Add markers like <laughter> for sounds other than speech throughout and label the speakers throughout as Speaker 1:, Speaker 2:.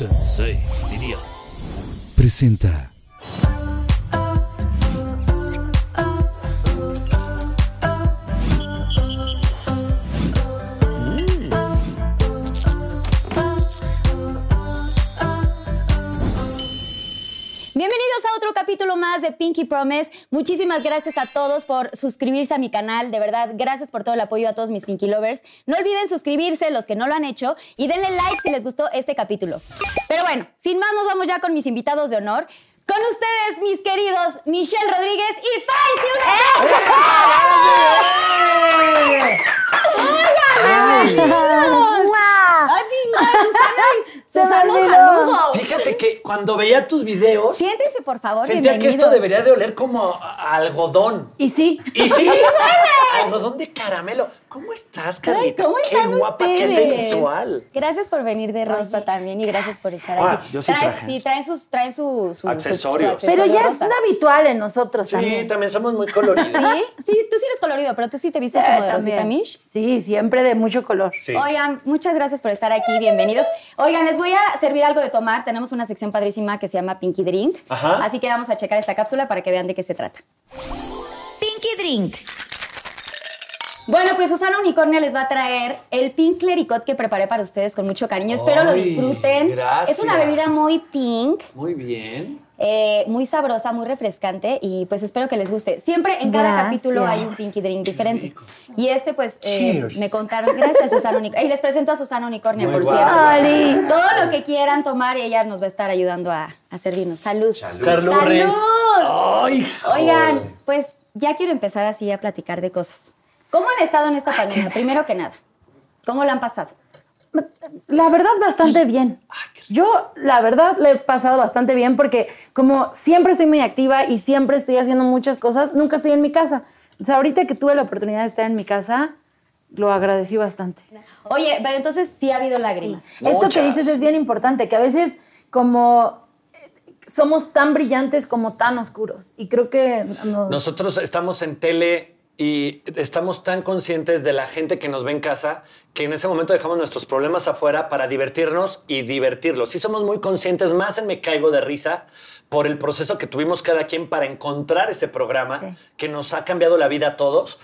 Speaker 1: Sensei, diría. Presenta.
Speaker 2: Bienvenidos a otro capítulo más de Pinky Promise. Muchísimas gracias a todos por suscribirse a mi canal. De verdad, gracias por todo el apoyo a todos mis Pinky Lovers. No olviden suscribirse los que no lo han hecho y denle like si les gustó este capítulo. Pero bueno, sin más, nos vamos ya con mis invitados de honor. Con ustedes, mis queridos Michelle Rodríguez y Faisy
Speaker 3: olvidó.
Speaker 2: saludo!
Speaker 4: Fíjate que cuando veía tus videos,
Speaker 2: Siéntense, por favor,
Speaker 4: sentía que esto
Speaker 2: bienvenidos.
Speaker 4: debería de oler como a- a algodón.
Speaker 3: Y sí,
Speaker 2: <laughs>
Speaker 4: Y sí, algodón de caramelo. ¿Cómo estás,
Speaker 2: Ay,
Speaker 4: Carlita?
Speaker 2: ¿cómo están
Speaker 4: qué guapa, qué
Speaker 2: ustedes?
Speaker 4: sensual.
Speaker 2: Gracias por venir de Rosa también y gracias por estar
Speaker 4: Ah,
Speaker 2: aquí.
Speaker 4: yo sí
Speaker 2: Traes-
Speaker 4: traje.
Speaker 2: sí, traen sus traen su, su- su-
Speaker 4: Accesorios.
Speaker 2: su
Speaker 3: pero
Speaker 2: accesorio
Speaker 3: ya es
Speaker 2: rosa.
Speaker 3: habitual en nosotros
Speaker 4: Sí,
Speaker 3: también.
Speaker 4: también somos muy coloridos.
Speaker 2: ¿Sí? Sí, tú sí eres colorido, pero tú sí te vistes
Speaker 3: Sí,
Speaker 2: como de
Speaker 3: Este también.
Speaker 2: Rosita Mish.
Speaker 3: Sí, siempre de mucho color.
Speaker 4: Sí.
Speaker 2: Oigan, muchas gracias por estar aquí, bienvenidos. Oigan, les voy a servir algo de tomar. Tenemos una sección padrísima que se llama Pinky Drink.
Speaker 4: Ajá.
Speaker 2: Así que vamos a checar esta cápsula para que vean de qué se trata.
Speaker 5: Pinky Drink.
Speaker 2: Bueno, pues Susana Unicornia les va a traer el pink clericot que preparé para ustedes con mucho cariño. Espero lo
Speaker 4: Ay,
Speaker 2: disfruten. Es una
Speaker 4: gracias.
Speaker 2: bebida muy pink.
Speaker 4: Muy bien.
Speaker 2: eh, muy sabrosa, muy refrescante y pues espero que les guste. Siempre en cada
Speaker 3: Gracias.
Speaker 2: capítulo hay un pinky drink diferente. Y este pues eh,
Speaker 4: Cheers.
Speaker 2: me contaron, gracias Susana Unicornia. Y les presento a Susana Unicornia,
Speaker 4: Muy
Speaker 2: por
Speaker 4: guapa.
Speaker 2: cierto.
Speaker 3: ¡Oli!
Speaker 2: Todo lo que quieran tomar y ella nos va a estar ayudando a, a servirnos. Salud. Salud.
Speaker 4: Salud. Carlurres. Ay, joder.
Speaker 2: Oigan, pues ya quiero empezar así a platicar de cosas. ¿Cómo han estado en esta pandemia? Primero que nada, ¿cómo la han pasado?
Speaker 3: La verdad, bastante bien. Yo, la verdad, le he pasado bastante bien porque como siempre soy muy activa y siempre estoy haciendo muchas cosas, nunca estoy en mi casa. O sea, ahorita que tuve la oportunidad de estar en mi casa, lo agradecí bastante.
Speaker 2: Oye, pero entonces sí ha habido lágrimas.
Speaker 3: Esto que
Speaker 4: Muchas.
Speaker 3: dices es bien importante, que a veces como eh, somos tan brillantes como tan oscuros. Y creo que nos-
Speaker 4: Nosotros estamos en tele y estamos tan conscientes de la gente que nos ve en casa que en ese momento dejamos nuestros problemas afuera para divertirnos y divertirlos. Sí somos muy conscientes, más en Me Caigo de Risa, por el proceso que tuvimos cada quien para encontrar ese programa
Speaker 3: Sí.
Speaker 4: que nos ha cambiado la vida a todos.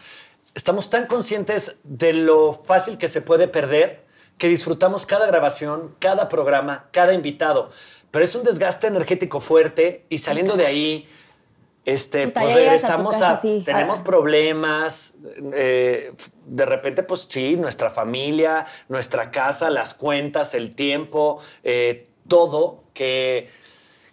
Speaker 4: Estamos tan conscientes de lo fácil que se puede perder que disfrutamos cada grabación, cada programa, cada invitado. Pero es un desgaste energético fuerte y saliendo de ahí, este,
Speaker 2: Puta,
Speaker 4: pues
Speaker 2: ya llegas a tu
Speaker 4: regresamos
Speaker 2: casa,
Speaker 4: a,
Speaker 2: sí.
Speaker 4: tenemos
Speaker 3: Ah.
Speaker 4: problemas, eh, de repente, pues sí, nuestra familia, nuestra casa, las cuentas, el tiempo, eh, todo, que,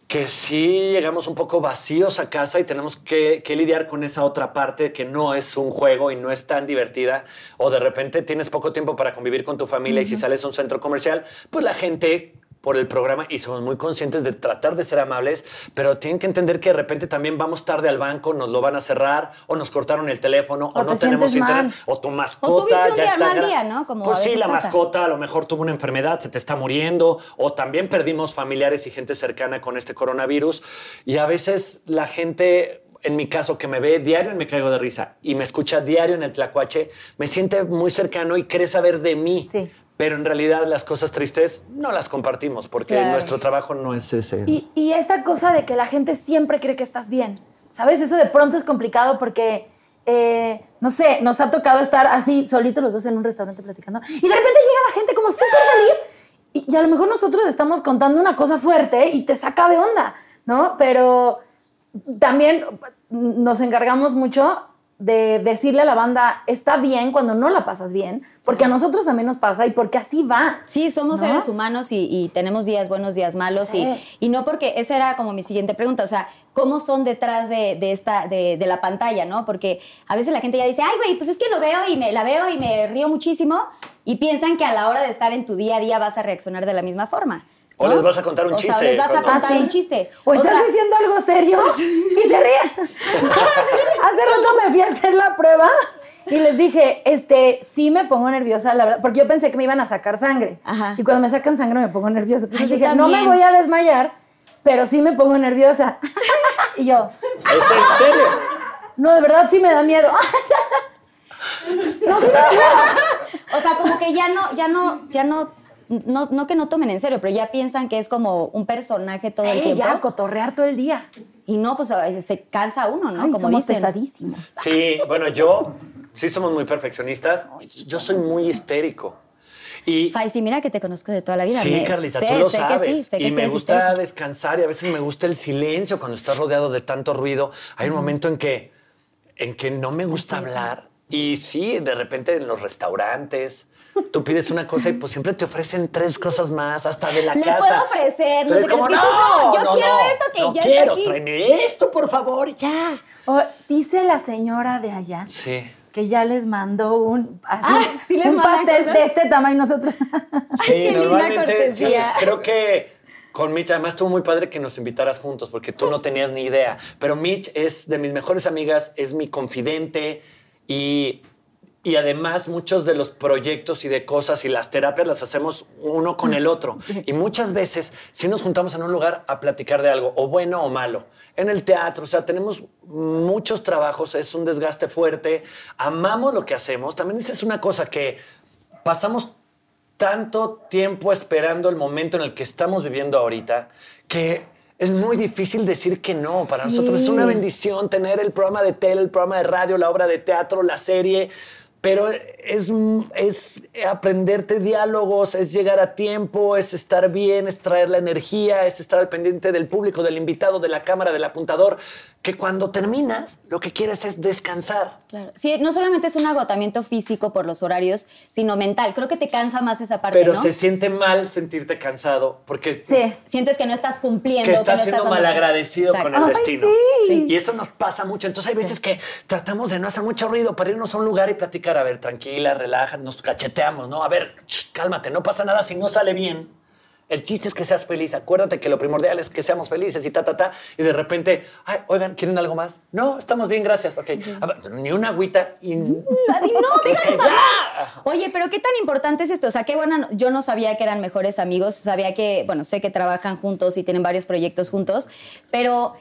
Speaker 4: que sí llegamos un poco vacíos a casa y tenemos que, que lidiar con esa otra parte que no es un juego y no es tan divertida, o de repente tienes poco tiempo para convivir con tu familia y si sales a un centro comercial, pues la gente por el programa y somos muy conscientes de tratar de ser amables, pero tienen que entender que de repente también vamos tarde al banco, nos lo van a cerrar o nos cortaron el teléfono o,
Speaker 3: te
Speaker 4: no tenemos
Speaker 3: sientes
Speaker 4: internet
Speaker 3: mal.
Speaker 4: o tu mascota
Speaker 2: tuviste un
Speaker 4: ya
Speaker 2: día
Speaker 4: está
Speaker 2: mal
Speaker 4: gra-
Speaker 2: día, ¿no? Como
Speaker 4: pues
Speaker 2: a
Speaker 4: sí,
Speaker 2: veces
Speaker 4: la
Speaker 2: pasa.
Speaker 4: mascota a lo mejor tuvo una enfermedad, se te está muriendo o también perdimos familiares y gente cercana con este coronavirus y a veces la gente en mi caso, que me ve diario en Me Caigo de Risa y me escucha diario en el Tlacuache, me siente muy cercano y cree saber de mí.
Speaker 3: Sí.
Speaker 4: Pero en realidad las cosas tristes no las compartimos porque
Speaker 2: Claro.
Speaker 4: nuestro trabajo no es ese.
Speaker 3: Y, y esta cosa de que la gente siempre cree que estás bien, ¿sabes? Eso de pronto es complicado porque, eh, no sé, nos ha tocado estar así solitos los dos en un restaurante platicando y de repente llega la gente como súper feliz y, y a lo mejor nosotros estamos contando una cosa fuerte y te saca de onda, ¿no? Pero también nos encargamos mucho de decirle a la banda, está bien cuando no la pasas bien, porque a nosotros también nos pasa y porque así va.
Speaker 2: Sí, somos
Speaker 3: ¿No?
Speaker 2: seres humanos y, y tenemos días buenos, días malos.
Speaker 3: Sí.
Speaker 2: Y, y no porque esa era como mi siguiente pregunta. O sea, ¿cómo son detrás de, de esta, de, de la pantalla, no? Porque a veces la gente ya dice, ay, güey, pues es que lo veo y me la veo y me río muchísimo. Y piensan que a la hora de estar en tu día a día vas a reaccionar de la misma forma.
Speaker 4: O
Speaker 2: ¿no?
Speaker 4: les vas a contar un
Speaker 2: O sea,
Speaker 4: chiste
Speaker 2: les vas a
Speaker 4: cuando-
Speaker 2: contar
Speaker 3: Ah, sí.
Speaker 2: un chiste.
Speaker 3: O, estás
Speaker 2: sea, pues
Speaker 3: diciendo algo serio <laughs> y se ríen. Hace rato me fui a hacer la prueba y les dije, este, sí me pongo nerviosa, la verdad, porque yo pensé que me iban a sacar sangre.
Speaker 2: Ajá.
Speaker 3: Y cuando me sacan sangre me pongo nerviosa. Entonces
Speaker 2: Ay, yo
Speaker 3: dije, no me
Speaker 2: también.
Speaker 3: voy a desmayar, pero sí me pongo nerviosa. <laughs> y yo,
Speaker 4: ¿Es en serio?
Speaker 3: no, de verdad sí me da miedo. <laughs> no, sí me da miedo.
Speaker 2: O sea, como que ya no, ya no, ya no no, no que no tomen en serio, pero ya piensan que es como un personaje todo
Speaker 3: Sí,
Speaker 2: el tiempo.
Speaker 3: ya, cotorrear todo el día.
Speaker 2: Y no, pues a veces se cansa uno, ¿no?
Speaker 3: Ay,
Speaker 2: Ah, como
Speaker 3: somos
Speaker 2: dicen.
Speaker 3: pesadísimos.
Speaker 4: Sí, bueno, yo sí somos muy perfeccionistas. Yo soy muy histérico. Y
Speaker 2: Faisy, mira que te conozco de toda la vida.
Speaker 4: sí,
Speaker 2: Me-
Speaker 4: Carlita,
Speaker 2: sé,
Speaker 4: tú lo
Speaker 2: sé
Speaker 4: sabes.
Speaker 2: Que sí, sé que
Speaker 4: y
Speaker 2: sí
Speaker 4: me
Speaker 2: eres
Speaker 4: gusta
Speaker 2: histérico.
Speaker 4: descansar y a veces me gusta el silencio cuando estás rodeado de tanto ruido. Hay un momento en que, en que no me gusta hablar. Y sí, de repente en los restaurantes. Tú pides una cosa y pues siempre te ofrecen tres cosas más, hasta de la
Speaker 2: Le
Speaker 4: casa.
Speaker 2: puedo ofrecer, no
Speaker 4: Pero
Speaker 2: sé qué,
Speaker 4: como,
Speaker 2: es que tú no, yo quiero esto que
Speaker 4: no
Speaker 2: ya está
Speaker 4: quiero,
Speaker 2: aquí".
Speaker 4: tráeme esto, por favor, ya.
Speaker 3: O- dice la señora de allá
Speaker 4: Sí.
Speaker 3: que ya les mandó un, así,
Speaker 2: Ah, sí les
Speaker 3: un
Speaker 2: mandan
Speaker 3: pastel
Speaker 2: cosas.
Speaker 3: de este tamaño y nosotros.
Speaker 4: Sí,
Speaker 2: qué linda
Speaker 4: normalmente sí.
Speaker 2: cortesía.
Speaker 4: <laughs> Creo que con Mitch, además estuvo muy padre que nos invitaras juntos porque tú no tenías ni idea. Pero Mitch es de mis mejores amigas, es mi confidente y, y además muchos de los proyectos y de cosas y las terapias las hacemos uno con el otro. Y muchas veces sí nos juntamos en un lugar a platicar de algo, o bueno o malo. En el teatro, o sea, tenemos muchos trabajos, es un desgaste fuerte, amamos lo que hacemos. También esa es una cosa que pasamos tanto tiempo esperando el momento en el que estamos viviendo ahorita que es muy difícil decir que no. Para nosotros es una bendición tener el programa de tele, el programa de radio, la obra de teatro, la serie. Pero es, es aprenderte diálogos, es llegar a tiempo, es estar bien, es traer la energía, es estar al pendiente del público, del invitado, de la cámara, del apuntador, que cuando terminas lo que quieres es descansar.
Speaker 2: Claro. Sí, no solamente es un agotamiento físico por los horarios, sino mental. Creo que te cansa más esa parte,
Speaker 4: Pero
Speaker 2: ¿no?
Speaker 4: se siente mal sentirte cansado porque
Speaker 3: Sí.
Speaker 2: Sientes que no estás cumpliendo.
Speaker 4: que estás
Speaker 2: no
Speaker 4: siendo
Speaker 2: dando-
Speaker 4: malagradecido con el
Speaker 2: Exacto.
Speaker 3: Ay,
Speaker 4: destino.
Speaker 3: sí.
Speaker 4: Y eso nos pasa mucho. Entonces hay veces que tratamos de no hacer mucho ruido para irnos a un lugar y platicar. A ver, tranquila, relaja, nos cacheteamos, ¿no? A ver, ch, cálmate, no pasa nada si no sale bien. El chiste es que seas feliz. Acuérdate que lo primordial es que seamos felices y ta, ta, ta. Y de repente, ay, oigan, ¿quieren algo más? No, estamos bien, gracias. Ok, A ver, ni una agüita y...
Speaker 2: Así, no,
Speaker 4: <laughs> Es que ya.
Speaker 2: Oye, pero qué tan importante es esto. O sea, qué buena. no- Yo no sabía que eran mejores amigos. Sabía que, bueno, sé que trabajan juntos y tienen varios proyectos juntos, pero.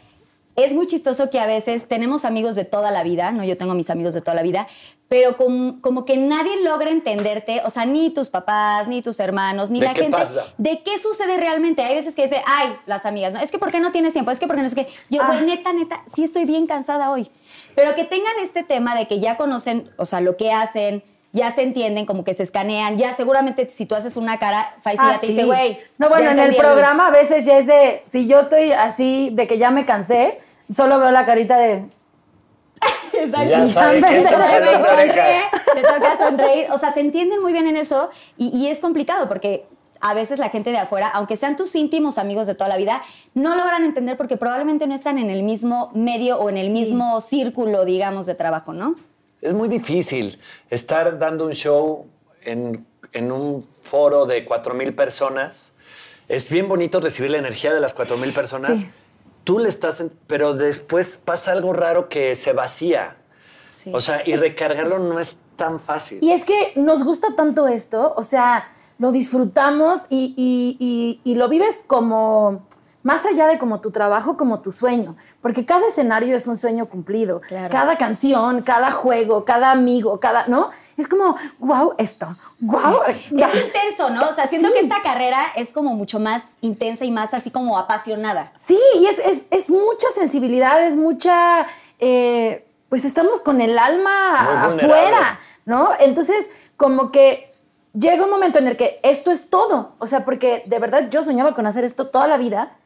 Speaker 2: Es muy chistoso que a veces tenemos amigos de toda la vida, ¿no? Yo tengo mis amigos de toda la vida, pero com- como que nadie logra entenderte, o sea, ni tus papás, ni tus hermanos, ni
Speaker 4: ¿De
Speaker 2: la
Speaker 4: qué
Speaker 2: gente.
Speaker 4: pasa?
Speaker 2: ¿De qué sucede realmente? Hay veces que dice, ay, las amigas, ¿no? Es que ¿por qué no tienes tiempo? Es que ¿por qué no es que? Yo, güey,
Speaker 3: Ah.
Speaker 2: neta, neta, sí estoy bien cansada hoy. Pero que tengan este tema de que ya conocen, o sea, lo que hacen, ya se entienden, como que se escanean, ya seguramente si tú haces una cara, Faisy
Speaker 3: Ah,
Speaker 2: ya te
Speaker 3: sí.
Speaker 2: dice, güey.
Speaker 3: No, bueno,
Speaker 2: ya
Speaker 3: en el
Speaker 2: entendí
Speaker 3: programa a veces ya es de, si yo estoy así de que ya me cansé, solo veo la carita de,
Speaker 2: Exacto.
Speaker 4: Ya sabe que eso
Speaker 2: Te
Speaker 4: me da
Speaker 2: toca
Speaker 4: orejas.
Speaker 2: sonreír, te toca sonreír. O sea, se entienden muy bien en eso y, y es complicado porque a veces la gente de afuera, aunque sean tus íntimos amigos de toda la vida, no logran entender porque probablemente no están en el mismo medio o en el mismo círculo, digamos, de trabajo, ¿no?
Speaker 4: Es muy difícil estar dando un show en, en un foro de 4.000 personas. Es bien bonito recibir la energía de las 4.000 personas.
Speaker 3: Sí.
Speaker 4: Tú le estás, en- pero después pasa algo raro que se vacía.
Speaker 2: Sí.
Speaker 4: O sea, y recargarlo no es tan fácil.
Speaker 3: Y es que nos gusta tanto esto, o sea, lo disfrutamos y, y- y- y lo vives como más allá de como tu trabajo, como tu sueño, porque cada escenario es un sueño cumplido,
Speaker 2: Claro.
Speaker 3: cada canción, cada juego, cada amigo, cada, ¿no? Es como, wow, esto, wow.
Speaker 2: es intenso, ¿no? O sea, siento
Speaker 3: Sí.
Speaker 2: que esta carrera es como mucho más intensa y más así como apasionada.
Speaker 3: Sí, y es, es- es mucha sensibilidad, es mucha. eh, pues estamos con el alma
Speaker 4: Muy vulnerable.
Speaker 3: afuera, ¿no? Entonces, como que llega un momento en el que esto es todo. O sea, porque de verdad yo soñaba con hacer esto toda la vida.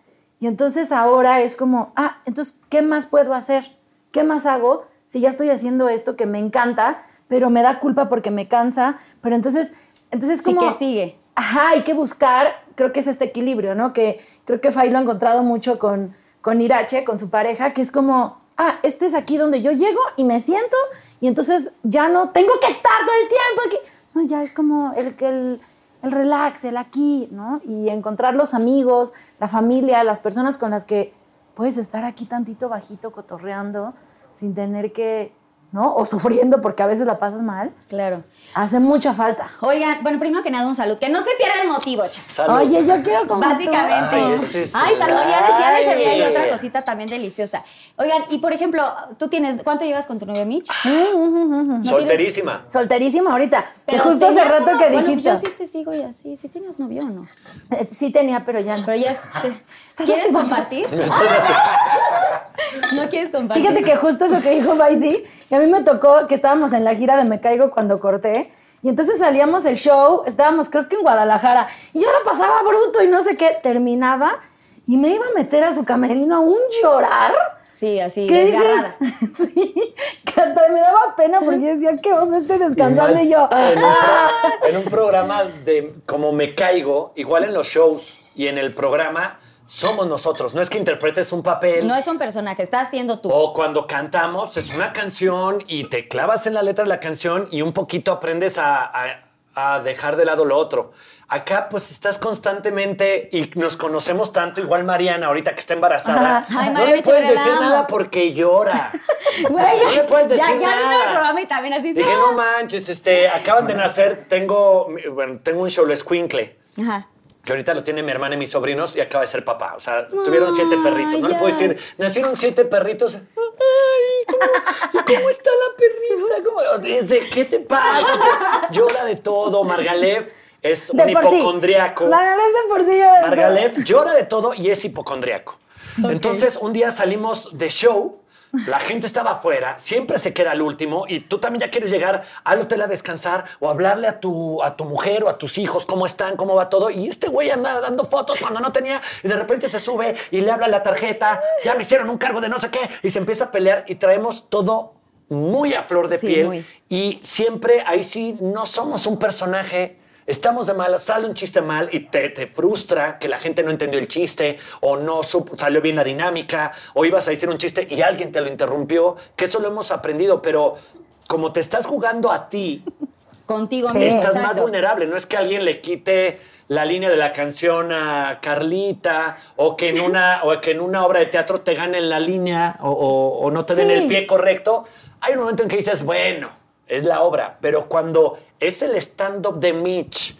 Speaker 3: Y entonces ahora es como, ah, entonces, ¿qué más puedo hacer? ¿Qué más hago si ya estoy haciendo esto que me encanta, pero me da culpa porque me cansa? Pero entonces, entonces
Speaker 2: Sí,
Speaker 3: como.
Speaker 2: que sigue.
Speaker 3: Ajá, hay que buscar, creo que es este equilibrio, ¿no? Que creo que Fay lo ha encontrado mucho con, con Irache, con su pareja, que es como, ah, este es aquí donde yo llego y me siento y entonces ya no tengo que estar todo el tiempo aquí. No, ya es como el, el, el relax, el aquí, ¿no? Y encontrar los amigos, la familia, las personas con las que puedes estar aquí tantito bajito cotorreando sin tener que ¿no? O sufriendo porque a veces la pasas mal.
Speaker 2: Claro.
Speaker 3: Hace mucha falta.
Speaker 2: Oigan, bueno, primero que nada, un salud. Que no se pierda el motivo, chavos.
Speaker 4: Salud.
Speaker 3: Oye, yo quiero como
Speaker 2: Básicamente.
Speaker 4: Ay,
Speaker 2: Ay,
Speaker 4: este es-
Speaker 2: salud, ya les, ya les serví ahí
Speaker 4: Ay.
Speaker 2: otra cosita también deliciosa. Oigan, y por ejemplo, tú tienes, ¿cuánto llevas con tu novio Mitch?
Speaker 3: Ah,
Speaker 4: Solterísima.
Speaker 3: <laughs> tú. Solterísima ahorita. Que justo hace
Speaker 2: tenías
Speaker 3: rato
Speaker 2: uno-
Speaker 3: que
Speaker 2: bueno,
Speaker 3: dijiste.
Speaker 2: yo sí te sigo y así, si tenías novio o no.
Speaker 3: Eh, Sí tenía, pero ya no.
Speaker 2: Pero ya es- te- ¿Quieres
Speaker 3: lastimando.
Speaker 4: <laughs>
Speaker 2: compartir? no quieres compartir.
Speaker 3: Fíjate que justo eso que dijo Baisy, que a mí me tocó que estábamos en la gira de Me Caigo cuando corté. Y entonces salíamos el show, estábamos creo que en Guadalajara, y yo la pasaba bruto y no sé qué, terminaba y me iba a meter a su camerino a un llorar.
Speaker 2: Sí, así,
Speaker 3: ¿Qué dices?
Speaker 2: desgarrada.
Speaker 3: <laughs> Sí, que hasta me daba pena porque yo decía, qué oso este descansando y yo. "Ah,
Speaker 4: En un, en un programa de como me caigo, igual en los shows y en el programa, somos nosotros. No es que interpretes un papel.
Speaker 2: No es un personaje, está haciendo tú.
Speaker 4: O cuando cantamos, es una canción y te clavas en la letra de la canción y un poquito aprendes a, a- a dejar de lado lo otro. Acá, pues estás constantemente y nos conocemos tanto, igual Mariana, ahorita que está embarazada.
Speaker 3: Ajá.
Speaker 2: Ay,
Speaker 4: no
Speaker 2: Mariana
Speaker 4: le puedes
Speaker 2: Echeverría, la
Speaker 4: decir
Speaker 2: amo.
Speaker 4: nada porque
Speaker 2: <laughs>
Speaker 4: llora.
Speaker 3: Güey,
Speaker 4: no le puedes
Speaker 2: ya,
Speaker 4: decir
Speaker 2: ya vino
Speaker 4: nada.
Speaker 2: el programa y también así.
Speaker 4: Dije, no manches, este, acaban de nacer, tengo, bueno, tengo un show, lo escuincle.
Speaker 2: Ajá.
Speaker 4: Que ahorita lo tiene mi hermana y mis sobrinos y acaba de ser papá. O sea, tuvieron siete perritos. No le puedo decir, nacieron siete perritos. Ay, ¿cómo, cómo está la perrita? ¿Cómo? Es de, ¿Qué te pasa? Llora de todo. Margalef es un
Speaker 3: de por sí.
Speaker 4: hipocondriaco.
Speaker 3: Margalef de por sí llora. de
Speaker 4: Margalef llora de todo y es hipocondriaco. Entonces, un día salimos de show, la gente estaba afuera, siempre se queda al último y tú también ya quieres llegar al hotel a descansar o hablarle a tu, a tu mujer o a tus hijos cómo están, cómo va todo. Y este güey anda dando fotos cuando no tenía y de repente se sube y le habla la tarjeta, ya me hicieron un cargo de no sé qué y se empieza a pelear y traemos todo muy a flor de
Speaker 2: Sí,
Speaker 4: piel
Speaker 2: muy.
Speaker 4: y siempre ahí sí no somos un personaje. Estamos de malas, sale un chiste mal y te, te frustra que la gente no entendió el chiste o no sup- salió bien la dinámica o ibas a decir un chiste y alguien te lo interrumpió, que eso lo hemos aprendido, pero como te estás jugando a ti,
Speaker 2: Contigo
Speaker 3: Sí.
Speaker 2: mismo.
Speaker 4: estás más
Speaker 2: exacto.
Speaker 4: vulnerable. No es que alguien le quite la línea de la canción a Carlita o que en una, o que en una obra de teatro te ganen la línea o, o- o no te den
Speaker 3: Sí.
Speaker 4: el pie correcto. Hay un momento en que dices, bueno, es la obra, pero cuando es el stand-up de Mitch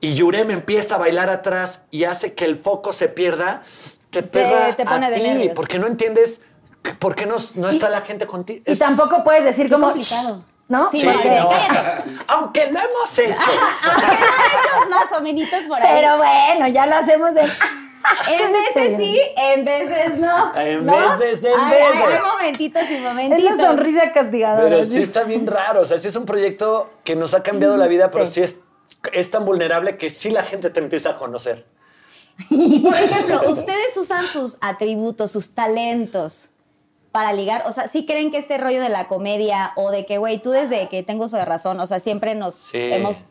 Speaker 4: y Yurem empieza a bailar atrás y hace que el foco se pierda, te pega
Speaker 2: te pone
Speaker 4: a
Speaker 2: de
Speaker 4: ti,
Speaker 2: nervios.
Speaker 4: porque no entiendes que- por qué no, no está la gente contigo.
Speaker 3: Y
Speaker 4: Es-
Speaker 3: tampoco puedes decir como.
Speaker 2: complicado.
Speaker 3: ¿No?
Speaker 2: Sí,
Speaker 4: Sí,
Speaker 2: Porque-
Speaker 4: no.
Speaker 2: cállate.
Speaker 4: <laughs> Aunque lo hemos hecho.
Speaker 2: Aunque no he hecho más o menos por ahí.
Speaker 3: Pero bueno, ya lo
Speaker 2: <laughs>
Speaker 3: hacemos de.
Speaker 2: en veces sí, en veces no.
Speaker 4: <laughs> En
Speaker 2: ¿no?
Speaker 4: veces, en
Speaker 2: Hay- hay-
Speaker 4: veces.
Speaker 2: Hay momentitos y
Speaker 3: Es
Speaker 2: momentitos.
Speaker 3: la sonrisa castigadora.
Speaker 4: Pero
Speaker 3: ¿sí?
Speaker 4: sí está bien raro. O sea, sí es un proyecto que nos ha cambiado la vida, pero
Speaker 2: Sí.
Speaker 4: sí, es, es tan vulnerable que sí la gente te empieza a conocer.
Speaker 2: Y por ejemplo, ustedes usan sus atributos, sus talentos para ligar. O sea, ¿sí creen que este rollo de la comedia o de que, güey, tú desde que tengo uso de razón, o sea, siempre nos
Speaker 4: Sí.
Speaker 2: hemos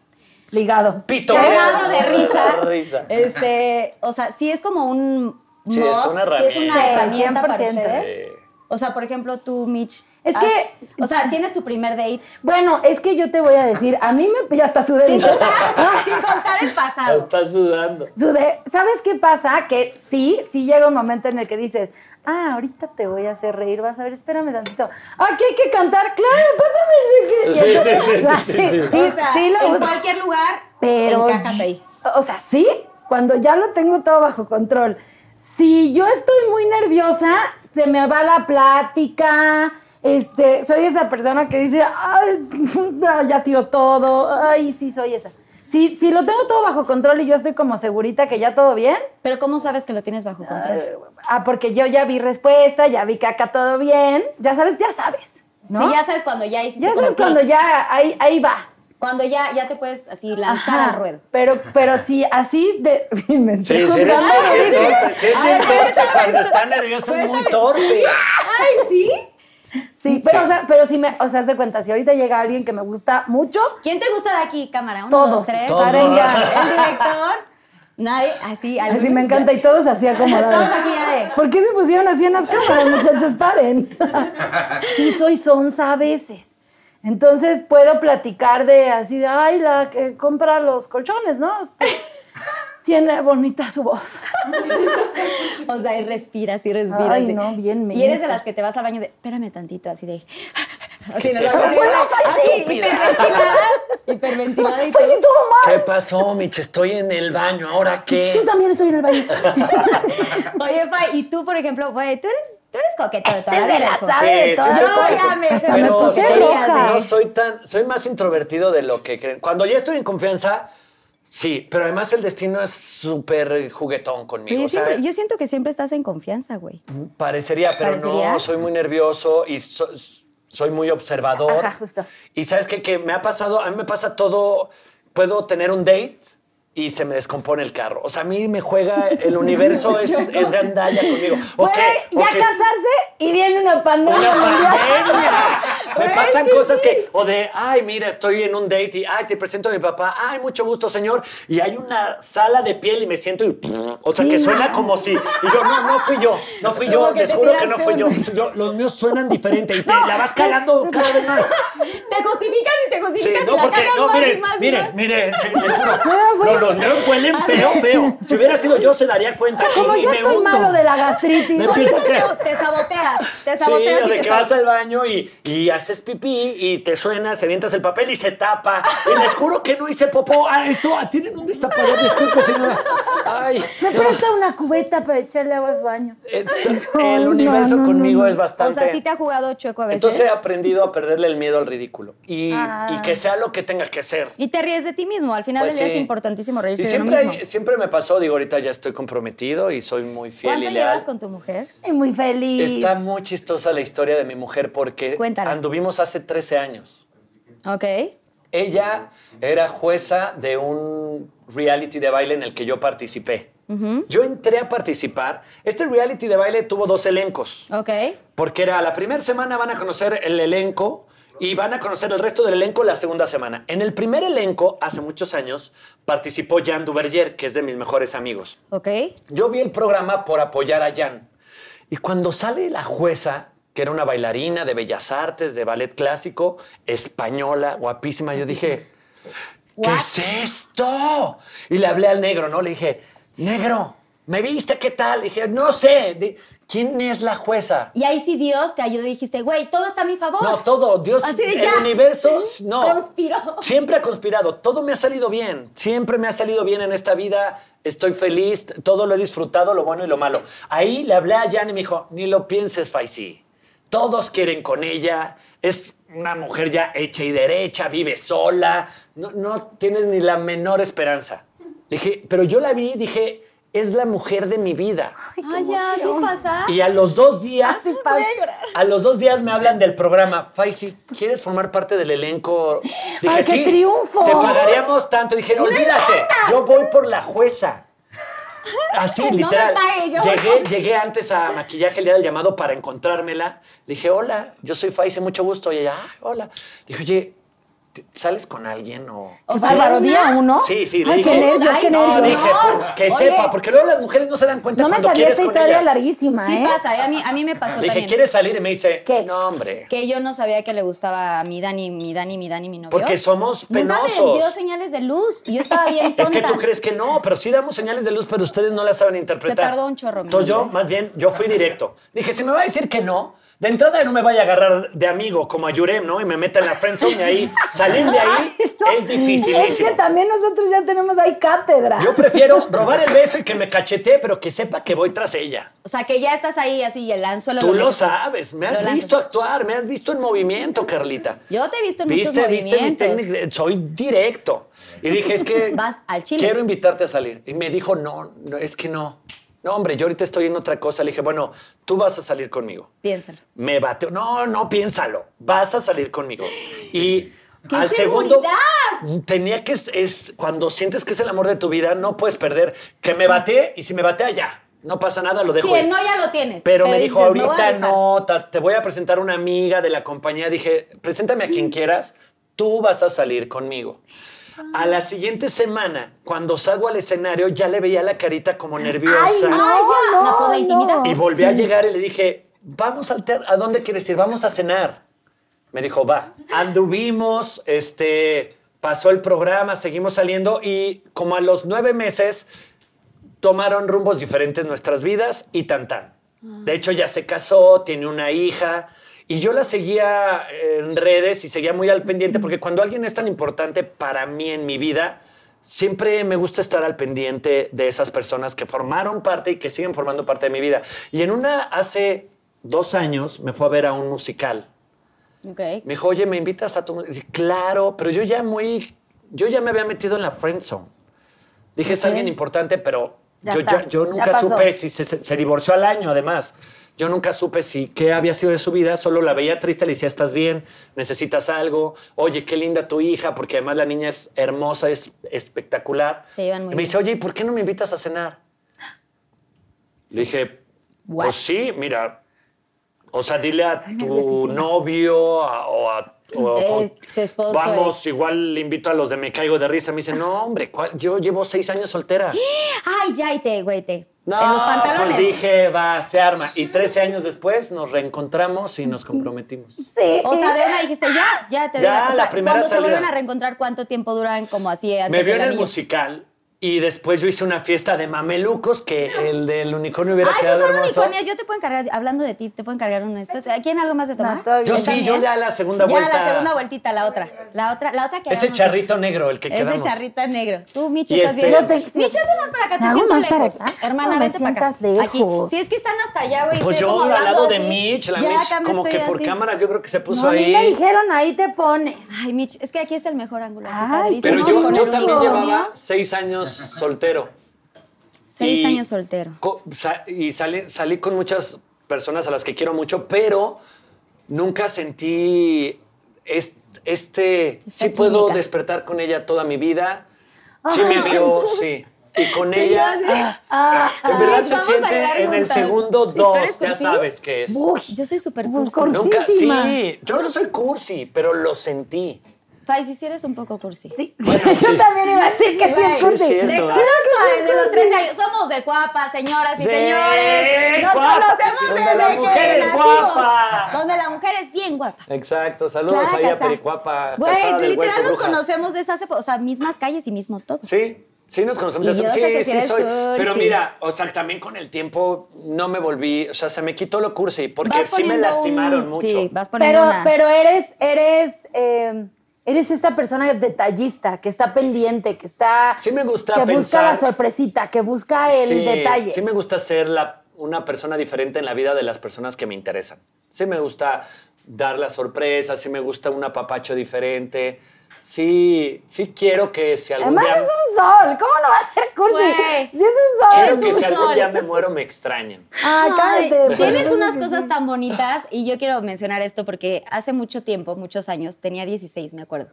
Speaker 3: Ligado.
Speaker 4: Pito.
Speaker 2: cagado de risa.
Speaker 4: <laughs> Risa.
Speaker 2: Este, o sea, sí es como un
Speaker 4: Sí, es
Speaker 2: must,
Speaker 4: una
Speaker 2: sí es una
Speaker 3: herramienta.
Speaker 2: herramienta para
Speaker 3: 100%.
Speaker 2: ustedes.
Speaker 4: Eh,
Speaker 2: O sea, por ejemplo, tú, Mitch.
Speaker 3: Es
Speaker 2: has-
Speaker 3: que-
Speaker 2: O sea, tienes tu primer date.
Speaker 3: Bueno, es que yo te voy a decir, a mí me. Ya está sudé.
Speaker 2: Sin contar, <laughs>
Speaker 3: Ah.
Speaker 2: sin contar el pasado.
Speaker 4: estás sudando.
Speaker 3: Sudé. ¿Sabes qué pasa? Que sí, sí llega un momento en el que dices, ah, ahorita te voy a hacer reír, vas a ver, espérame tantito. Aquí hay que cantar, claro,
Speaker 4: Sí,
Speaker 3: pásame. el-
Speaker 4: sí, sí, sí,
Speaker 3: O sea,
Speaker 4: sí, sí.
Speaker 3: sí,
Speaker 2: o sea,
Speaker 3: sí lo
Speaker 2: en
Speaker 3: uso.
Speaker 2: cualquier lugar
Speaker 3: Pero.
Speaker 2: encajas ahí.
Speaker 3: O sea, sí, cuando ya lo tengo todo bajo control. Si yo estoy muy nerviosa, se me va la plática. Este, soy esa persona que dice, ay, <laughs> no, ya tiro todo. Ay, sí, soy esa. Si, si lo tengo todo bajo control y yo estoy como segurita que ya todo bien,
Speaker 2: Pero ¿cómo sabes que lo tienes bajo control?
Speaker 3: ah, porque yo ya vi respuesta, ya vi que acá todo bien, ya sabes, ya sabes. ¿no?
Speaker 2: Sí, ya sabes cuando ya hiciste
Speaker 3: Ya
Speaker 2: como
Speaker 3: sabes
Speaker 2: clic.
Speaker 3: cuando ya ahí, ahí va.
Speaker 2: Cuando ya, ya te puedes así lanzar
Speaker 3: Ajá,
Speaker 2: al ruedo.
Speaker 3: Pero, pero si así de. <laughs> me
Speaker 4: Sí,
Speaker 3: estoy
Speaker 4: sí, eres-
Speaker 3: juzgando,
Speaker 4: sí, es
Speaker 3: ¿eh?
Speaker 4: torpe, sí, es bien torpe. Cuando está nervioso es muy torpe.
Speaker 3: Ay, sí. Sí, pero, O sea, pero si me, o sea, haz de cuenta, si ahorita llega alguien que me gusta mucho,
Speaker 2: ¿Quién te gusta de aquí, cámara? Uno,
Speaker 3: Todos,
Speaker 2: dos, tres.
Speaker 4: todos.
Speaker 3: <laughs>
Speaker 2: Arenga, el director. Nadie, así. al-
Speaker 3: así me encanta, y todos así acomodados.
Speaker 2: Todos así ya de-
Speaker 3: ¿Por qué se pusieron así en las cámaras, muchachos?
Speaker 4: <laughs>
Speaker 3: Paren. sí, soy sonsa a veces. Entonces puedo platicar de así de, ay, la que compra los colchones, ¿no? Tiene bonita su voz.
Speaker 2: O sea, y respiras y respiras.
Speaker 3: Ay,
Speaker 2: y-
Speaker 3: no, bien
Speaker 2: Y eres
Speaker 3: mensa.
Speaker 2: de <laughs> las que te vas al baño de, espérame tantito, así de... Así nos
Speaker 4: te-
Speaker 2: vamos a
Speaker 3: Pero
Speaker 2: decir,
Speaker 3: no soy
Speaker 2: así,
Speaker 3: estúpida. <laughs>
Speaker 2: hiperventilada, hiperventilada y
Speaker 3: Pues
Speaker 2: todo.
Speaker 3: sí, todo mal.
Speaker 4: ¿Qué pasó, Mich? Estoy en el baño, ¿ahora qué?
Speaker 3: Yo también estoy en
Speaker 4: <laughs>
Speaker 3: el baño.
Speaker 2: Oye, Fay, y tú, por ejemplo, güey, tú eres, tú eres coqueta.
Speaker 3: Este es de la
Speaker 4: Sí,
Speaker 3: sabe de
Speaker 4: sí,
Speaker 3: todas.
Speaker 4: sí.
Speaker 2: No, ya me-
Speaker 3: Hasta
Speaker 2: se
Speaker 3: me
Speaker 2: me
Speaker 3: puse
Speaker 2: puse
Speaker 3: roja.
Speaker 4: No soy tan, soy más introvertido de lo que creen. Cuando ya estoy en confianza, sí, pero además el destino es súper juguetón conmigo.
Speaker 2: yo,
Speaker 4: o sea,
Speaker 2: siempre- yo siento que siempre estás en confianza, güey.
Speaker 4: Parecería, pero
Speaker 2: Parecería.
Speaker 4: no, soy muy nervioso y so- soy muy observador.
Speaker 3: Ajá, justo.
Speaker 4: Y sabes qué? que me ha pasado, a mí me pasa todo, puedo tener un date y se me descompone el carro. O sea, a mí me juega
Speaker 3: <laughs>
Speaker 4: el universo, es, es gandalla conmigo.
Speaker 3: Puede
Speaker 4: Ok,
Speaker 3: ya
Speaker 4: ok,
Speaker 3: casarse y viene una pandemia.
Speaker 4: una
Speaker 3: mundial.
Speaker 2: <laughs>
Speaker 4: pandemia. Me
Speaker 2: Pues
Speaker 3: Güey,
Speaker 4: pasan
Speaker 3: es que
Speaker 4: cosas
Speaker 3: sí.
Speaker 4: que, o de, ay, mira, estoy en un date y, ay, te presento a mi papá, ay, mucho gusto, señor. Y hay una sala de piel y me siento y, o sea, que suena como si. Y yo, no, no fui yo, no fui yo,
Speaker 2: Como que
Speaker 4: les
Speaker 2: te
Speaker 4: juro que no
Speaker 2: tiraste
Speaker 4: fui yo.
Speaker 2: un-
Speaker 4: <laughs> Yo- Los míos suenan diferente
Speaker 2: <laughs>
Speaker 4: y te la vas calando cada vez más.
Speaker 2: Te justificas y te
Speaker 4: Sí,
Speaker 2: justificas
Speaker 4: no,
Speaker 2: y la
Speaker 4: porque,
Speaker 2: cagas
Speaker 4: no,
Speaker 2: más y
Speaker 4: miren,
Speaker 2: más y
Speaker 4: miren,
Speaker 2: más.
Speaker 4: miren, sí, les
Speaker 2: <laughs>
Speaker 4: juro.
Speaker 3: No, fue-
Speaker 4: No, los míos huelen feo, feo. Si hubiera sido yo, se daría cuenta.
Speaker 3: Como
Speaker 4: y
Speaker 3: yo
Speaker 4: me
Speaker 3: estoy
Speaker 4: hundo.
Speaker 3: malo de la gastritis.
Speaker 4: Me
Speaker 3: Soy-
Speaker 4: empiezo a creer.
Speaker 2: Te, te saboteas, te
Speaker 4: Sí,
Speaker 2: saboteas
Speaker 4: o
Speaker 2: y
Speaker 4: de
Speaker 2: te
Speaker 4: que vas
Speaker 2: saboteas.
Speaker 4: al baño y, y haces pipí y te suenas, avientas el papel y
Speaker 2: <laughs>
Speaker 4: se tapa. Y les juro que no hice popó. Ah, esto, ¿tienen un destapador? Disculpe, señora. Ay,
Speaker 3: Me
Speaker 4: no.
Speaker 3: presta una cubeta para echarle agua al baño.
Speaker 4: Eh,
Speaker 2: <laughs>
Speaker 4: El universo
Speaker 3: no, no,
Speaker 4: conmigo
Speaker 3: no.
Speaker 4: es
Speaker 2: O
Speaker 4: bastante...
Speaker 2: sea, sí te ha jugado chueco a veces.
Speaker 4: Entonces he aprendido a perderle el miedo al ridículo y,
Speaker 3: Ah.
Speaker 4: y que sea lo que tenga que ser.
Speaker 2: y te ríes de ti mismo. Al final
Speaker 4: Pues
Speaker 2: del día
Speaker 4: sí.
Speaker 2: es importantísimo reírse
Speaker 4: Y
Speaker 2: de uno
Speaker 4: siempre,
Speaker 2: mismo.
Speaker 4: hay- siempre me pasó, digo, ahorita ya estoy comprometido y soy muy fiel
Speaker 2: ¿Cuánto
Speaker 4: y leal.
Speaker 2: llevas con tu mujer?
Speaker 3: Y muy feliz.
Speaker 4: Está muy chistosa la historia de mi mujer porque
Speaker 2: Cuéntala.
Speaker 4: anduvimos hace 13 años.
Speaker 2: Ok.
Speaker 4: Ella era jueza de un reality de baile en el que yo participé. Yo entré a participar. Este reality de baile tuvo dos elencos,
Speaker 2: Ok.
Speaker 4: porque era la primera semana van a conocer el elenco y van a conocer el resto del elenco la segunda semana. En el primer elenco, hace muchos años, participó Jan Duverger, que es de mis mejores amigos.
Speaker 2: Ok.
Speaker 4: Yo vi el programa por apoyar a Jan. Y cuando sale la jueza, que era una bailarina de bellas artes, de ballet clásico, española, guapísima, yo dije, ¿qué es esto? Y le hablé al negro, ¿no? Le dije, negro, ¿me viste qué tal? Le dije, no sé, di- ¿quién es la jueza?
Speaker 2: Y ahí sí Dios te ayudó y dijiste, güey, todo está a mi favor.
Speaker 4: No, todo, Dios,
Speaker 2: Así de
Speaker 4: el
Speaker 2: ya.
Speaker 4: universo, no.
Speaker 2: Conspiró.
Speaker 4: Siempre ha conspirado, todo me ha salido bien, siempre me ha salido bien en esta vida, estoy feliz, todo lo he disfrutado, lo bueno y lo malo. Ahí le hablé a Jan y me dijo, ni lo pienses, Faisy, todos quieren con ella, es una mujer ya hecha y derecha, vive sola, no, no tienes ni la menor esperanza. Le dije, pero yo la vi, dije, es la mujer de mi vida.
Speaker 2: Ah, ya, sí pasa.
Speaker 4: Y a los dos días.
Speaker 2: Ay, voy a llorar.
Speaker 4: A los dos días me hablan del programa. Faisy, ¿quieres formar parte del elenco? Dije,
Speaker 3: ¡Ay, qué
Speaker 4: "Sí,
Speaker 3: triunfo!
Speaker 4: Te pagaríamos tanto. Dije, olvídate, yo voy por la jueza. Así,
Speaker 2: me
Speaker 4: literal.
Speaker 2: pague, yo voy
Speaker 4: llegué, llegué antes a maquillaje el día del llamado para encontrármela. Le dije, hola, yo soy Faisy, mucho gusto. Y ella, ah, hola. Dije, oye, ¿te- ¿sales con alguien o...?
Speaker 2: O
Speaker 3: Qué
Speaker 2: sea,
Speaker 3: bárbaro,
Speaker 2: una-
Speaker 3: día uno.
Speaker 4: Sí, sí, le
Speaker 3: Ay, qué
Speaker 4: dije-
Speaker 3: nervios, qué
Speaker 2: Ay, no,
Speaker 3: nervios.
Speaker 4: dije, "Pues, que
Speaker 2: Oye.
Speaker 4: sepa, porque luego las mujeres no se dan cuenta
Speaker 3: No me
Speaker 4: cuando
Speaker 3: sabía
Speaker 4: quieres
Speaker 3: esta
Speaker 4: con
Speaker 3: historia
Speaker 4: ellas.
Speaker 3: larguísima,
Speaker 2: Sí
Speaker 3: ¿eh?
Speaker 2: pasa, ¿eh? a mí, a mí me pasó
Speaker 4: Le dije,
Speaker 2: también.
Speaker 4: ¿quieres salir? Y me dice,
Speaker 3: ¿Qué?
Speaker 4: no, hombre.
Speaker 2: Que yo no sabía que le gustaba a mi Dani, mi Dani, mi Dani, mi novio.
Speaker 4: Porque somos
Speaker 2: Nunca me
Speaker 4: penosos.
Speaker 2: dio señales de luz. Y yo estaba bien
Speaker 4: <laughs> Es
Speaker 2: tonta.
Speaker 4: que tú crees que no, pero sí damos señales de luz, pero ustedes no las saben interpretar.
Speaker 2: Se tardó un chorro, mi
Speaker 4: Entonces yo,
Speaker 2: amor.
Speaker 4: más bien, yo fui directo. Dije, si me va a decir que no, de entrada no me vaya a agarrar de amigo como a Yurem, ¿no? Y me meta en la friendzone y ahí, salir de ahí es difícil.
Speaker 3: Es que también nosotros ya tenemos ahí cátedra.
Speaker 4: Yo prefiero robar el beso y que me cachetee, pero que sepa que voy tras ella.
Speaker 2: O sea, que ya estás ahí así y el anzuelo.
Speaker 4: Tú lo
Speaker 2: metes.
Speaker 4: sabes, me
Speaker 2: Lo
Speaker 4: has
Speaker 2: lanzo.
Speaker 4: visto actuar, me has visto en movimiento, Carlita.
Speaker 2: Yo te he visto en
Speaker 4: Viste,
Speaker 2: muchos
Speaker 4: viste, mis
Speaker 2: movimientos.
Speaker 4: técnicas, soy directo. Y dije, es que
Speaker 2: <laughs> Vas al chile.
Speaker 4: quiero invitarte a salir. Y me dijo, no, no, es que no. No, hombre, yo ahorita estoy en otra cosa. Le dije, bueno, tú vas a salir conmigo.
Speaker 2: Piénsalo.
Speaker 4: Me bateó. No, no, piénsalo. Vas a salir conmigo. Y
Speaker 2: ¡Qué
Speaker 4: al segundo
Speaker 2: seguridad!
Speaker 4: tenía que es, es cuando sientes que es el amor de tu vida, no puedes perder. Que me bate y si me batea ya, no pasa nada, lo dejo.
Speaker 2: Sí,
Speaker 4: ir.
Speaker 2: el no ya lo tienes.
Speaker 4: Pero me dijo,
Speaker 2: dices, "Me voy a
Speaker 4: ahorita
Speaker 2: rifar".
Speaker 4: no, ta- te voy a presentar una amiga de la compañía. Dije, preséntame a quien quieras, tú vas a salir conmigo. A
Speaker 2: Ah.
Speaker 4: la siguiente semana, cuando salgo al escenario, ya le veía la carita como nerviosa.
Speaker 2: Ay, ya.
Speaker 3: no,
Speaker 2: No, pues la
Speaker 3: no.
Speaker 2: intimidas.
Speaker 4: Y volví a llegar y le dije, vamos al teatro, ¿a dónde quieres ir? Vamos a cenar. Me dijo, va. Anduvimos, este, pasó el programa, seguimos saliendo y como a los nueve meses tomaron rumbos diferentes nuestras vidas y tan tan. De hecho, ya se casó, tiene una hija. Y yo la seguía en redes y seguía muy al pendiente, porque cuando alguien es tan importante para mí en mi vida, siempre me gusta estar al pendiente de esas personas que formaron parte y que siguen formando parte de mi vida. Y en una, hace dos años, me fue a ver a un musical.
Speaker 2: Ok.
Speaker 4: Me dijo, oye, ¿me invitas a tu...? Y claro, pero yo ya muy... Yo ya me había metido en la friend zone. Dije, es
Speaker 3: Ok.
Speaker 4: alguien importante, pero
Speaker 3: Ya
Speaker 4: yo,
Speaker 3: está,
Speaker 4: yo- yo
Speaker 3: ya
Speaker 4: nunca
Speaker 3: pasó.
Speaker 4: supe si se, se- se divorció al año, además. Yo nunca supe si qué había sido de su vida, solo la veía triste, le decía, estás bien, necesitas algo, oye, qué linda tu hija, porque además la niña es hermosa, es espectacular.
Speaker 2: Se llevan muy
Speaker 4: y me
Speaker 2: bien.
Speaker 4: dice, oye, ¿y por qué no me invitas a cenar? Le dije,
Speaker 2: What?
Speaker 4: pues sí, mira, o sea, dile a tu
Speaker 3: nerviosísima.
Speaker 4: novio a- o a... o- o-
Speaker 2: Ex, esposo,
Speaker 4: vamos,
Speaker 2: ex.
Speaker 4: igual le invito a los de Me Caigo de Risa. Me dicen, no, hombre, ¿cuál? yo llevo seis
Speaker 2: <gasps>
Speaker 4: años soltera.
Speaker 2: Ay, ya, y te, güey, te.
Speaker 4: No,
Speaker 2: en los pantalones.
Speaker 4: pues dije, va, se arma. Y 13 años después nos reencontramos y nos comprometimos.
Speaker 3: Sí.
Speaker 2: O sea, de una dijiste, ya, ya te
Speaker 4: Ya,
Speaker 2: digo. O sea,
Speaker 4: la primera
Speaker 2: cuando se
Speaker 4: salida.
Speaker 2: vuelven a reencontrar, ¿cuánto tiempo duran como así <laughs> antes
Speaker 4: Me vio
Speaker 2: del
Speaker 4: en el
Speaker 2: anillo?
Speaker 4: musical y después yo hice una fiesta de mamelucos que el del unicornio hubiera
Speaker 2: Ah, esos
Speaker 4: quedado
Speaker 2: son
Speaker 4: hermoso.
Speaker 2: unicornios. Yo te puedo encargar, hablando de ti, te puedo encargar uno de estos. ¿Quién algo más de tomar?
Speaker 3: No, todo
Speaker 4: Yo
Speaker 3: bien.
Speaker 4: sí, yo ya la segunda
Speaker 2: ya,
Speaker 4: vuelta.
Speaker 2: la segunda vueltita, la otra. La otra, la otra que
Speaker 4: Ese
Speaker 2: hagamos,
Speaker 4: charrito
Speaker 2: Michi.
Speaker 4: negro, el que
Speaker 2: Ese
Speaker 4: quedamos.
Speaker 2: charrito negro. Tú, Michi,
Speaker 4: Y
Speaker 2: estás
Speaker 4: este-
Speaker 2: bien.
Speaker 4: Yo te-
Speaker 2: Michi, hazte más para acá, te
Speaker 3: Me hago
Speaker 2: siento
Speaker 3: más para
Speaker 2: lejos.
Speaker 3: acá.
Speaker 2: Hermana,
Speaker 3: Ah, No, me
Speaker 2: vete para acá.
Speaker 3: sientas lejos.
Speaker 2: Aquí. Si es que están hasta allá, güey.
Speaker 4: Pues
Speaker 2: estoy
Speaker 4: yo
Speaker 2: como
Speaker 4: al
Speaker 2: hablando
Speaker 4: lado de
Speaker 2: así.
Speaker 4: Mitch, la
Speaker 2: Ya,
Speaker 4: Mitch
Speaker 2: acá me
Speaker 4: como
Speaker 2: estoy
Speaker 4: que por
Speaker 2: así.
Speaker 4: cámara yo creo que se puso
Speaker 3: No, a mí
Speaker 4: Pues ahí.
Speaker 3: me dijeron, ahí te pones.
Speaker 2: Ay, Mitch, es que aquí es el mejor ángulo. así,
Speaker 3: Ay,
Speaker 2: padrísimo,
Speaker 4: Pero
Speaker 3: No,
Speaker 4: yo,
Speaker 2: con
Speaker 4: yo
Speaker 2: el
Speaker 4: también
Speaker 2: unicornio.
Speaker 4: llevaba seis años soltero.
Speaker 2: Seis
Speaker 4: Y
Speaker 2: años soltero.
Speaker 4: co- sa- y salí, salí con muchas personas a las que quiero mucho, pero nunca sentí est- este...
Speaker 2: Esta
Speaker 4: sí puedo
Speaker 2: química. Ah.
Speaker 4: despertar con ella toda mi vida. Sí me
Speaker 2: <laughs>
Speaker 4: vio, sí. Y con ella...
Speaker 3: Ah,
Speaker 4: En verdad se
Speaker 2: vamos a llegar
Speaker 4: siente en el
Speaker 2: juntas.
Speaker 4: segundo
Speaker 2: Sí, ¿tú eres
Speaker 4: dos, ya
Speaker 2: cursi?
Speaker 4: sabes qué es.
Speaker 3: uy.
Speaker 2: Yo soy súper
Speaker 3: Uy,
Speaker 2: cursi.
Speaker 3: cursi.
Speaker 4: Nunca,
Speaker 3: cursísima.
Speaker 4: sí, yo no soy cursi, pero lo sentí.
Speaker 2: Fai, si sí eres un poco cursi.
Speaker 3: Sí,
Speaker 4: <laughs> Bueno, sí.
Speaker 3: yo también iba a decir que sí
Speaker 4: Güey,
Speaker 3: es
Speaker 4: sí,
Speaker 3: cursi.
Speaker 4: es cierto.
Speaker 3: ¿Crees
Speaker 2: Ay,
Speaker 3: que
Speaker 2: desde
Speaker 3: es
Speaker 2: los
Speaker 3: cursi?
Speaker 2: 13 años. Somos de guapa, señoras y
Speaker 4: De
Speaker 2: señores. Nos
Speaker 4: guapa,
Speaker 2: conocemos
Speaker 4: donde
Speaker 2: desde
Speaker 4: la
Speaker 2: que
Speaker 4: mujer es
Speaker 2: nacimos.
Speaker 4: guapa.
Speaker 2: Donde la mujer es bien guapa.
Speaker 4: Exacto, saludos
Speaker 2: Claro,
Speaker 4: ahí a
Speaker 2: Casa.
Speaker 4: Pericuapa. Casada
Speaker 2: Güey,
Speaker 4: del Hueso
Speaker 2: literal nos
Speaker 4: Brujas.
Speaker 2: conocemos desde hace, po- o sea, mismas calles y mismo todo.
Speaker 4: Sí, sí nos conocemos.
Speaker 2: Y
Speaker 4: hace-
Speaker 2: yo
Speaker 4: sí,
Speaker 2: sé que sí
Speaker 4: sí
Speaker 2: eres
Speaker 4: soy.
Speaker 2: cursi.
Speaker 4: Pero mira, o sea, también con el tiempo no me volví, o sea, se me quitó lo cursi porque
Speaker 2: Vas
Speaker 4: sí me
Speaker 2: poniendo
Speaker 4: lastimaron
Speaker 2: un-
Speaker 4: mucho.
Speaker 2: Sí, vas poniendo
Speaker 3: Pero,
Speaker 2: una-
Speaker 3: pero eres, eres, eh, eres esta persona detallista que está pendiente, que está.
Speaker 4: Sí me gusta
Speaker 3: Que busca
Speaker 4: pensar-
Speaker 3: la sorpresita, que busca el
Speaker 4: Sí,
Speaker 3: detalle.
Speaker 4: Sí me gusta ser la- una persona diferente en la vida de las personas que me interesan. Sí me gusta dar la sorpresa, sí me gusta un apapacho diferente. Sí, sí quiero que si algún
Speaker 3: Además
Speaker 4: día
Speaker 3: es un sol. ¿Cómo no va a ser cursi?
Speaker 2: Güey.
Speaker 3: Sí es un sol.
Speaker 4: quiero
Speaker 2: eres
Speaker 4: que
Speaker 2: un
Speaker 4: si algún
Speaker 2: sol.
Speaker 4: día me muero me extrañen.
Speaker 3: Ah,
Speaker 2: Ay,
Speaker 3: cállate.
Speaker 2: Tienes
Speaker 3: pues,
Speaker 2: unas
Speaker 3: sí,
Speaker 2: cosas
Speaker 3: sí.
Speaker 2: tan bonitas y yo quiero mencionar esto porque hace mucho tiempo, muchos años, tenía 16, me acuerdo.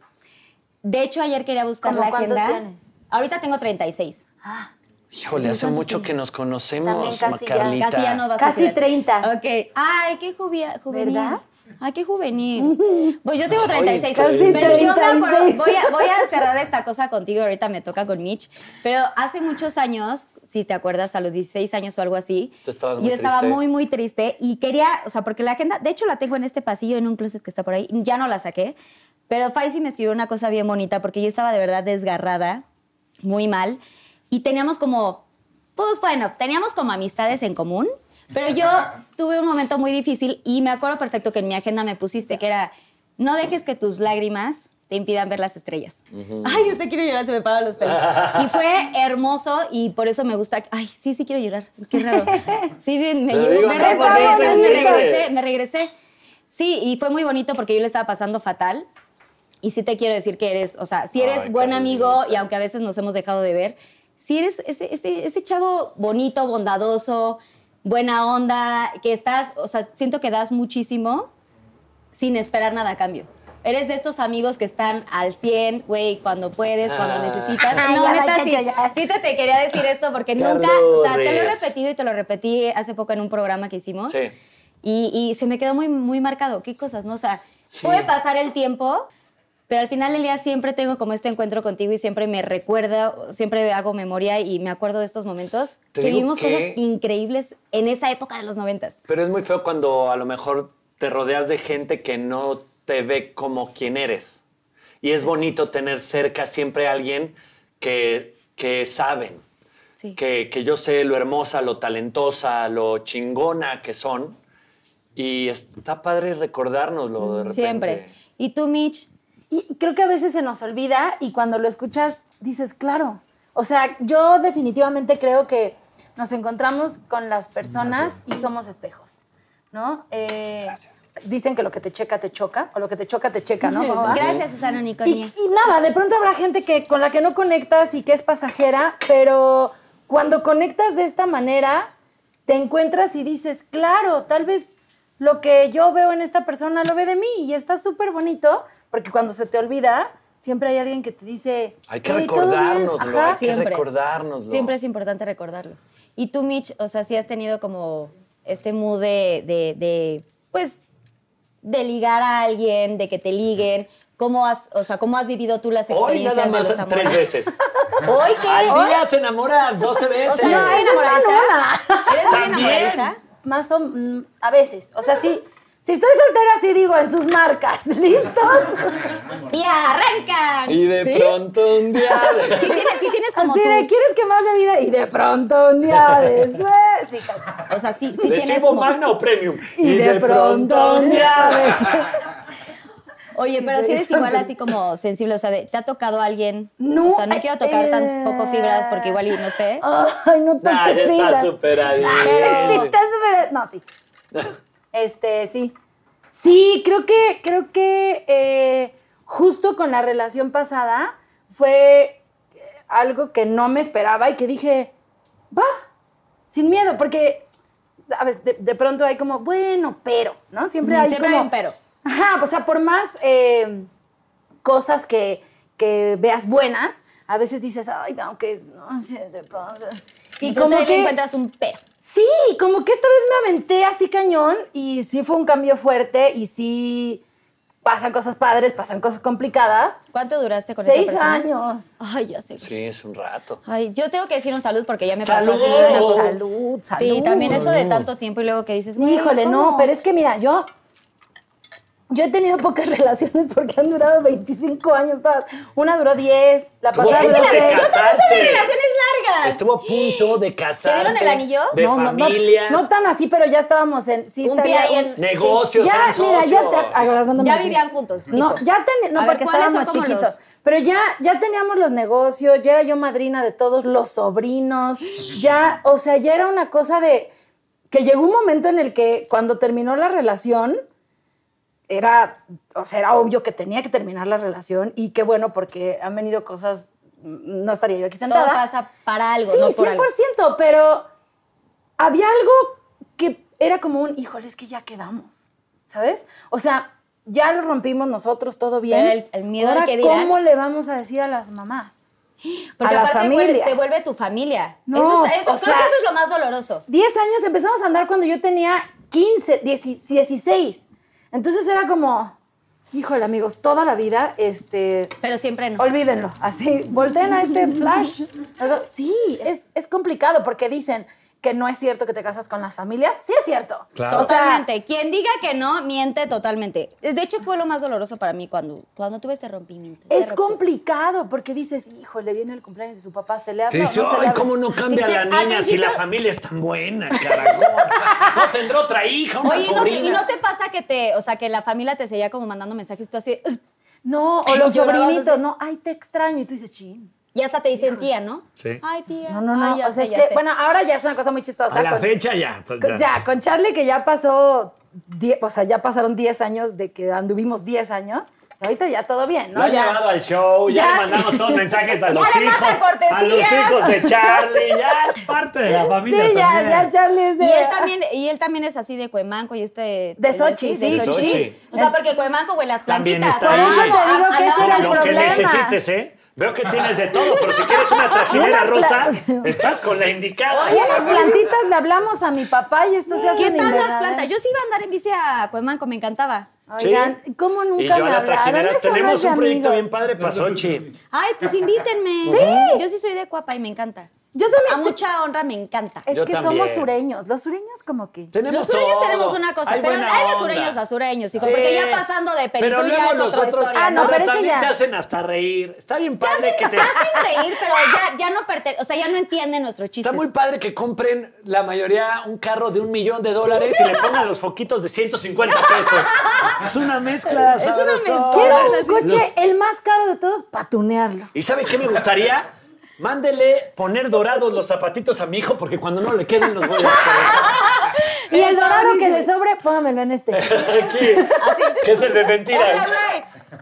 Speaker 2: De hecho, ayer quería buscar
Speaker 3: ¿Cómo
Speaker 2: la
Speaker 3: cuántos
Speaker 2: agenda.
Speaker 3: tienes?
Speaker 2: Ahorita tengo 36.
Speaker 3: Ah.
Speaker 4: Híjole,
Speaker 2: ¿Y
Speaker 4: hace
Speaker 2: cuántos
Speaker 4: mucho
Speaker 2: tienes?
Speaker 4: que nos conocemos,
Speaker 3: También casi ya.
Speaker 4: Carlita.
Speaker 2: Casi ya no vas a
Speaker 3: Casi
Speaker 2: ser-
Speaker 3: 30.
Speaker 2: Ok. Ay, qué juvia- juvenil.
Speaker 3: ¿Verdad?
Speaker 2: Ay, qué
Speaker 3: <laughs>
Speaker 2: juvenil. Pues yo tengo 36.
Speaker 4: Casi
Speaker 2: pero yo me acuerdo-
Speaker 3: 36.
Speaker 2: voy, a, voy a cerrar esta cosa contigo, ahorita me toca con Mitch. Pero hace muchos años, si te acuerdas, a los 16 años o algo así,
Speaker 4: Tú estabas
Speaker 2: yo
Speaker 4: muy
Speaker 2: estaba
Speaker 4: triste.
Speaker 2: muy, muy triste y quería, o sea, porque la agenda, de hecho la tengo en este pasillo, en un closet que está por ahí, ya no la saqué. Pero Faisy me escribió una cosa bien bonita porque yo estaba de verdad desgarrada, muy mal, y teníamos como pues bueno, teníamos como amistades en común, pero
Speaker 4: <laughs>
Speaker 2: yo tuve un momento muy difícil y me acuerdo perfecto que en mi agenda me pusiste que era, no dejes que tus lágrimas te impidan ver las estrellas. Ay, yo te quiero llorar, se me paran los pelos.
Speaker 4: <laughs>
Speaker 2: Y fue hermoso y por eso me gusta. Ay, sí, sí quiero llorar. Qué
Speaker 4: <laughs>
Speaker 2: raro. Sí, me, me
Speaker 4: Te
Speaker 2: llegó-
Speaker 4: digo,
Speaker 2: me
Speaker 4: no,
Speaker 2: recordé,
Speaker 3: no,
Speaker 2: ¿sabes?
Speaker 3: no,
Speaker 2: me
Speaker 3: no.
Speaker 2: regresé, me regresé. Sí, y fue muy bonito porque yo le estaba pasando fatal. Y sí te quiero decir que eres, o sea, si eres
Speaker 4: Ay,
Speaker 2: buen amigo
Speaker 4: Carolita.
Speaker 2: y aunque a veces nos hemos dejado de ver, si eres ese, ese- ese chavo bonito, bondadoso, buena onda, que estás, o sea, siento que das muchísimo sin esperar nada a cambio. Eres de estos amigos que están al 100, güey, cuando puedes, cuando
Speaker 4: Ah.
Speaker 2: necesitas.
Speaker 5: Ay,
Speaker 2: no,
Speaker 5: ya va,
Speaker 2: neta, sí,
Speaker 5: chacho, ya.
Speaker 2: sí te, te quería decir esto porque nunca, o sea, te lo he
Speaker 4: Carlos.
Speaker 2: repetido y te lo repetí hace poco en un programa que hicimos.
Speaker 4: Sí.
Speaker 2: Y, y se me quedó muy, muy marcado. ¿Qué cosas, no? O sea,
Speaker 4: Sí.
Speaker 2: puede pasar el tiempo, pero al final del día siempre tengo como este encuentro contigo y siempre me recuerda, siempre hago memoria y me acuerdo de estos momentos
Speaker 4: Te
Speaker 2: que
Speaker 4: digo
Speaker 2: vivimos
Speaker 4: que-
Speaker 2: cosas increíbles en esa época de los noventas.
Speaker 4: Pero es muy feo cuando a lo mejor te rodeas de gente que no te ve como quien eres. Y es bonito tener cerca siempre a alguien que, que saben.
Speaker 3: Sí.
Speaker 4: que, que yo sé lo hermosa, lo talentosa, lo chingona que son. Y está padre recordárnoslo de repente.
Speaker 2: Siempre. ¿Y tú, Mitch?
Speaker 3: Y creo que a veces se nos olvida y cuando lo escuchas dices, claro. O sea, yo definitivamente creo que nos encontramos con las personas y somos espejos, ¿no? Eh, dicen que lo que te checa te choca o lo que te choca te checa, ¿no? "Ah, ¿Cómo va?
Speaker 2: Gracias, Susana
Speaker 3: Y,
Speaker 2: Unicornia.
Speaker 3: y nada, de pronto habrá gente que con la que no conectas y que es pasajera, pero cuando conectas de esta manera, te encuentras y dices, claro, tal vez lo que yo veo en esta persona lo ve de mí y está súper bonito, porque cuando se te olvida, siempre hay alguien que te dice,
Speaker 4: Hay que
Speaker 3: "Hey, ¿todo bien?".
Speaker 4: recordárnoslo,
Speaker 3: Ajá.
Speaker 4: hay que recordárnoslo.
Speaker 2: Siempre es importante recordarlo. Y tú, Mitch, o sea, sí has tenido como este mood de, de- de, pues, de ligar a alguien, de que te liguen. ¿Cómo has, o sea, cómo has vivido tú las
Speaker 4: Hoy
Speaker 2: experiencias
Speaker 4: nada
Speaker 2: de
Speaker 4: más
Speaker 2: los amores?
Speaker 4: tres veces.
Speaker 2: ¿Hoy <laughs> qué?
Speaker 4: Al
Speaker 2: ¿Hoy?
Speaker 4: día se enamora 12 veces.
Speaker 2: O sea, ¿no ¿eres
Speaker 3: Esa es la
Speaker 2: enamoradiza? ¿Eres muy
Speaker 4: También.
Speaker 2: enamoradiza?
Speaker 3: Más o mm, a veces, o sea, sí. Si estoy soltera, sí digo en sus marcas, <laughs> ¿listos?
Speaker 2: ¡Y arrancan!
Speaker 4: y de pronto un
Speaker 3: <laughs>
Speaker 4: día.
Speaker 2: Sí tienes, sí tienes como
Speaker 3: Así de,
Speaker 2: tus...
Speaker 3: ¿quieres que más bebida? Y de pronto un día
Speaker 4: <laughs>
Speaker 3: después, sí, casi.
Speaker 2: O sea, sí, sí
Speaker 4: ¿Le
Speaker 2: tienes
Speaker 4: sirvo
Speaker 2: como...
Speaker 4: magna o premium?
Speaker 3: <laughs> Y, de, pronto
Speaker 4: <laughs>
Speaker 3: un día después.
Speaker 2: Oye, pero si eres
Speaker 3: Interesante.
Speaker 2: igual así como sensible, o sea, de- ¿te ha tocado alguien?
Speaker 3: No,
Speaker 2: O sea, no
Speaker 3: eh,
Speaker 2: quiero tocar tan
Speaker 3: eh.
Speaker 2: poco fibras porque igual y no sé.
Speaker 3: Ay, no
Speaker 4: Nah,
Speaker 3: toques
Speaker 4: ya
Speaker 3: fibra.
Speaker 4: está
Speaker 3: <laughs>
Speaker 4: súper
Speaker 3: Pero pues, sí, está súper- No, sí. Este, sí. Sí, creo que, creo que eh, justo con la relación pasada fue eh, algo que no me esperaba y que dije, va, sin miedo, porque a veces de, de pronto hay como, bueno, pero, ¿no? Siempre
Speaker 2: Mm,
Speaker 3: hay
Speaker 2: siempre
Speaker 3: como-
Speaker 2: hay un pero.
Speaker 3: Ajá, o sea, por más eh, cosas que, que veas buenas, a veces dices, ay, no, que no sé, de pronto.
Speaker 2: Y como que encuentras un pero.
Speaker 3: Sí, como que esta vez me aventé así cañón y sí fue un cambio fuerte y sí pasan cosas padres, pasan cosas complicadas.
Speaker 2: ¿Cuánto duraste con
Speaker 3: Seis
Speaker 2: esa persona?
Speaker 3: años.
Speaker 2: Ay, ya sé.
Speaker 4: Sí, es un rato.
Speaker 2: Ay, yo tengo que decir un salud porque ya me
Speaker 4: ¡Salud!
Speaker 2: pasó así una cosa.
Speaker 3: Salud, salud.
Speaker 2: Sí, también eso de tanto tiempo y luego que dices, güey,
Speaker 3: Híjole,
Speaker 2: ¿cómo?
Speaker 3: no, pero es que mira, yo, yo he tenido pocas <laughs> relaciones porque han durado 25 años todas. Una duró 10, la
Speaker 4: Estuvo
Speaker 3: pasada
Speaker 4: a
Speaker 3: duró
Speaker 4: punto de
Speaker 3: 6.
Speaker 4: casarse.
Speaker 2: Relaciones largas.
Speaker 4: Estuvo a punto de casarse.
Speaker 2: el anillo?
Speaker 4: De familias.
Speaker 3: No, tan así, pero ya estábamos en. Sí,
Speaker 2: Un pie
Speaker 3: estaría
Speaker 2: ahí
Speaker 3: un-
Speaker 2: en- sí.
Speaker 4: Negocios,
Speaker 3: Ya,
Speaker 4: eran
Speaker 3: mira, ya
Speaker 4: socios.
Speaker 3: te agarrándome
Speaker 2: Ya
Speaker 3: aquí.
Speaker 2: vivían juntos,
Speaker 3: No,
Speaker 2: dijo.
Speaker 3: ya ten- no
Speaker 2: A ver,
Speaker 3: porque
Speaker 2: ¿cuáles son
Speaker 3: estábamos
Speaker 2: como
Speaker 3: chiquitos.
Speaker 2: los-
Speaker 3: Pero ya, ya teníamos los negocios, ya era yo madrina de todos los sobrinos, ya, o sea, ya era una cosa de que llegó un momento en el que cuando terminó la relación era, o sea, era obvio que tenía que terminar la relación y qué bueno porque han venido cosas, mm, no estaría yo aquí sentada.
Speaker 2: Todo pasa para algo,
Speaker 3: Sí,
Speaker 2: no por
Speaker 3: 100%,
Speaker 2: algo.
Speaker 3: pero había algo que era como un, híjole, es que ya quedamos, ¿sabes? O sea, ya lo rompimos nosotros, todo bien.
Speaker 2: Pero el- el miedo al
Speaker 3: Ahora,
Speaker 2: que dirán.
Speaker 3: ¿cómo le vamos a decir a las mamás?
Speaker 2: Porque
Speaker 3: a las
Speaker 2: aparte vuelve-
Speaker 3: familias.
Speaker 2: se vuelve tu familia.
Speaker 3: No,
Speaker 2: eso está, eso,
Speaker 3: o
Speaker 2: creo
Speaker 3: sea-
Speaker 2: que eso es lo más doloroso.
Speaker 3: 10 años, empezamos a andar cuando yo tenía 15, 10 16. Entonces era como, híjole, amigos, toda la vida, este,
Speaker 2: Pero siempre no.
Speaker 3: <laughs> Olvídenlo, así, volteen a este flash. Algo- Sí, es, es complicado porque dicen que no es cierto que te casas con las familias. Sí es cierto.
Speaker 4: Claro.
Speaker 3: O sea,
Speaker 2: Totalmente. Quien diga que no, miente totalmente. De hecho, fue lo más doloroso para mí cuando, cuando tuve este rompimiento. esta
Speaker 3: es
Speaker 2: ruptura.
Speaker 3: complicado porque dices, híjole, viene el cumpleaños de su papá, se le habla.
Speaker 4: Te dice,
Speaker 3: o no se le
Speaker 4: ay,
Speaker 3: habla?".
Speaker 4: ¿cómo no cambia
Speaker 2: Sí, sí,
Speaker 4: la
Speaker 2: al
Speaker 4: niña si la
Speaker 2: principio-
Speaker 4: familia es tan buena, carajo? <laughs> No tendrá otra hija, una
Speaker 2: Oye, ¿y no, te,
Speaker 4: sobrina.
Speaker 2: y no te pasa que te, o sea, que la familia te seguía como mandando mensajes, tú así, "Ugh",
Speaker 3: No, o
Speaker 2: Y <laughs>
Speaker 3: los
Speaker 2: llorabas
Speaker 3: sobrinitos,
Speaker 2: así.
Speaker 3: no, ay, te extraño. Y tú dices, chin.
Speaker 2: y hasta te dicen tía, ¿no?
Speaker 4: Sí.
Speaker 2: Ay, tía.
Speaker 3: No, no, no.
Speaker 2: Ay, ya
Speaker 3: o
Speaker 2: sé,
Speaker 3: sea, es
Speaker 2: ya
Speaker 3: que,
Speaker 2: sé.
Speaker 3: bueno, ahora ya es una cosa muy chistosa.
Speaker 4: A la
Speaker 3: con-
Speaker 4: fecha ya.
Speaker 3: Con- ya, con Charlie que ya pasó, die- o sea, ya pasaron 10 años de que anduvimos 10 años. Ahorita ya todo bien, ¿no?
Speaker 4: Lo ha
Speaker 3: Ya.
Speaker 4: llevado al show, ya,
Speaker 3: Ya.
Speaker 4: le mandamos todos mensajes
Speaker 3: <laughs>
Speaker 4: a
Speaker 2: Ya
Speaker 4: los
Speaker 2: le
Speaker 4: hijos.
Speaker 2: manda
Speaker 4: A los
Speaker 2: cortesías.
Speaker 4: hijos de Charlie, ya es parte de la familia.
Speaker 3: Sí, ya,
Speaker 4: también.
Speaker 3: ya Charlie es
Speaker 2: Y
Speaker 3: de...
Speaker 2: él, también, y él también es así de Cuemanco y este...
Speaker 3: De Xochitl,
Speaker 2: de
Speaker 3: sí,
Speaker 2: Xochitl.
Speaker 4: sí, sí.
Speaker 2: O sea, porque Cuemanco, güey, las
Speaker 4: También
Speaker 2: plantitas.
Speaker 4: está
Speaker 2: ¿no?
Speaker 4: Por ahí. eso te
Speaker 2: A-
Speaker 3: digo
Speaker 2: a
Speaker 3: que
Speaker 2: la
Speaker 3: ese
Speaker 2: hora
Speaker 3: era el
Speaker 2: de-
Speaker 4: Lo que
Speaker 3: problema.
Speaker 4: necesites, ¿eh? Veo que tienes de todo, pero si quieres una trajinera
Speaker 3: Unas <laughs>
Speaker 4: rosa,
Speaker 3: pla-
Speaker 4: estás con la indicada.
Speaker 3: Y a las plantitas le hablamos a mi papá y esto se hace
Speaker 2: ¿Qué tal las plantas? Yo sí iba a andar en bici a Cuemanco, me encantaba.
Speaker 3: Oigan, ¿cómo nunca
Speaker 4: Y yo
Speaker 3: me
Speaker 4: a las
Speaker 3: hablaron?
Speaker 4: trajineras
Speaker 3: Eso no es
Speaker 4: tenemos
Speaker 3: de
Speaker 4: un proyecto
Speaker 3: amigos.
Speaker 4: bien padre para Sochi.
Speaker 3: <laughs>
Speaker 2: Ay, pues invítenme. Yo sí soy de Cuapa y me encanta.
Speaker 3: Yo también.
Speaker 2: A mucha honra me encanta.
Speaker 3: Es
Speaker 4: Yo
Speaker 3: que
Speaker 4: también.
Speaker 3: somos sureños. Los sureños como que...
Speaker 4: Tenemos
Speaker 2: Los sureños
Speaker 4: todo.
Speaker 2: tenemos una cosa, pero
Speaker 4: buena
Speaker 2: hay de
Speaker 4: onda.
Speaker 2: sureños a sureños, hijo,
Speaker 4: Sí.
Speaker 2: porque ya pasando de
Speaker 4: Pero
Speaker 2: Perisur ya
Speaker 4: luego
Speaker 2: es
Speaker 4: los
Speaker 2: otra
Speaker 4: otros-
Speaker 2: historia,
Speaker 3: Ah, no,
Speaker 4: pero
Speaker 3: pero ese
Speaker 4: también
Speaker 3: ya-
Speaker 4: te hacen hasta reír. Está bien padre que te...
Speaker 2: Te hacen reír, pero ya, ya no pertenece, o sea, ya no entienden nuestro chiste.
Speaker 4: Está muy padre que compren la mayoría un carro de un millón de dólares y le pongan los foquitos de 150 pesos. Es una mezcla. Es
Speaker 3: una mezcla. Quiero un coche el más caro de todos para tunearlo.
Speaker 4: ¿Y sabe qué me gustaría? Mándele poner dorados los zapatitos a mi hijo porque cuando no le queden los voy a hacer.
Speaker 3: Y el dorado que le sobre, póngamelo en este.
Speaker 4: <laughs> Aquí. Que es el de mentiras.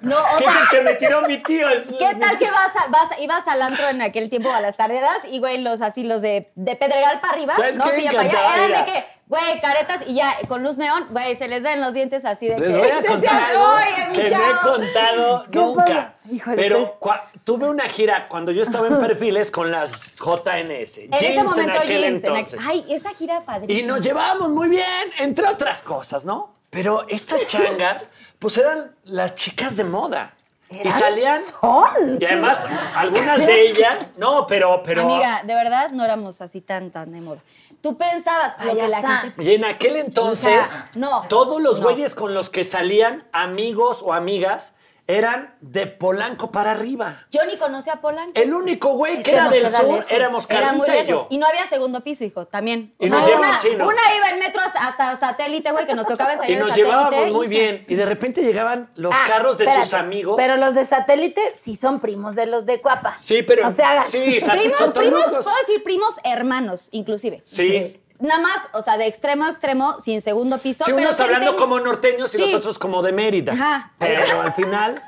Speaker 2: No, o
Speaker 4: Que es
Speaker 2: sea,
Speaker 4: el que me tiró mi tío.
Speaker 2: ¿qué tal que vas, a- vas- ibas al antro en aquel tiempo a las tardeadas y, güey, los así, los de, de Pedregal para arriba,
Speaker 4: ¿Sabes
Speaker 2: no,
Speaker 4: qué?
Speaker 2: sí, ya para
Speaker 4: Encantado,
Speaker 2: allá, eran de
Speaker 4: mira.
Speaker 2: que, güey, caretas y ya con luz neón, güey, se les ven los dientes así de que...
Speaker 4: Les voy
Speaker 2: <laughs>
Speaker 4: a
Speaker 2: decías,
Speaker 4: contar algo
Speaker 2: "Oye, mi
Speaker 4: que no he
Speaker 2: chavo".
Speaker 4: contado
Speaker 3: Qué
Speaker 4: nunca.
Speaker 3: padre. Híjole,
Speaker 4: Pero cua- tuve una gira cuando yo estaba en perfiles con las JNS.
Speaker 2: En ese momento,
Speaker 4: aquel
Speaker 2: jeans. en aqu-
Speaker 4: entonces.
Speaker 2: Ay, esa gira padrísima.
Speaker 4: Y nos llevábamos muy bien, entre otras cosas, ¿no? Pero
Speaker 2: <laughs>
Speaker 4: estas changas, pues eran las chicas de moda. Y salían.
Speaker 3: Son.
Speaker 2: <laughs>
Speaker 4: Y además, algunas de ellas. No, pero. pero
Speaker 2: Amiga, de verdad no éramos así tan, tan de moda. Tú pensabas lo que la
Speaker 3: Payasa.
Speaker 2: gente...
Speaker 4: Y en aquel entonces,
Speaker 2: Hija, no,
Speaker 4: todos los
Speaker 2: no.
Speaker 4: güeyes con los que salían, amigos o amigas, eran de Polanco para arriba.
Speaker 2: Yo ni conocía a Polanco.
Speaker 4: El único güey que,
Speaker 3: que
Speaker 4: era
Speaker 3: nos
Speaker 4: del
Speaker 3: queda
Speaker 4: sur
Speaker 3: lejos.
Speaker 4: éramos
Speaker 2: Era muy
Speaker 4: Carlita y
Speaker 2: lejos.
Speaker 4: yo.
Speaker 2: Y no había segundo piso, hijo, también.
Speaker 4: Y nos llevaba
Speaker 2: una,
Speaker 4: así, ¿no?
Speaker 2: una iba en metro hasta, hasta satélite, güey, que nos tocaba ensayar
Speaker 4: Y
Speaker 2: en
Speaker 4: nos
Speaker 2: satélite. Ah,
Speaker 4: llevábamos muy
Speaker 2: hija.
Speaker 4: bien. Y de repente llegaban los carros de sus
Speaker 3: espérate,
Speaker 4: amigos.
Speaker 3: Pero los de satélite sí son primos de los de Cuapa.
Speaker 4: Sí, pero-
Speaker 3: No se hagan.
Speaker 4: sí, sa-
Speaker 2: Primos,
Speaker 4: Son
Speaker 2: primos,
Speaker 4: torrucos.
Speaker 2: puedo decir primos hermanos, inclusive.
Speaker 4: sí.
Speaker 2: Nada más, o sea, de extremo a extremo, sin segundo piso.
Speaker 4: Sí,
Speaker 2: pero
Speaker 4: unos
Speaker 2: sí
Speaker 4: hablando
Speaker 2: enten-
Speaker 4: como norteños y
Speaker 2: Sí.
Speaker 4: los otros como de Mérida.
Speaker 2: Ajá.
Speaker 4: Pero al final,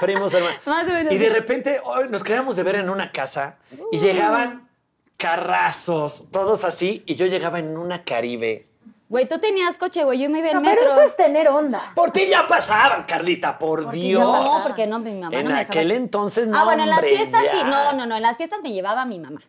Speaker 4: primos hermanos.
Speaker 2: Más o menos,
Speaker 4: Y de
Speaker 2: sí. Uh.
Speaker 4: repente hoy nos quedamos de ver en una casa y llegaban carrazos, todos así, y yo llegaba en una Caribe.
Speaker 2: Güey, tú tenías coche, güey, yo me iba en
Speaker 3: No,
Speaker 2: metro.
Speaker 3: pero eso es tener onda.
Speaker 4: Por ti ya pasaban, Carlita, por, Dios.
Speaker 2: No, porque no, mi mamá
Speaker 4: En
Speaker 2: no me dejaba.
Speaker 4: aquel entonces no.
Speaker 2: Ah, bueno, en las
Speaker 4: hombre,
Speaker 2: fiestas sí.
Speaker 4: ya.
Speaker 2: No, no, no. En las fiestas me llevaba mi mamá.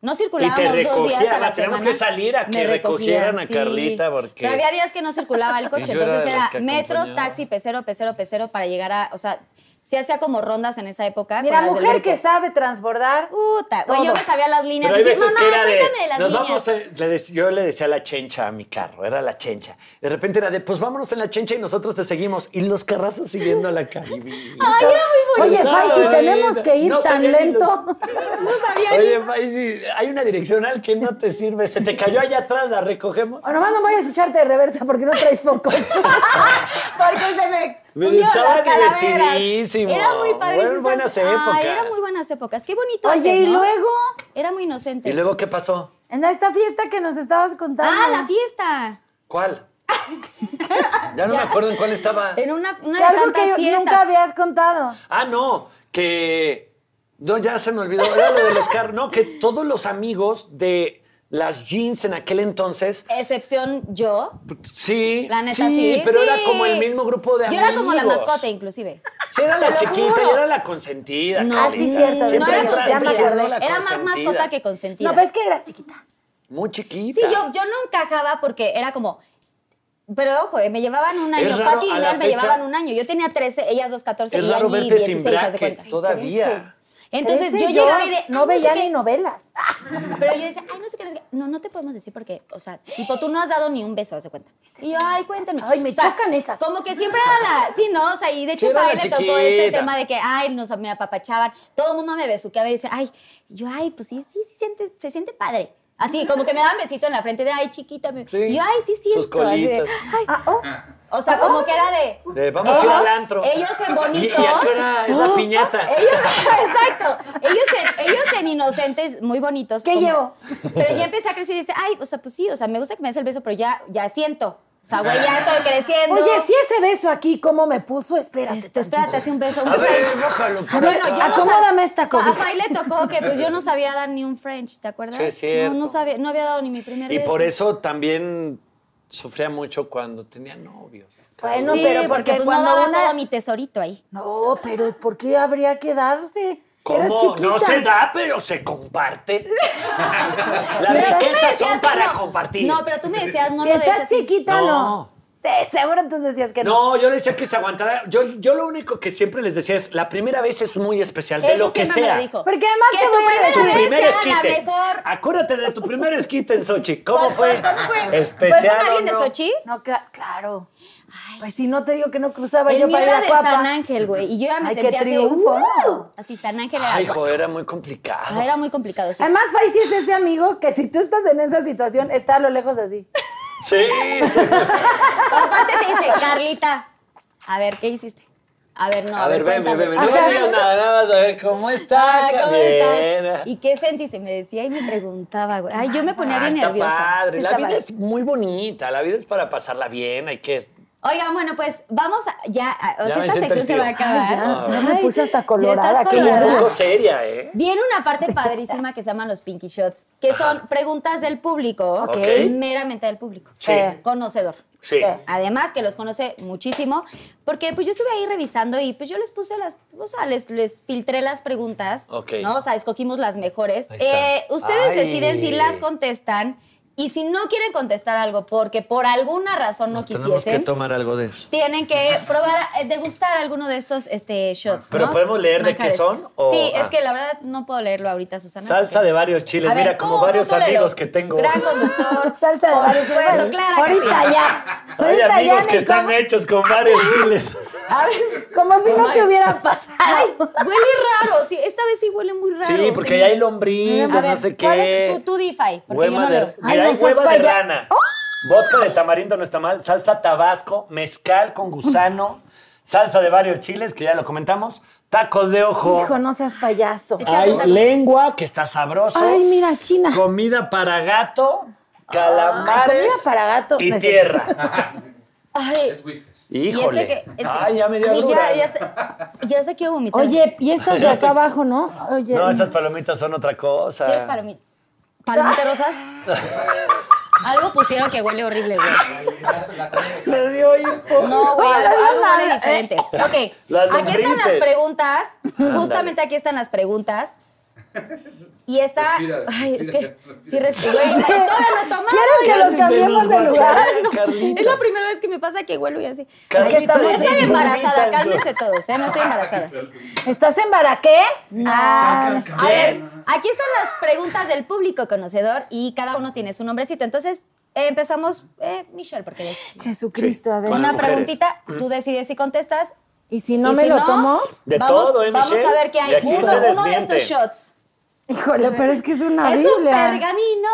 Speaker 2: No
Speaker 4: Y te
Speaker 2: circulábamos dos días a la
Speaker 4: recogían,
Speaker 2: semana.
Speaker 4: teníamos que salir a que
Speaker 2: Me
Speaker 4: recogieran a
Speaker 2: sí.
Speaker 4: Carlita, porque-
Speaker 2: Pero había días que no circulaba el coche,
Speaker 4: <laughs> Y yo era
Speaker 2: entonces
Speaker 4: de los
Speaker 2: era
Speaker 4: que
Speaker 2: metro,
Speaker 4: acompañaba.
Speaker 2: taxi, pecero, pecero, pecero para llegar a, o sea, se hacía como rondas en esa época.
Speaker 3: Mira,
Speaker 2: con las del
Speaker 3: mujer
Speaker 2: grupo.
Speaker 3: que sabe transbordar.
Speaker 2: Puta, güey, yo
Speaker 3: Todo.
Speaker 2: me sabía las líneas.
Speaker 4: Pero
Speaker 2: Y
Speaker 4: hay
Speaker 2: decía,
Speaker 4: veces
Speaker 2: mamá,
Speaker 4: que era de,
Speaker 2: cuéntame de las
Speaker 4: nos
Speaker 2: líneas.
Speaker 4: vamos en- le dec- yo le decía la chencha a mi carro, era la chencha. De repente era de, pues vámonos en la chencha y nosotros te seguimos. Y los carrazos siguiendo a la <laughs> caribita.
Speaker 2: Ay, era muy bonito.
Speaker 3: Oye, Fai, si
Speaker 4: Ay,
Speaker 3: tenemos que ir
Speaker 4: no
Speaker 3: tan
Speaker 4: sabía ni
Speaker 3: <laughs> lento.
Speaker 2: no sabía ni-
Speaker 4: Oye, Faisy, hay una direccional que no te sirve. Se te cayó allá atrás, la recogemos.
Speaker 3: O nomás no vayas a echarte de reversa porque no traes focos.
Speaker 2: Porque se me
Speaker 4: Me
Speaker 2: hundieron
Speaker 4: estaba
Speaker 2: las calaveras.
Speaker 4: divertidísimo.
Speaker 2: Era muy padre.
Speaker 4: Fueron buenas épocas.
Speaker 2: Ay, eran muy buenas épocas. Qué bonito
Speaker 3: Oye,
Speaker 2: antes,
Speaker 3: y
Speaker 2: ¿no?
Speaker 3: luego,
Speaker 2: Era muy inocente.
Speaker 4: ¿Y luego qué pasó?
Speaker 3: en esta fiesta que nos estabas contando.
Speaker 2: Ah, la fiesta.
Speaker 4: ¿Cuál? ya no me acuerdo en cuál estaba.
Speaker 2: En una, una
Speaker 3: Que
Speaker 2: de
Speaker 3: algo
Speaker 2: tantas
Speaker 3: que yo-
Speaker 2: fiestas.
Speaker 3: nunca habías contado.
Speaker 4: Ah, no, que. No, ya se me olvidó. Era lo de los carros. No, que todos los amigos de las jeans en aquel entonces.
Speaker 2: Excepción yo.
Speaker 4: Sí.
Speaker 2: La neta, sí.
Speaker 4: sí. pero era
Speaker 2: sí.
Speaker 4: como el mismo grupo de amigos.
Speaker 2: Yo era como la mascota,
Speaker 4: <laughs>
Speaker 2: inclusive.
Speaker 4: Sí, era
Speaker 2: Te
Speaker 4: la
Speaker 2: lo
Speaker 4: chiquita
Speaker 2: juro.
Speaker 4: y era la consentida.
Speaker 2: No,
Speaker 3: Ah, sí,
Speaker 4: Carlita.
Speaker 3: cierto,
Speaker 4: Siempre
Speaker 2: No era
Speaker 3: ya me
Speaker 4: atrás
Speaker 2: consentida.
Speaker 4: diciendo
Speaker 3: acordé.
Speaker 4: la
Speaker 2: Era más
Speaker 4: consentida.
Speaker 2: mascota que consentida.
Speaker 3: No, pues, pero es que eras chiquita.
Speaker 4: Muy chiquita.
Speaker 2: Sí, yo, yo no encajaba porque era como. Pero ojo, eh, me llevaban un año.
Speaker 4: raro,
Speaker 2: Pati y
Speaker 4: a la
Speaker 2: Mel me
Speaker 4: fecha-
Speaker 2: llevaban un año. Yo tenía 13, ellas dos 14
Speaker 4: Es
Speaker 2: y
Speaker 4: raro
Speaker 2: allí
Speaker 4: verte sin
Speaker 2: 16, haz de
Speaker 4: brackets
Speaker 2: cuenta.
Speaker 4: todavía.
Speaker 2: Entonces
Speaker 3: Trece,
Speaker 2: yo llegaba y de.
Speaker 3: No
Speaker 2: "Ay, sé
Speaker 3: veía
Speaker 2: qué".
Speaker 3: ni novelas.
Speaker 2: Pero yo decía, ay, no sé qué, no sé qué. No, no te podemos decir porque, o sea, tipo, tú no has dado ni un beso, haz de cuenta. Y yo, ay, cuéntame.
Speaker 3: Ay, me
Speaker 2: O sea,
Speaker 3: chocan esas.
Speaker 2: Como que siempre era la. Sí, no, o sea, y de hecho,
Speaker 4: Sí, era
Speaker 2: a él
Speaker 4: la
Speaker 2: le tocó este
Speaker 4: chiquita.
Speaker 2: tema de que, ay, nos me apapachaban. Todo el mundo me besuqueaba y decía, ay, y yo, ay, pues sí, sí, sí, siente, se siente padre. Así, como que me daban besito en la frente de, ay, chiquita. Me...
Speaker 4: Sí.
Speaker 2: Y yo, ay, sí,
Speaker 4: Sus
Speaker 2: siento. así de,
Speaker 4: colitas.
Speaker 2: "Ay".
Speaker 3: <laughs>
Speaker 2: O sea, como que era de.
Speaker 4: De, eh, vamos a ir al antro.
Speaker 2: Ellos en bonito.
Speaker 4: <laughs>
Speaker 2: Oh,
Speaker 4: Y, y a qué hora es la piñata.
Speaker 2: Ellos, exacto. Ellos en, ellos en inocentes, muy bonitos.
Speaker 3: ¿Qué llevo?
Speaker 2: Pero ya empecé a crecer y dice, ay, o sea, pues sí, o sea, me gusta que me des el beso, pero ya, ya siento. O sea, güey, ya estoy creciendo.
Speaker 3: Oye, si ese beso aquí, ¿cómo me puso? Espérate.
Speaker 2: Este, espérate, así un beso. un
Speaker 4: A ver,
Speaker 2: French.
Speaker 4: bájalo para
Speaker 2: Bueno, yo
Speaker 4: acá.
Speaker 2: no sab-
Speaker 3: Acomódame esta
Speaker 2: A
Speaker 3: cobija.
Speaker 2: Fay le tocó que pues yo no sabía dar ni un French, ¿te acuerdas?
Speaker 4: Sí, es cierto.
Speaker 2: No, no, sabía, no había dado ni mi primer
Speaker 4: Y
Speaker 2: beso.
Speaker 4: por eso también sufría mucho cuando tenía novios.
Speaker 3: Bueno,
Speaker 2: Sí,
Speaker 3: pero
Speaker 2: porque,
Speaker 3: porque,
Speaker 2: pues no
Speaker 3: cuando
Speaker 2: daba
Speaker 3: una...
Speaker 2: todo mi tesorito ahí.
Speaker 3: No, pero ¿por qué habría que darse? Si eras chiquita.
Speaker 4: No se da, pero se
Speaker 2: <laughs>
Speaker 4: comparte. Las
Speaker 3: Pero tú me
Speaker 2: Pero tú me decías que
Speaker 4: riquezas son para
Speaker 2: no.
Speaker 4: compartir.
Speaker 2: No, pero tú me decías, no
Speaker 3: Si
Speaker 2: lo des
Speaker 3: estás
Speaker 2: así.
Speaker 3: chiquita, no.
Speaker 4: No.
Speaker 3: Sí, seguro tú decías que no.
Speaker 4: No, yo le decía que se aguantara. Yo, yo lo único que siempre les decía es, la primera vez es muy especial, de
Speaker 2: Eso
Speaker 4: lo que
Speaker 2: siempre me
Speaker 4: sea.
Speaker 2: lo dijo.
Speaker 3: Porque además
Speaker 2: que
Speaker 3: te
Speaker 2: tu
Speaker 3: voy a
Speaker 2: primera
Speaker 3: decir-
Speaker 2: vez
Speaker 4: primer
Speaker 2: sea
Speaker 4: esquite.
Speaker 2: la mejor.
Speaker 4: Acuérdate de tu primer esquite en
Speaker 2: <laughs>
Speaker 4: Sochi. ¿Cómo
Speaker 2: ¿Cuál- cuál-
Speaker 4: fue?
Speaker 2: cuándo
Speaker 4: <laughs>
Speaker 2: fue? ¿Fue
Speaker 4: Especial.
Speaker 2: con alguien
Speaker 4: o no?
Speaker 2: de Sochi?
Speaker 3: No, cla- claro. Pues si no te digo que no cruzaba yo
Speaker 2: El mío
Speaker 3: para ir
Speaker 2: era
Speaker 3: a
Speaker 2: de
Speaker 3: Cuapa.
Speaker 2: San Ángel, güey. Y yo ya me
Speaker 3: Ay, qué
Speaker 2: sentía así de,
Speaker 3: triunfo.
Speaker 2: ¡wow! Así, San Ángel era...
Speaker 4: Ay, joder, era muy complicado.
Speaker 2: Ah, era muy complicado, sí.
Speaker 3: Además, Faisy es ese amigo que si tú estás en esa situación, está a lo lejos así.
Speaker 4: Sí, sí.
Speaker 2: Aparte <laughs> te dice, Carlita, a ver, ¿qué hiciste? A ver, no.
Speaker 4: A ver, ven, ven,
Speaker 2: cuéntame.
Speaker 4: ven. No me digas nada, nada más a ver cómo está.
Speaker 2: Ah, ¿cómo
Speaker 4: Bien.
Speaker 2: estás? ¿Y qué sentiste? Me decía y me preguntaba, güey. Ay, yo me ponía
Speaker 4: Ah,
Speaker 2: bien
Speaker 4: está
Speaker 2: nerviosa.
Speaker 4: padre.
Speaker 3: Sí,
Speaker 4: la
Speaker 3: está
Speaker 4: vida
Speaker 3: padre.
Speaker 4: es muy bonita. La vida es para pasarla bien. Hay que.
Speaker 2: Oigan, bueno, pues vamos a, ya, a- o
Speaker 4: Ya
Speaker 2: sea,
Speaker 4: me
Speaker 2: esta
Speaker 4: siento
Speaker 2: sección
Speaker 4: el
Speaker 2: se va a
Speaker 4: tío.
Speaker 2: acabar.
Speaker 3: Ay, ya, ya me puse hasta
Speaker 2: ya
Speaker 3: colorada,
Speaker 2: estás
Speaker 3: qué
Speaker 4: Un
Speaker 2: colorada.
Speaker 4: poco seria, ¿eh?
Speaker 2: Viene una
Speaker 4: <laughs>
Speaker 2: parte padrísima que se llaman los Pinky Shots, que son preguntas del público,
Speaker 4: Ok.
Speaker 2: meramente del público, Eh,
Speaker 4: Sí.
Speaker 2: conocedor.
Speaker 4: Sí.
Speaker 2: Además que los conoce muchísimo, porque pues yo estuve ahí revisando y pues yo les puse las, o sea, les, les filtré las preguntas,
Speaker 4: Ok.
Speaker 2: ¿no? O sea, escogimos las mejores.
Speaker 4: Ahí está.
Speaker 2: Eh, ustedes
Speaker 4: Ay.
Speaker 2: deciden si las contestan y si no quieren contestar algo porque por alguna razón no, quisiesen,
Speaker 4: tomar algo de eso.
Speaker 2: tienen que probar, eh, degustar alguno de estos este, shots.
Speaker 4: Pero
Speaker 2: ¿no?
Speaker 4: ¿podemos leer de qué
Speaker 2: Manjares.
Speaker 4: son? O-
Speaker 2: sí,
Speaker 4: ah.
Speaker 2: es que la verdad no puedo leerlo ahorita, Susana.
Speaker 4: Salsa
Speaker 2: porque-
Speaker 4: de varios chiles.
Speaker 2: A ver,
Speaker 4: Mira,
Speaker 2: tú,
Speaker 4: como
Speaker 2: tú,
Speaker 4: varios
Speaker 2: tú léelo.
Speaker 4: amigos que tengo.
Speaker 2: Gran conductor.
Speaker 3: <laughs> Salsa de
Speaker 2: Por
Speaker 3: varios
Speaker 2: supuesto,
Speaker 3: chiles.
Speaker 2: claro que
Speaker 3: Ahorita
Speaker 2: sí.
Speaker 3: ya.
Speaker 4: Hay
Speaker 3: Ahorita ya.
Speaker 4: amigos
Speaker 3: ni
Speaker 4: que están
Speaker 3: como-
Speaker 4: hechos
Speaker 2: <laughs>
Speaker 4: con varios chiles.
Speaker 3: A ver, como si no te hubiera pasado.
Speaker 2: Huele raro, sí, esta vez sí huele muy raro.
Speaker 4: Sí, porque
Speaker 2: señor.
Speaker 4: ya hay lombriz,
Speaker 2: A ver,
Speaker 4: no sé qué.
Speaker 2: ¿cuál es tu, tu DeFi? Porque yo no ¡Oh!
Speaker 4: Hueva de,
Speaker 2: leo.
Speaker 3: Ay,
Speaker 4: mira, hay
Speaker 3: no seas
Speaker 4: hueva de
Speaker 3: paya-
Speaker 4: rana. Vodka de tamarindo no está mal. Salsa tabasco, mezcal
Speaker 2: <laughs>
Speaker 4: con gusano, salsa de varios chiles, que ya lo comentamos. Tacos de ojo.
Speaker 3: Hijo, no seas payaso.
Speaker 4: Hay
Speaker 2: Échate,
Speaker 4: lengua, que está sabroso.
Speaker 3: Ay, mira, China.
Speaker 4: Comida para gato, calamares.
Speaker 3: comida para gato.
Speaker 4: Y
Speaker 3: Necesito.
Speaker 4: tierra.
Speaker 2: <laughs> Ay,
Speaker 4: Híjole.
Speaker 2: Y este que- este-
Speaker 4: Ay, ya me dio
Speaker 2: ay,
Speaker 4: agrura.
Speaker 2: ya, ya, se- ya se quiero vomitar.
Speaker 3: Oye, y
Speaker 4: <laughs>
Speaker 3: estas de acá abajo, ¿no? Oye.
Speaker 4: No, esas palomitas son otra cosa.
Speaker 2: ¿quieres para mí? ¿Palomitas rosas? Algo pusieron que huele horrible, güey.
Speaker 4: Me dio hipo.
Speaker 2: No, güey,
Speaker 3: Ahora
Speaker 2: algo,
Speaker 3: bien
Speaker 2: algo huele
Speaker 3: raro.
Speaker 2: diferente. Ok,
Speaker 4: Las
Speaker 2: aquí están las
Speaker 4: lombrices.
Speaker 2: preguntas. Justamente aquí están las preguntas. Y está.
Speaker 6: Respira,
Speaker 2: Ay, es que.
Speaker 6: respira.
Speaker 2: Sí, respira. Güey, todavía no tomamos.
Speaker 3: ¿Quieres que los
Speaker 4: Se
Speaker 3: cambiemos
Speaker 4: nos
Speaker 3: de lugar?
Speaker 4: guacharean, Carlita.
Speaker 2: Es la primera vez que me pasa que huelo y así.
Speaker 4: Carlita,
Speaker 2: Es que estamos- no
Speaker 4: es
Speaker 2: estoy
Speaker 4: que
Speaker 2: embarazada,
Speaker 4: vomitan,
Speaker 2: cálmense todos, ¿eh? No
Speaker 6: Ah,
Speaker 2: estoy embarazada.
Speaker 3: ¿Estás en Baraqué? Ah,
Speaker 2: A ver, aquí están las preguntas del público conocedor y cada uno tiene su nombrecito. Entonces, eh, empezamos, eh, Michelle, porque eres.
Speaker 3: Jesucristo, a ver.
Speaker 4: Con las
Speaker 2: Una
Speaker 4: mujeres.
Speaker 2: preguntita, tú decides si contestas.
Speaker 3: ¿Y si no
Speaker 2: y
Speaker 3: me
Speaker 2: si
Speaker 3: lo
Speaker 2: no,
Speaker 3: tomo?
Speaker 4: De
Speaker 2: vamos,
Speaker 4: todo, ¿eh,
Speaker 2: Vamos
Speaker 4: Michelle?
Speaker 2: a ver qué hay.
Speaker 4: De aquí
Speaker 2: Uno,
Speaker 4: se
Speaker 2: uno de
Speaker 4: desmiente.
Speaker 2: estos shots.
Speaker 3: Híjole, pero es que es una
Speaker 2: Es un
Speaker 3: Biblia.
Speaker 2: pergamino.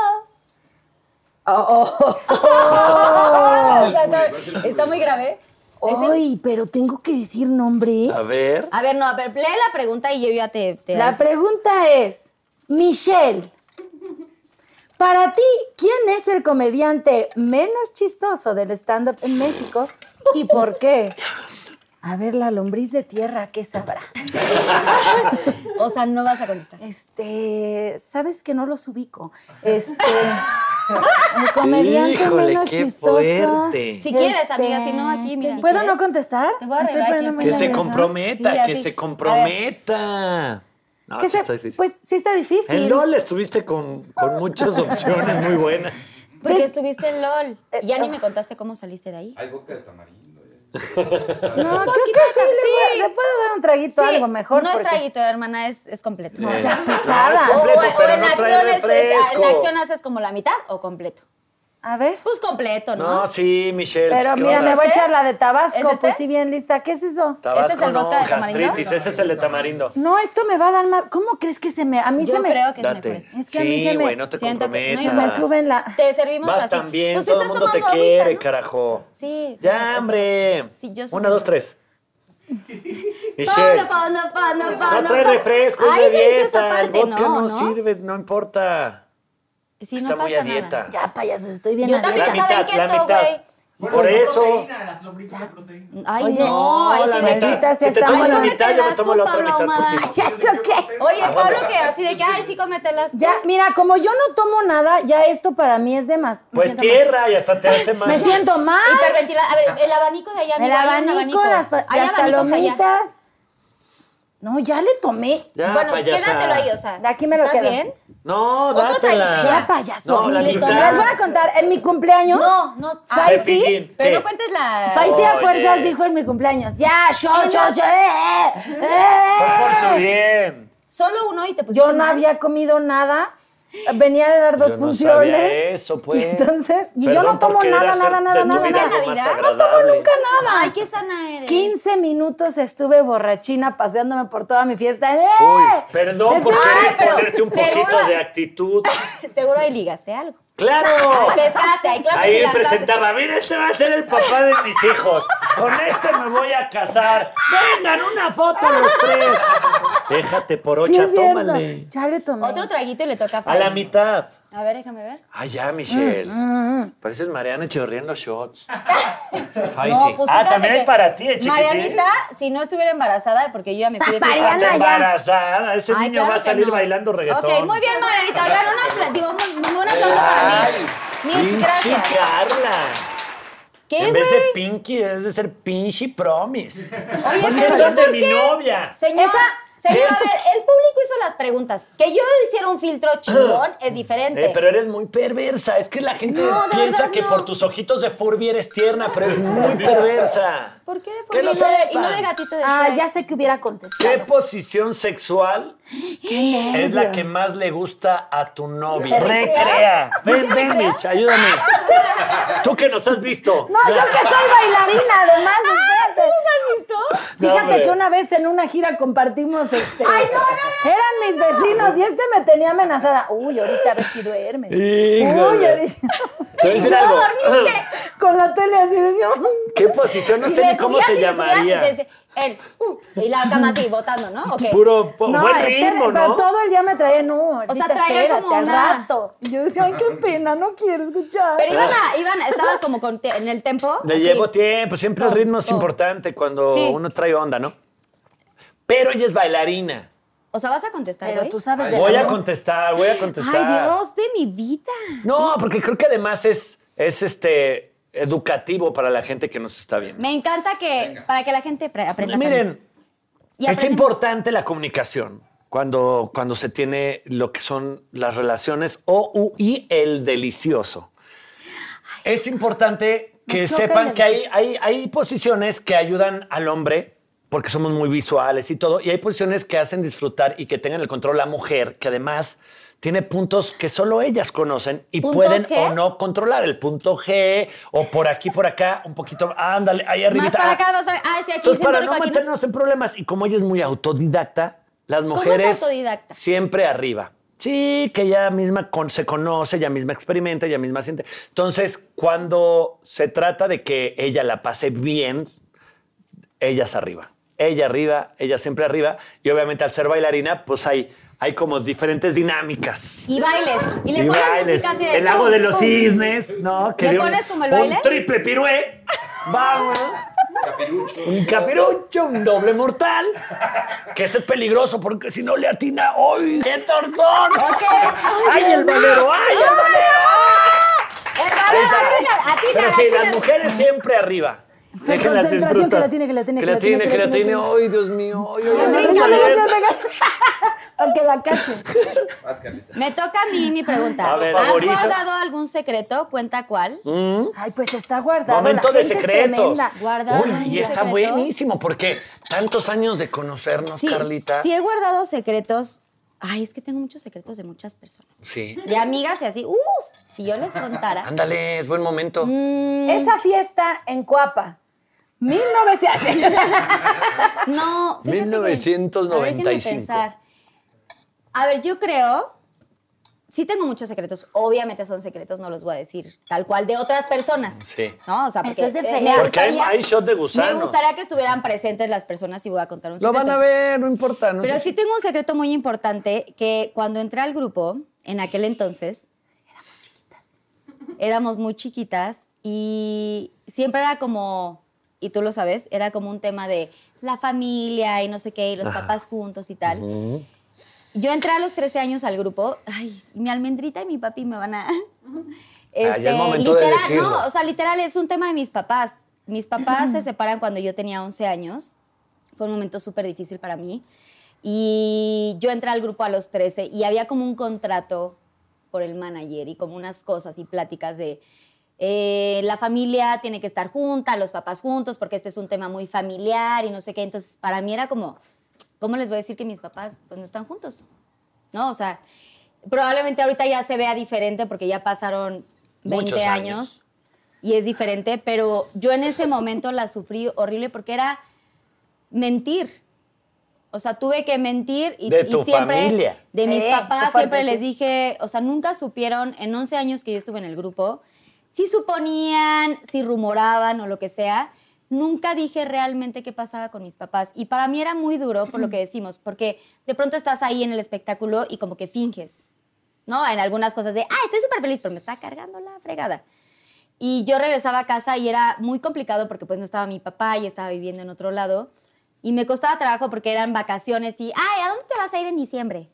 Speaker 3: Oh, oh,
Speaker 2: <laughs> O sea, está, está muy grave.
Speaker 3: oh. Ay, pero tengo que decir nombre.
Speaker 4: A ver.
Speaker 2: A ver, no, a ver, lee la pregunta y yo ya te. te-
Speaker 3: La pregunta es, Michelle, para ti, ¿quién es el comediante menos chistoso del stand-up en México y por qué? A ver, la lombriz de tierra, ¿qué sabrá?
Speaker 2: O sea, no vas a contestar.
Speaker 3: Este, sabes que no los ubico. Este, el comediante
Speaker 4: Híjole,
Speaker 3: menos
Speaker 4: qué
Speaker 3: chistoso. Este,
Speaker 4: fuerte.
Speaker 2: Si quieres, amiga, si no, aquí, mira, si
Speaker 3: ¿Puedo
Speaker 2: quieres.
Speaker 3: no contestar?
Speaker 2: Te voy a
Speaker 3: Me estoy
Speaker 2: arreglar
Speaker 3: poniendo
Speaker 2: aquí.
Speaker 3: muy
Speaker 4: Que se
Speaker 3: nerviosa.
Speaker 4: comprometa,
Speaker 2: Sí, así.
Speaker 4: que
Speaker 2: A ver.
Speaker 4: se comprometa. No,
Speaker 3: ¿Qué
Speaker 4: Ah, sí
Speaker 3: se-
Speaker 4: está difícil.
Speaker 3: Pues sí está difícil.
Speaker 4: en LOL estuviste con, con muchas opciones muy buenas.
Speaker 2: Porque estuviste en LOL.
Speaker 3: Eh,
Speaker 2: Y ya ni
Speaker 3: oh.
Speaker 2: me contaste cómo saliste de ahí.
Speaker 6: Hay vodka de tamarindo. ya.
Speaker 3: No, creo
Speaker 2: poquito,
Speaker 3: que sí,
Speaker 2: sí.
Speaker 3: Le, puedo, le puedo dar un traguito
Speaker 2: Sí,
Speaker 3: algo mejor.
Speaker 2: No es
Speaker 3: porque-
Speaker 2: traguito, hermana, es, es completo.
Speaker 3: O sea, es
Speaker 4: No,
Speaker 3: pesada.
Speaker 4: es completo, pero
Speaker 2: en,
Speaker 4: no
Speaker 2: la
Speaker 4: trae
Speaker 2: acción es- es- en
Speaker 4: refresco.
Speaker 2: la acción haces como la mitad o completo.
Speaker 3: A ver.
Speaker 2: Pues completo, <laughs> ¿no?
Speaker 4: No, sí, Michelle. pues
Speaker 3: Pero
Speaker 4: ¿qué
Speaker 3: mira,
Speaker 4: onda?
Speaker 3: me voy a
Speaker 2: ¿Este?
Speaker 3: echar la de Tabasco,
Speaker 2: ¿Es este?
Speaker 3: pues sí, bien lista. ¿Qué es eso?
Speaker 4: Tabasco,
Speaker 2: ¿Este es el
Speaker 4: no,
Speaker 2: vodka de tamarindo?
Speaker 4: gastritis, ese es el de tamarindo.
Speaker 3: No, esto me va a dar más. ¿Cómo crees que se me.? A mí
Speaker 2: Yo
Speaker 3: se me.
Speaker 2: creo que es
Speaker 4: Date.
Speaker 2: mejor este.
Speaker 3: Es que a mí
Speaker 4: sí,
Speaker 3: se me-
Speaker 4: güey, no te
Speaker 2: siento que-
Speaker 4: comprometas.
Speaker 2: no, y
Speaker 3: Me suben la.
Speaker 2: Te servimos
Speaker 4: Vas
Speaker 2: así.
Speaker 4: también,
Speaker 2: pues tú
Speaker 4: todo el
Speaker 2: estás
Speaker 4: mundo te
Speaker 2: tomando
Speaker 4: quiere,
Speaker 2: agüita, ¿no?
Speaker 4: carajo.
Speaker 2: Sí, sí,
Speaker 4: Ya,
Speaker 2: es-
Speaker 4: hombre.
Speaker 2: Sí, yo soy
Speaker 4: Una,
Speaker 2: <laughs>
Speaker 4: dos, tres. Michelle,
Speaker 2: Pano, pano, pano, pano,
Speaker 4: no trae
Speaker 2: pano.
Speaker 4: refresco, es
Speaker 2: Ay,
Speaker 4: de
Speaker 2: es delicioso
Speaker 4: dieta.
Speaker 2: aparte,
Speaker 4: el vodka
Speaker 2: no,
Speaker 4: no,
Speaker 2: ¿no?
Speaker 4: sirve, no importa.
Speaker 2: Sí,
Speaker 4: Está
Speaker 2: no
Speaker 4: muy
Speaker 2: pasa
Speaker 4: a dieta.
Speaker 2: nada.
Speaker 3: Ya, payasos, estoy bien.
Speaker 2: Yo
Speaker 3: a dieta.
Speaker 2: también
Speaker 4: La
Speaker 2: estaba en
Speaker 4: mitad, la
Speaker 2: keto,
Speaker 4: mitad.
Speaker 2: güey.
Speaker 4: Por eso.
Speaker 6: Proteína, las lombrices de proteína.
Speaker 2: Ay,
Speaker 3: Oye,
Speaker 2: no, ahí
Speaker 4: la
Speaker 2: sí de
Speaker 3: mitad.
Speaker 2: que...
Speaker 3: Maldita sea,
Speaker 4: Si te
Speaker 3: está
Speaker 4: tomo
Speaker 3: mal.
Speaker 4: la mitad, yo me
Speaker 2: Cómetelas
Speaker 4: tomo
Speaker 2: tú,
Speaker 4: la otra
Speaker 2: Pablo
Speaker 4: mitad pues, por ti.
Speaker 2: Ahumada.
Speaker 3: <laughs> Ya, ¿eso qué?
Speaker 2: Oye, Pablo, que así de que, ay, sí, cómetelas.
Speaker 3: Ya, mira, como yo no tomo nada, ya esto para mí es de más. Me
Speaker 4: Pues
Speaker 3: siento
Speaker 4: tierra y hasta te
Speaker 2: <laughs>
Speaker 4: hace
Speaker 3: mal.
Speaker 4: mal.
Speaker 3: Me siento mal.
Speaker 2: Hiperventilar. A ver, el abanico de allá,
Speaker 3: El
Speaker 2: mira, hay un
Speaker 3: abanico, las, pa-
Speaker 2: Hay
Speaker 3: las
Speaker 2: abanicos allá.
Speaker 3: palomitas. No, ya le tomé.
Speaker 4: Ya,
Speaker 2: bueno,
Speaker 4: payasa.
Speaker 2: quédatelo ahí, o sea.
Speaker 3: De aquí me lo
Speaker 2: ¿Estás
Speaker 3: quedo.
Speaker 2: bien?
Speaker 4: No,
Speaker 2: Otro
Speaker 4: dátela.
Speaker 2: traguito.
Speaker 3: Ya, payaso.
Speaker 4: No,
Speaker 3: ni
Speaker 4: la
Speaker 3: le
Speaker 4: mitad.
Speaker 3: tomé. Les voy a contar, en mi cumpleaños.
Speaker 2: No, no.
Speaker 3: Fai
Speaker 2: Ay,
Speaker 3: sí,
Speaker 4: Cepillín,
Speaker 2: Pero
Speaker 4: ¿qué?
Speaker 2: no cuentes la...
Speaker 3: Faisy a
Speaker 4: Oye.
Speaker 3: fuerzas dijo en mi cumpleaños. Ya, yo, yo, yo. eh, eh,
Speaker 4: Fue
Speaker 3: eh".
Speaker 4: por tu bien.
Speaker 2: Solo uno y te pusiste
Speaker 3: Yo no
Speaker 2: mal.
Speaker 3: había comido nada. Venía de dar dos
Speaker 4: Yo no
Speaker 3: funciones.
Speaker 4: sabía eso, pues.
Speaker 3: Y entonces, y yo
Speaker 4: Perdón
Speaker 3: no tomo
Speaker 4: por querer
Speaker 3: nada,
Speaker 4: hacer
Speaker 3: nada,
Speaker 4: de
Speaker 3: nada,
Speaker 4: tu
Speaker 3: nada,
Speaker 4: vida
Speaker 3: nada.
Speaker 4: algo más
Speaker 2: Navidad.
Speaker 3: No tomo
Speaker 4: agradable.
Speaker 3: nunca nada.
Speaker 2: Ay, qué sana eres.
Speaker 3: 15 minutos estuve borrachina paseándome por toda mi fiesta. ¡Eh!
Speaker 4: Uy, perdón por
Speaker 3: Estaba-
Speaker 2: Ay,
Speaker 4: querer
Speaker 2: pero
Speaker 4: ponerte un
Speaker 2: seguro-
Speaker 4: poquito de actitud.
Speaker 2: Seguro ahí ligaste algo.
Speaker 3: <laughs> Ah,
Speaker 4: ¡Claro!
Speaker 2: Pescaste, ahí claro que sí
Speaker 4: Ahí me
Speaker 2: gastaste.
Speaker 4: presentaba, mira, este va a ser el papá de mis hijos. Con este me voy a casar. Vengan, una foto los tres. Déjate por
Speaker 3: Sí,
Speaker 4: ocha,
Speaker 3: es cierto.
Speaker 4: tómale.
Speaker 3: Ya le tomé.
Speaker 2: Otro traguito y le toca a
Speaker 4: A
Speaker 2: Fai.
Speaker 4: la mitad.
Speaker 2: A ver, déjame ver.
Speaker 4: Ah, ya, Michelle.
Speaker 2: mm,
Speaker 4: Pareces Mariana Echeverría en
Speaker 2: <laughs>
Speaker 4: los shots. Ay, sí. ah,
Speaker 2: pues fíjate
Speaker 4: también
Speaker 2: que
Speaker 4: es para ti, eh, chiquitín.
Speaker 2: Marianita, si no estuviera embarazada, porque yo ya me fui de
Speaker 4: Ah, está
Speaker 3: Mariana, ya.
Speaker 4: embarazada. Ese
Speaker 2: Ay,
Speaker 4: niño
Speaker 2: claro
Speaker 4: va a
Speaker 2: que
Speaker 4: salir
Speaker 2: no.
Speaker 4: bailando reggaetón.
Speaker 2: Ok, muy bien, Marianita. Oigan, una apla- digo, un- un aplauso para
Speaker 4: Ay,
Speaker 2: Mitch. Mitch,
Speaker 4: pinche
Speaker 2: gracias.
Speaker 4: Carla.
Speaker 2: ¿Qué,
Speaker 4: en vez de
Speaker 2: güey?
Speaker 4: Pinky, es de ser Pinchy Promise.
Speaker 2: Oye,
Speaker 4: Porque
Speaker 2: pero
Speaker 4: esto
Speaker 2: ¿yo
Speaker 4: es de
Speaker 2: por
Speaker 4: mi
Speaker 2: qué?
Speaker 4: novia.
Speaker 2: Señora,
Speaker 3: Esa-
Speaker 2: señora, a ver, el público hizo las preguntas. Que yo hiciera un filtro
Speaker 4: <clears throat>
Speaker 2: chingón es diferente.
Speaker 4: Eh, pero eres muy perversa. Es que la gente
Speaker 2: No, de
Speaker 4: piensa
Speaker 2: verdad,
Speaker 4: que
Speaker 2: no.
Speaker 4: por tus ojitos de Furby eres tierna, pero es muy perversa.
Speaker 2: ¿Por qué de
Speaker 4: Que lo
Speaker 2: Furby y no de- y
Speaker 4: sepan.
Speaker 2: no de gatito de
Speaker 3: Ah,
Speaker 2: Shrek?
Speaker 3: ya sé que hubiera
Speaker 4: ¿Qué
Speaker 3: contestado.
Speaker 4: posición sexual es la que más le gusta a tu novia? Recrea. Ven, ven, Mitch, ayúdame. Tú que nos has visto.
Speaker 3: No, yo que soy bailarina, además,
Speaker 2: ¿Tú
Speaker 3: espérate.
Speaker 2: los has visto?
Speaker 4: No,
Speaker 3: Fíjate
Speaker 4: hombre.
Speaker 3: que una vez en una gira compartimos este. Ay, no, Eran mis vecinos y este me tenía amenazada. Uy, ahorita a ver si duerme. Uy,
Speaker 4: Híjole.
Speaker 3: ahorita.
Speaker 4: Te voy a
Speaker 3: <laughs>
Speaker 4: decir algo. <clears throat>
Speaker 3: Con la tele así decía.
Speaker 4: ¿Qué posición? No
Speaker 2: Y
Speaker 4: sé
Speaker 2: le
Speaker 4: ni cómo
Speaker 2: subías
Speaker 4: se
Speaker 2: y le subías y
Speaker 4: llamaría.
Speaker 2: se- se- él, uh, y la cama así, botando, ¿no? Ok.
Speaker 4: Puro po- Pues, buen
Speaker 3: este,
Speaker 4: ritmo,
Speaker 3: pero
Speaker 4: ¿no?
Speaker 3: todo el día me traía, no. ahorita
Speaker 2: traía
Speaker 3: espérate,
Speaker 2: como
Speaker 3: al
Speaker 2: una-
Speaker 3: rato. Y yo decía, ay, qué pena, no quiero escuchar.
Speaker 2: Pero iban a, iban a- estabas como con te- en el tempo.
Speaker 4: Le
Speaker 2: así.
Speaker 4: llevo tiempo, siempre el ritmo es
Speaker 2: no.
Speaker 4: importante cuando
Speaker 2: Sí.
Speaker 4: uno trae onda, ¿no? Pero ella es bailarina.
Speaker 2: O sea, vas a contestar,
Speaker 3: Pero
Speaker 2: güey?
Speaker 3: tú sabes de
Speaker 4: Voy
Speaker 3: la
Speaker 4: a
Speaker 3: voz.
Speaker 4: contestar, voy a
Speaker 2: Ay,
Speaker 4: contestar.
Speaker 2: Dios de mi vida.
Speaker 4: No, porque creo que además es, es este educativo para la gente que nos está viendo.
Speaker 2: Me encanta que, para que la gente pre- aprenda. también.
Speaker 4: Miren,
Speaker 2: Y
Speaker 4: es
Speaker 2: aprendemos.
Speaker 4: importante la comunicación cuando, cuando se tiene lo que son las relaciones o u, y el delicioso. Es importante que
Speaker 3: choca el
Speaker 4: sepan que hay, hay, hay posiciones que ayudan al hombre porque somos muy visuales y todo, y hay posiciones que hacen disfrutar y que tengan el control la mujer, que además tiene puntos que solo ellas conocen y
Speaker 2: ¿Puntos
Speaker 4: pueden
Speaker 2: G?
Speaker 4: o no controlar. El punto G o por aquí, por acá, un poquito, ándale, ahí arriba.
Speaker 2: Más para acá, más para Ah, sí, aquí,
Speaker 4: Entonces,
Speaker 2: siento
Speaker 4: para
Speaker 2: rico,
Speaker 4: no
Speaker 2: aquí. no.
Speaker 4: meternos en problemas, y como ella es muy autodidacta, las
Speaker 2: es
Speaker 4: mujeres
Speaker 2: autodidacta?
Speaker 4: siempre arriba. Sí, que ella misma con- se conoce, ella misma experimenta, ella misma siente. Entonces, cuando se trata de que ella la pase bien, ellas arriba. Ella arriba, ella siempre arriba. Y obviamente al ser bailarina, pues hay, hay como diferentes dinámicas.
Speaker 2: Y bailes. Y le pones
Speaker 4: bailes.
Speaker 2: música así de.
Speaker 4: El lago
Speaker 2: pum,
Speaker 4: de los
Speaker 2: pum.
Speaker 4: cisnes, ¿no?
Speaker 2: ¿Le
Speaker 4: de un-
Speaker 2: pones como el
Speaker 4: un
Speaker 2: baile?
Speaker 4: triple pirué. Vamos.
Speaker 6: Capirucho.
Speaker 4: Un capirucho, un doble mortal. Que ese es peligroso porque si no le atina, ¡ay! ¡Qué torzón! <laughs> ¡Ay, el valero! ¡Ay, el
Speaker 2: Atina, atina, atina,
Speaker 4: Pero sí,
Speaker 2: atina.
Speaker 4: las mujeres siempre arriba. Déjenlas
Speaker 3: concentración,
Speaker 4: disfrutar.
Speaker 3: que la tiene, que la tiene,
Speaker 4: que la tiene, que la tiene. ¡Ay, Dios mío! ¡Ay, ay, ay!
Speaker 3: Ay,
Speaker 4: vamos
Speaker 3: no,
Speaker 4: a
Speaker 3: no,
Speaker 4: ver.
Speaker 3: no, no, <laughs> no. que la cache.
Speaker 6: Vas, Ah, Carlita.
Speaker 2: Me toca a mí mi pregunta.
Speaker 4: A ver,
Speaker 2: ¿Has
Speaker 4: favorita.
Speaker 2: guardado algún secreto? ¿Cuenta cuál?
Speaker 3: Ay, pues está guardado.
Speaker 4: Momento
Speaker 3: la
Speaker 4: de
Speaker 3: gente es
Speaker 4: secretos.
Speaker 3: tremenda.
Speaker 2: Guardar
Speaker 4: Uy,
Speaker 2: un
Speaker 4: y está
Speaker 2: secreto.
Speaker 4: buenísimo porque tantos años de conocernos,
Speaker 2: Sí,
Speaker 4: Carlita.
Speaker 2: sí he guardado secretos. Ay, es que tengo muchos secretos de muchas personas.
Speaker 4: Sí.
Speaker 2: De amigas y así. ¡Uf! Si yo les contara. Mm,
Speaker 4: Ándale, es buen momento.
Speaker 3: Esa fiesta en Cuapa. 1900.
Speaker 2: No, fíjate que-
Speaker 4: 1995.
Speaker 2: A ver, déjenme pensar. A ver, yo creo... Sí tengo muchos secretos. Obviamente son secretos, no los voy a decir tal cual, de otras personas.
Speaker 4: Sí.
Speaker 2: No, o sea, porque,
Speaker 3: es de
Speaker 2: eh,
Speaker 3: feo.
Speaker 2: me
Speaker 4: Porque hay,
Speaker 2: gustaría-
Speaker 4: hay shot de
Speaker 2: Me
Speaker 4: gusanos.
Speaker 2: gustaría que estuvieran presentes las personas y voy a contar un
Speaker 4: Lo
Speaker 2: secreto.
Speaker 4: van a ver, no importa. No
Speaker 2: Pero
Speaker 4: sé
Speaker 2: sí tengo un secreto muy importante que cuando entré al grupo, en aquel entonces, éramos chiquitas. Éramos muy chiquitas y siempre era como, y tú lo sabes, era como un tema de la familia y no sé qué, y los papás juntos y tal. Yo entré a los 13 años al grupo, ay, y mi almendrita y mi papi me
Speaker 4: <laughs>
Speaker 2: van a...
Speaker 4: Ah,
Speaker 2: este,
Speaker 4: ya es momento de
Speaker 2: literal,
Speaker 4: decirlo. <clears throat>
Speaker 2: no, o sea, literal es un tema de mis papás. Mis papás se separan cuando yo tenía 11 años fue un momento súper difícil para mí. Y yo entré al grupo a los 13 y había como un contrato por el manager y como unas cosas y pláticas de eh, la familia tiene que estar junta, los papás juntos, porque este es un tema muy familiar y no sé qué. Entonces, para mí era como, ¿cómo les voy a decir que mis papás pues no están juntos? ¿No? O sea, probablemente ahorita ya se vea diferente porque ya pasaron 20
Speaker 4: Muchos
Speaker 2: años.
Speaker 4: años.
Speaker 2: y es diferente, pero yo en ese momento la sufrí horrible porque era mentir. O sea, tuve que mentir y,
Speaker 4: De
Speaker 2: y
Speaker 4: tu
Speaker 2: siempre
Speaker 4: familia.
Speaker 2: de mis
Speaker 3: Sí, Eh, qué
Speaker 2: papás
Speaker 3: fuerte,
Speaker 2: siempre les
Speaker 3: sí.
Speaker 2: dije, o sea, nunca supieron en 11 años que yo estuve en el grupo, si suponían, si rumoraban o lo que sea, nunca dije realmente qué pasaba con mis papás y para mí era muy duro por lo que decimos, porque de pronto estás ahí en el espectáculo y como que finges. ¿no? En algunas cosas de, ah, estoy súper feliz, pero me está cargando la fregada. Y yo regresaba a casa y era muy complicado porque pues no estaba mi papá y estaba viviendo en otro lado. Y me costaba trabajo porque eran vacaciones y, ay, ¿a dónde te vas a ir en diciembre?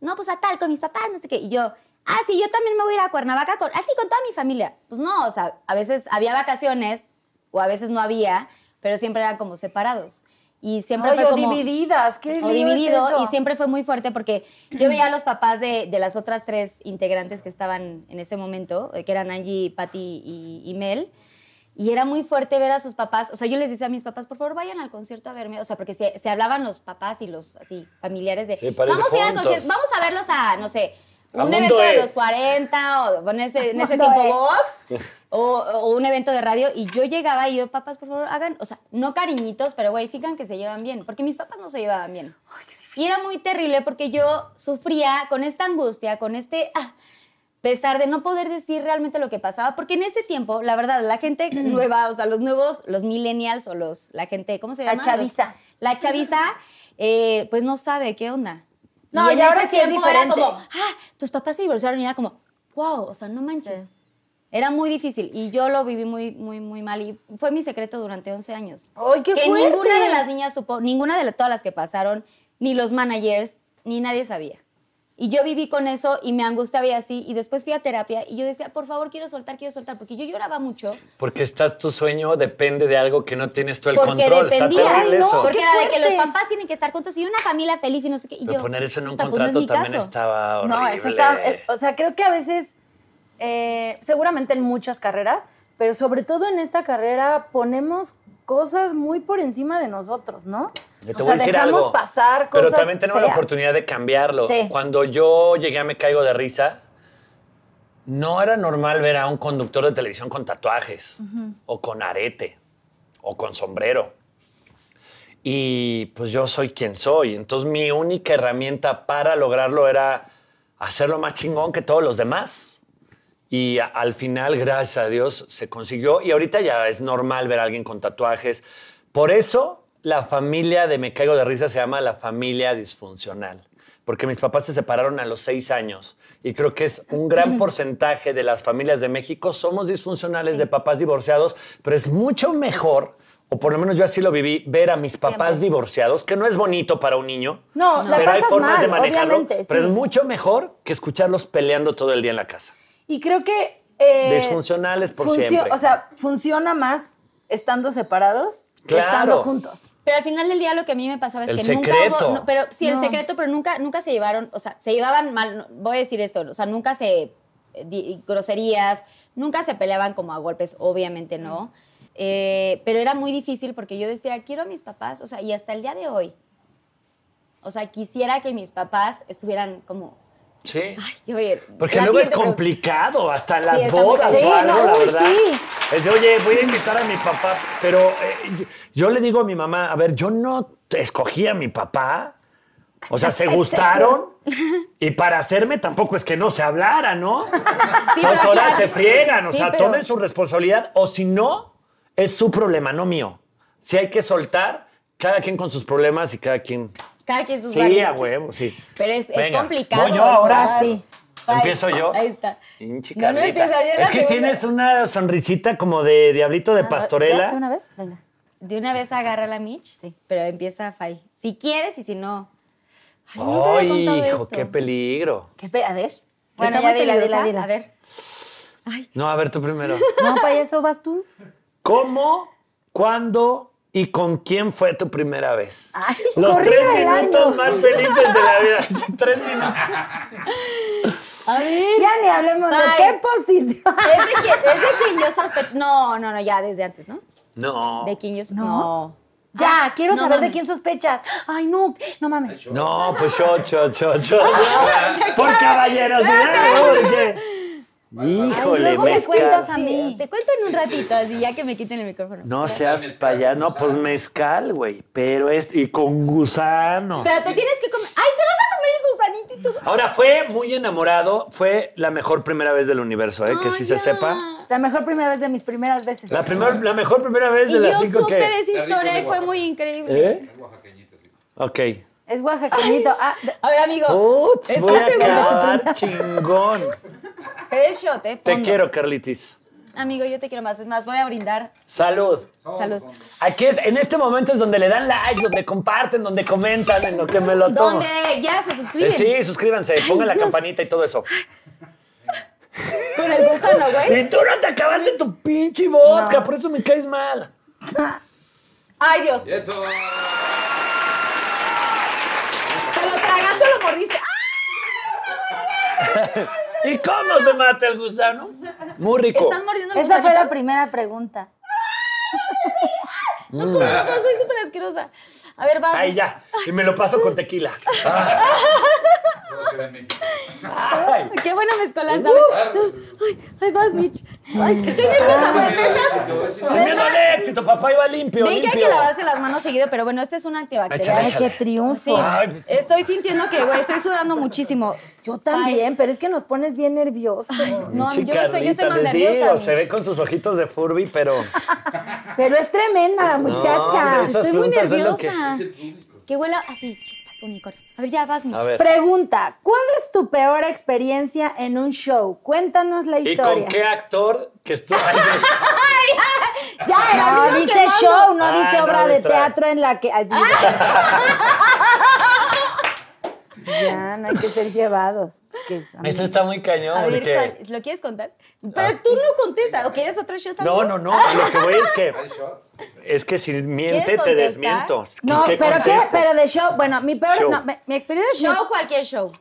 Speaker 2: No, pues a tal, con mis papás, no sé qué. Y yo, ah, sí, yo también me voy a ir a Cuernavaca, con, así con toda mi familia. Pues no, o sea, a veces había vacaciones o a veces no había, pero siempre eran como separados. Y siempre
Speaker 3: Oye,
Speaker 2: fue
Speaker 3: o
Speaker 2: como
Speaker 3: divididas, qué
Speaker 2: o
Speaker 3: lío es
Speaker 2: dividido
Speaker 3: eso.
Speaker 2: y siempre fue muy fuerte porque yo veía a los papás de, de las otras tres integrantes que estaban en ese momento, eh, que eran Angie, Patty y, y Mel, y era muy fuerte ver a sus papás, o sea, yo les decía a mis papás, por favor, vayan al concierto a verme, o sea, porque se, se hablaban los papás y los así, familiares de,
Speaker 4: Sí, para ir
Speaker 2: vamos a ir al
Speaker 4: juntos".
Speaker 2: concierto, vamos a verlos a, no sé,
Speaker 4: A
Speaker 2: un
Speaker 4: Mundo
Speaker 2: evento de
Speaker 4: E.
Speaker 2: los 40 o bueno, ese- en ese
Speaker 3: Mundo
Speaker 2: tipo
Speaker 3: E.
Speaker 2: box o, o un evento de radio y yo llegaba y yo, papás, por favor, hagan, o sea, no cariñitos, pero güey, fijan que se llevan bien, porque mis papás no se llevaban bien. Y era muy terrible porque yo sufría con esta angustia, con este ah, pesar de no poder decir realmente lo que pasaba, porque en ese tiempo, la verdad, la
Speaker 3: <clears throat>
Speaker 2: gente nueva, o sea, los nuevos, los millennials o los, la gente, ¿cómo se
Speaker 3: La
Speaker 2: llama? Los-
Speaker 3: chaviza.
Speaker 2: la chaviza, eh, pues no sabe qué onda.
Speaker 3: No,
Speaker 2: en
Speaker 3: y ahora
Speaker 2: ese
Speaker 3: sí es
Speaker 2: tiempo era
Speaker 3: diferente.
Speaker 2: como, ah, tus papás se divorciaron y era como, wow, o sea, no manches.
Speaker 3: Sí.
Speaker 2: Era muy difícil y yo lo viví muy, muy, muy mal y fue mi secreto durante 11 años.
Speaker 3: ¡Ay, Oh, qué
Speaker 2: que
Speaker 3: fuerte!
Speaker 2: ninguna de las niñas supo, ninguna de la- todas las que pasaron, ni los managers, ni nadie sabía. Y yo viví con eso y me angustiaba y así. Y después fui a terapia y yo decía, por favor, quiero soltar, quiero soltar, porque yo lloraba mucho.
Speaker 4: Porque estás tu sueño depende de algo que no tienes tú el
Speaker 2: porque
Speaker 4: control.
Speaker 2: dependía.
Speaker 4: Está terrible
Speaker 3: Ay, no,
Speaker 4: eso.
Speaker 2: Porque
Speaker 3: Qué
Speaker 2: era de que los
Speaker 3: fuerte.
Speaker 2: papás tienen que estar juntos y una familia feliz y no sé qué. Y
Speaker 4: Pero
Speaker 2: yo,
Speaker 4: poner eso en un
Speaker 2: puta, pues no es
Speaker 4: contrato
Speaker 2: mi
Speaker 4: también
Speaker 2: caso.
Speaker 4: estaba horrible.
Speaker 3: No, eso está. eh, o sea, creo que a veces, eh, seguramente en muchas carreras, pero sobre todo en esta carrera ponemos cosas muy por encima de nosotros, ¿no?
Speaker 4: Yo
Speaker 3: o sea, dejamos pasar cosas.
Speaker 4: Pero también tenemos la
Speaker 3: feas.
Speaker 4: oportunidad de cambiarlo.
Speaker 3: Sí.
Speaker 4: Cuando yo llegué a Me Caigo de Risa, no era normal ver a un conductor de televisión con tatuajes, o con arete, o con sombrero. Y pues yo soy quien soy. Entonces mi única herramienta para lograrlo era hacerlo más chingón que todos los demás. Y a- al final, gracias a Dios, se consiguió. Y ahorita ya es normal ver a alguien con tatuajes. Por eso la familia de Me Caigo de Risa se llama la familia disfuncional. Porque mis papás se separaron a los seis años. Y creo que es un gran porcentaje de las familias de México. Somos disfuncionales de papás divorciados, pero es mucho mejor, o por lo menos yo así lo viví, ver a mis papás divorciados, que no es bonito para un niño.
Speaker 3: No, la
Speaker 4: pero hay
Speaker 3: pasas
Speaker 4: formas de
Speaker 3: mal,
Speaker 4: manejarlo.
Speaker 3: obviamente,
Speaker 4: Pero
Speaker 3: sí.
Speaker 4: es mucho mejor que escucharlos peleando todo el día en la casa.
Speaker 3: Y creo que. eh,
Speaker 4: Disfuncionales por
Speaker 3: funcio-
Speaker 4: siempre.
Speaker 3: O sea, funciona más estando separados que
Speaker 4: Claro.
Speaker 3: estando juntos.
Speaker 2: Pero al final del día lo que a mí me pasaba es
Speaker 4: El
Speaker 2: que nunca
Speaker 4: secreto.
Speaker 2: hubo, no, pero sí el secreto, pero nunca nunca se llevaron, o sea, se llevaban mal, no, voy a decir esto, o sea, nunca se eh, di- groserías, nunca se peleaban como a golpes, obviamente no. Eh, pero era muy difícil porque yo decía, quiero a mis papás, o sea, y hasta el día de hoy. O sea, quisiera que mis papás estuvieran como
Speaker 4: Sí.
Speaker 2: Yo voy a ir-
Speaker 4: Porque
Speaker 2: la
Speaker 4: luego
Speaker 2: siguiente
Speaker 4: es
Speaker 2: pregunta.
Speaker 4: complicado, hasta en las
Speaker 2: está muy
Speaker 4: bodas o
Speaker 3: complicado.
Speaker 4: algo,
Speaker 3: Sí, no,
Speaker 4: la
Speaker 3: uy,
Speaker 4: verdad.
Speaker 3: sí.
Speaker 4: Es de, oye, voy a invitar a mi papá, pero eh, yo, yo le digo a mi mamá, a ver, yo no te escogí a mi papá, o sea,
Speaker 3: <laughs>
Speaker 4: se gustaron, y para hacerme tampoco es que no se hablara, ¿no?
Speaker 2: pero
Speaker 4: Entonces
Speaker 2: aquí-
Speaker 4: ahora se
Speaker 2: aquí-
Speaker 4: friegan, o
Speaker 2: sí,
Speaker 4: sea,
Speaker 2: pero-
Speaker 4: tomen su responsabilidad, o si no, es su problema, no mío. Si hay que soltar, cada quien con sus problemas y cada quien...
Speaker 2: Cada quien sus
Speaker 4: Sí,
Speaker 2: barrios.
Speaker 4: a huevo, sí.
Speaker 2: Pero es, es
Speaker 4: Venga.
Speaker 2: complicado.
Speaker 4: Voy yo ahora.
Speaker 2: Vas.
Speaker 4: Sí. Empiezo yo.
Speaker 2: Ahí está.
Speaker 4: Pinche
Speaker 2: No, no
Speaker 4: Carlita.
Speaker 2: empieza, ya es la
Speaker 4: es que
Speaker 2: segunda. Ah,
Speaker 4: tienes una sonrisita como de diablito de
Speaker 3: ¿Ya? ¿De
Speaker 4: pastorela.
Speaker 3: una vez? Venga.
Speaker 2: De una vez agarra la Mitch, pero empieza a Fai. Si quieres y si no. Ay, nunca había
Speaker 4: Ay,
Speaker 2: contado
Speaker 4: hijo,
Speaker 2: esto.
Speaker 4: qué peligro.
Speaker 3: ¿Qué fe- A ver.
Speaker 2: Bueno,
Speaker 3: Está
Speaker 2: ya
Speaker 3: muy
Speaker 2: dila, dila,
Speaker 3: peligrosa.
Speaker 2: dila. A ver.
Speaker 4: No, a ver tú primero.
Speaker 3: No, para eso vas tú.
Speaker 4: ¿Cómo, cuándo y ¿Y con quién fue tu primera vez?
Speaker 2: Ay,
Speaker 4: Los
Speaker 3: corrí
Speaker 4: tres
Speaker 3: bailando.
Speaker 4: minutos más felices de la vida. <laughs> tres minutos.
Speaker 2: A ver.
Speaker 3: Ya ni hablemos de
Speaker 2: Bye.
Speaker 3: qué posición.
Speaker 2: Es de quien, es de quien yo sospecho. No, no, no, ya desde antes, ¿no?
Speaker 4: No.
Speaker 2: De quien yo sospecho.
Speaker 3: No.
Speaker 2: No.
Speaker 3: Ya, quiero
Speaker 2: Ah, no
Speaker 3: saber de
Speaker 2: mames.
Speaker 3: quién sospechas. Ay, no, no mames.
Speaker 4: No, pues yo, yo, yo, yo. Por caballeros. ¿verdad? ¿Por qué?
Speaker 3: Ay,
Speaker 4: Híjole,
Speaker 3: luego me
Speaker 4: mezcal.
Speaker 3: cuentas a
Speaker 2: Sí,
Speaker 3: mí.
Speaker 2: te cuento en un ratito, así ya que me quiten el micrófono.
Speaker 4: No seas para allá. No, pues mezcal, güey. Pero es. Y con gusano.
Speaker 2: Pero te tienes que comer. ¡Ay, te vas a comer el gusanito y todo!
Speaker 4: Ahora, fue muy enamorado. Fue la mejor primera vez del universo, ¿eh? que
Speaker 2: Ay,
Speaker 4: sí
Speaker 2: ya.
Speaker 4: se sepa.
Speaker 3: La mejor primera vez de mis primeras veces.
Speaker 4: La, primer- la mejor primera vez
Speaker 2: Y
Speaker 4: de las
Speaker 2: yo
Speaker 4: cinco
Speaker 2: supe
Speaker 4: que. ¿eh?
Speaker 2: de esa historia y fue muy increíble.
Speaker 4: Ok.
Speaker 3: Es oaxaqueñito. Ah, de-
Speaker 2: A ver, amigo,
Speaker 4: Uts,
Speaker 2: ¿Estás
Speaker 4: voy a
Speaker 2: seguro de tu
Speaker 4: acabar chingón.
Speaker 2: pero es shot, ¿eh?
Speaker 4: Te
Speaker 2: fondo.
Speaker 4: quiero, Carlitis.
Speaker 2: Amigo, yo te quiero más. Es más, voy a brindar.
Speaker 4: Salud.
Speaker 2: Salud.
Speaker 4: Aquí es, en este momento es donde le dan like, donde comparten, donde comentan, en lo que me lo tomo.
Speaker 2: Donde ya se suscriben.
Speaker 4: Eh, sí, suscríbanse, pongan la
Speaker 2: Dios.
Speaker 4: campanita y todo eso.
Speaker 2: Con el gusano, güey.
Speaker 4: Y tú no te acabaste tu pinche vodka, por eso me caes mal.
Speaker 2: Ay, Dios. Te
Speaker 6: Esto.
Speaker 2: lo tragaste o lo mordiste. ¡Ah!
Speaker 4: ¿Y cómo se mata el gusano? Muy rico.
Speaker 2: Están mordiendo el
Speaker 3: esa
Speaker 2: gusanito.
Speaker 3: fue la primera pregunta.
Speaker 2: No puedo, no, pues, soy súper asquerosa. A ver, vas.
Speaker 4: Ay, ya. Y me lo paso con tequila.
Speaker 6: Todo queda en México.
Speaker 4: Ay.
Speaker 2: Qué buena mezcolanza. ¿sabes? Ay, ay, vas, Mitch. Ay, estoy
Speaker 3: Ah,
Speaker 2: nerviosa, güey. Pues, Me estás... me
Speaker 4: Teniendo
Speaker 2: estás-
Speaker 4: el éxito, papá iba limpio,
Speaker 2: Ven que hay
Speaker 4: limpio.
Speaker 2: que lavarse las manos seguido, pero bueno, este es un antibacterial.
Speaker 4: Échale,
Speaker 3: Ay,
Speaker 4: échale.
Speaker 3: qué
Speaker 2: Sí,
Speaker 3: triunfo.
Speaker 2: estoy sintiendo que, güey, estoy sudando muchísimo.
Speaker 3: Yo también, pero es que nos pones bien nerviosos.
Speaker 2: No, yo,
Speaker 4: Pinche
Speaker 2: no estoy, yo estoy
Speaker 4: Carlita,
Speaker 2: más
Speaker 4: les
Speaker 2: nerviosa.
Speaker 4: digo, se
Speaker 2: Mitch.
Speaker 4: ve con sus ojitos de Furby,
Speaker 2: <laughs>
Speaker 4: pero
Speaker 3: Pero es tremenda la
Speaker 4: hombre,
Speaker 3: muchacha.
Speaker 4: esas
Speaker 2: Estoy muy
Speaker 4: preguntas es lo
Speaker 2: nerviosa. Que huela así, chispas, unicornio. A ver, ya vas, Mitch.
Speaker 4: a ver.
Speaker 3: Pregunta, ¿cuál es tu peor experiencia en un show? Cuéntanos la
Speaker 4: ¿Y
Speaker 3: historia.
Speaker 4: con qué actor que estuvo? Ay,
Speaker 2: Ya, era
Speaker 3: No,
Speaker 2: amigo,
Speaker 3: dice
Speaker 2: qué malo.
Speaker 3: show, no
Speaker 4: Ah,
Speaker 3: dice
Speaker 4: no,
Speaker 3: obra de
Speaker 4: detrás.
Speaker 3: teatro en la que... así. <laughs> ya, no hay que ser llevados. porque son-
Speaker 4: <laughs> Eso está muy cañón.
Speaker 2: A ver,
Speaker 4: porque-
Speaker 2: ¿cuál? ¿lo quieres contar? Pero tú no contestas. ¿O quieres otro shot?
Speaker 4: Ah. No,
Speaker 2: amigo?
Speaker 4: no, no. Lo que voy es
Speaker 2: <laughs>
Speaker 4: que
Speaker 6: ¿Hay shots?
Speaker 4: es que si miente te
Speaker 2: contestar?
Speaker 4: desmiento.
Speaker 3: No,
Speaker 4: ¿Qué
Speaker 3: pero qué,
Speaker 4: contesto?
Speaker 3: pero de show, bueno, mi peor,
Speaker 4: Show.
Speaker 3: no, me- mi experiencia,
Speaker 2: Show, cualquier show.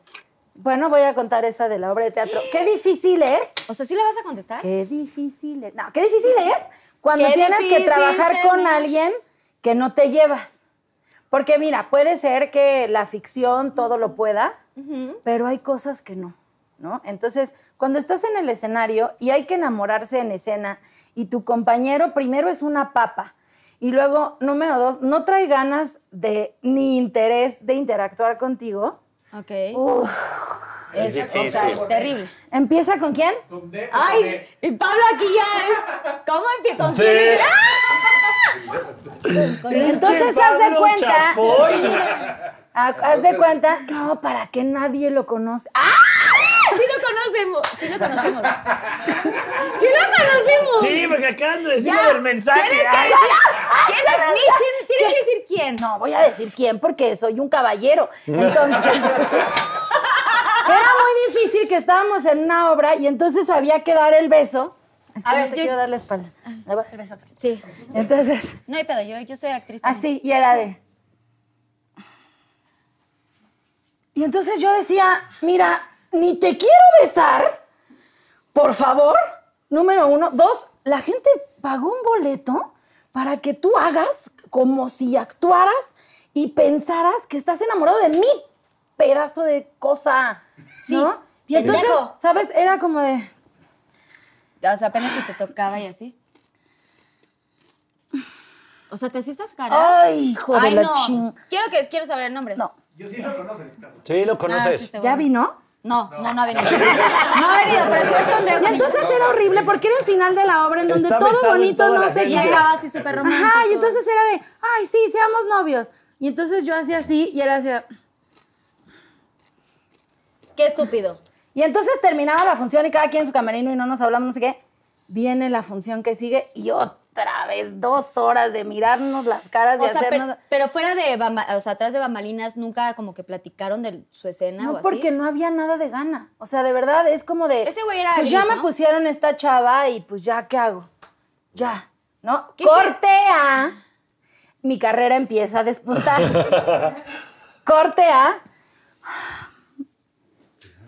Speaker 3: bueno, voy a contar esa de la obra de teatro. Qué difícil es,
Speaker 2: O sea, ¿sí la vas a contestar?
Speaker 3: qué difícil es, no, qué difícil es cuando
Speaker 2: Qué
Speaker 3: tienes que
Speaker 2: difícil
Speaker 3: trabajar
Speaker 2: ser
Speaker 3: con
Speaker 2: mi-
Speaker 3: alguien que no te llevas. Porque mira, puede ser que la ficción todo lo pueda, pero hay cosas que no, ¿no? Entonces, cuando estás en el escenario y hay que enamorarse en escena y tu compañero primero es una papa y luego, número dos, no trae ganas de ni interés de interactuar contigo,
Speaker 2: Ok.
Speaker 3: Uf.
Speaker 2: es,
Speaker 4: Es
Speaker 2: o sea,
Speaker 4: difícil.
Speaker 2: es terrible.
Speaker 3: ¿empieza con quién?
Speaker 2: Ay, y Pablo aquí
Speaker 3: ¿eh?
Speaker 2: ya. ¿Cómo empieza? ¿Con quién?
Speaker 4: Sí.
Speaker 2: Con él.
Speaker 3: Entonces,
Speaker 4: Che,
Speaker 3: haz de
Speaker 4: Pablo
Speaker 3: cuenta.
Speaker 4: Chapoy.
Speaker 3: Ah, <laughs> Haz de cuenta, no, para que nadie lo conoce. ¡Ah!
Speaker 2: Sí lo conocemos. Sí lo conocemos. Sí lo conocemos.
Speaker 4: Sí, porque acaban de decirlo
Speaker 2: Ya.
Speaker 4: del mensaje.
Speaker 2: Tienes que
Speaker 4: Ay,
Speaker 2: decir.
Speaker 3: Ah,
Speaker 2: ¿Quién es Mitch? Tienes que decir quién.
Speaker 3: No, voy a decir quién porque soy un caballero. Entonces. era muy difícil que estábamos en una obra y entonces había que dar el beso. Es que
Speaker 2: A
Speaker 3: no
Speaker 2: ver,
Speaker 3: te
Speaker 2: yo-
Speaker 3: quiero dar la espalda. Le voy a dar el beso.
Speaker 2: Sí.
Speaker 3: Entonces,
Speaker 2: No hay pedo, yo, yo soy actriz. también.
Speaker 3: así, Ah, y era de. Y entonces yo decía, mira, ni te quiero besar, por favor. Número uno. Dos, la gente pagó un boleto para que tú hagas como si actuaras y pensaras que estás enamorado de mí, pedazo de cosa. ¿No? Y entonces,
Speaker 2: pendejo.
Speaker 3: ¿sabes? Era como de.
Speaker 2: O sea, apenas si te tocaba y así. O sea, te hacías esas caras.
Speaker 3: Ay, hijo de
Speaker 2: Ay,
Speaker 3: la
Speaker 2: no.
Speaker 3: ching.
Speaker 2: Quiero que quiero saber el nombre.
Speaker 3: No.
Speaker 4: Sí, lo
Speaker 2: Ah, sí,
Speaker 4: conoces.
Speaker 2: seguro.
Speaker 3: ¿Ya vino?
Speaker 2: No, no, no ha venido. No ha venido, pero sí es con
Speaker 3: Y entonces era horrible porque era el final de la obra en donde
Speaker 4: Está
Speaker 3: todo
Speaker 4: vetado en
Speaker 3: bonito
Speaker 4: toda
Speaker 3: no
Speaker 4: la
Speaker 3: sé
Speaker 4: gente.
Speaker 2: Y
Speaker 3: qué.
Speaker 2: acaba así súper romántico.
Speaker 3: Ajá, y entonces era de, ay, sí, seamos novios. Y entonces yo hacía así y él hacía...
Speaker 2: Qué estúpido.
Speaker 3: Y entonces terminaba la función y cada quien en su camerino y no nos hablamos, no sé qué. Viene la función que sigue y otra vez dos horas de mirarnos las caras y
Speaker 2: O sea, per-
Speaker 3: hacernos...
Speaker 2: pero, fuera de, bamba- o sea, atrás de bambalinas, nunca como que platicaron de su escena o
Speaker 3: No,
Speaker 2: así.
Speaker 3: porque no había nada de gana. O sea, de verdad, es como de...
Speaker 2: Ese güey era
Speaker 3: Pues
Speaker 2: gris,
Speaker 3: ya me
Speaker 2: ¿no?
Speaker 3: pusieron esta chava y pues ya, ¿qué hago? Ya, ¿no?
Speaker 2: ¿Qué
Speaker 3: Cortea mi carrera empieza a despuntar. Corte A.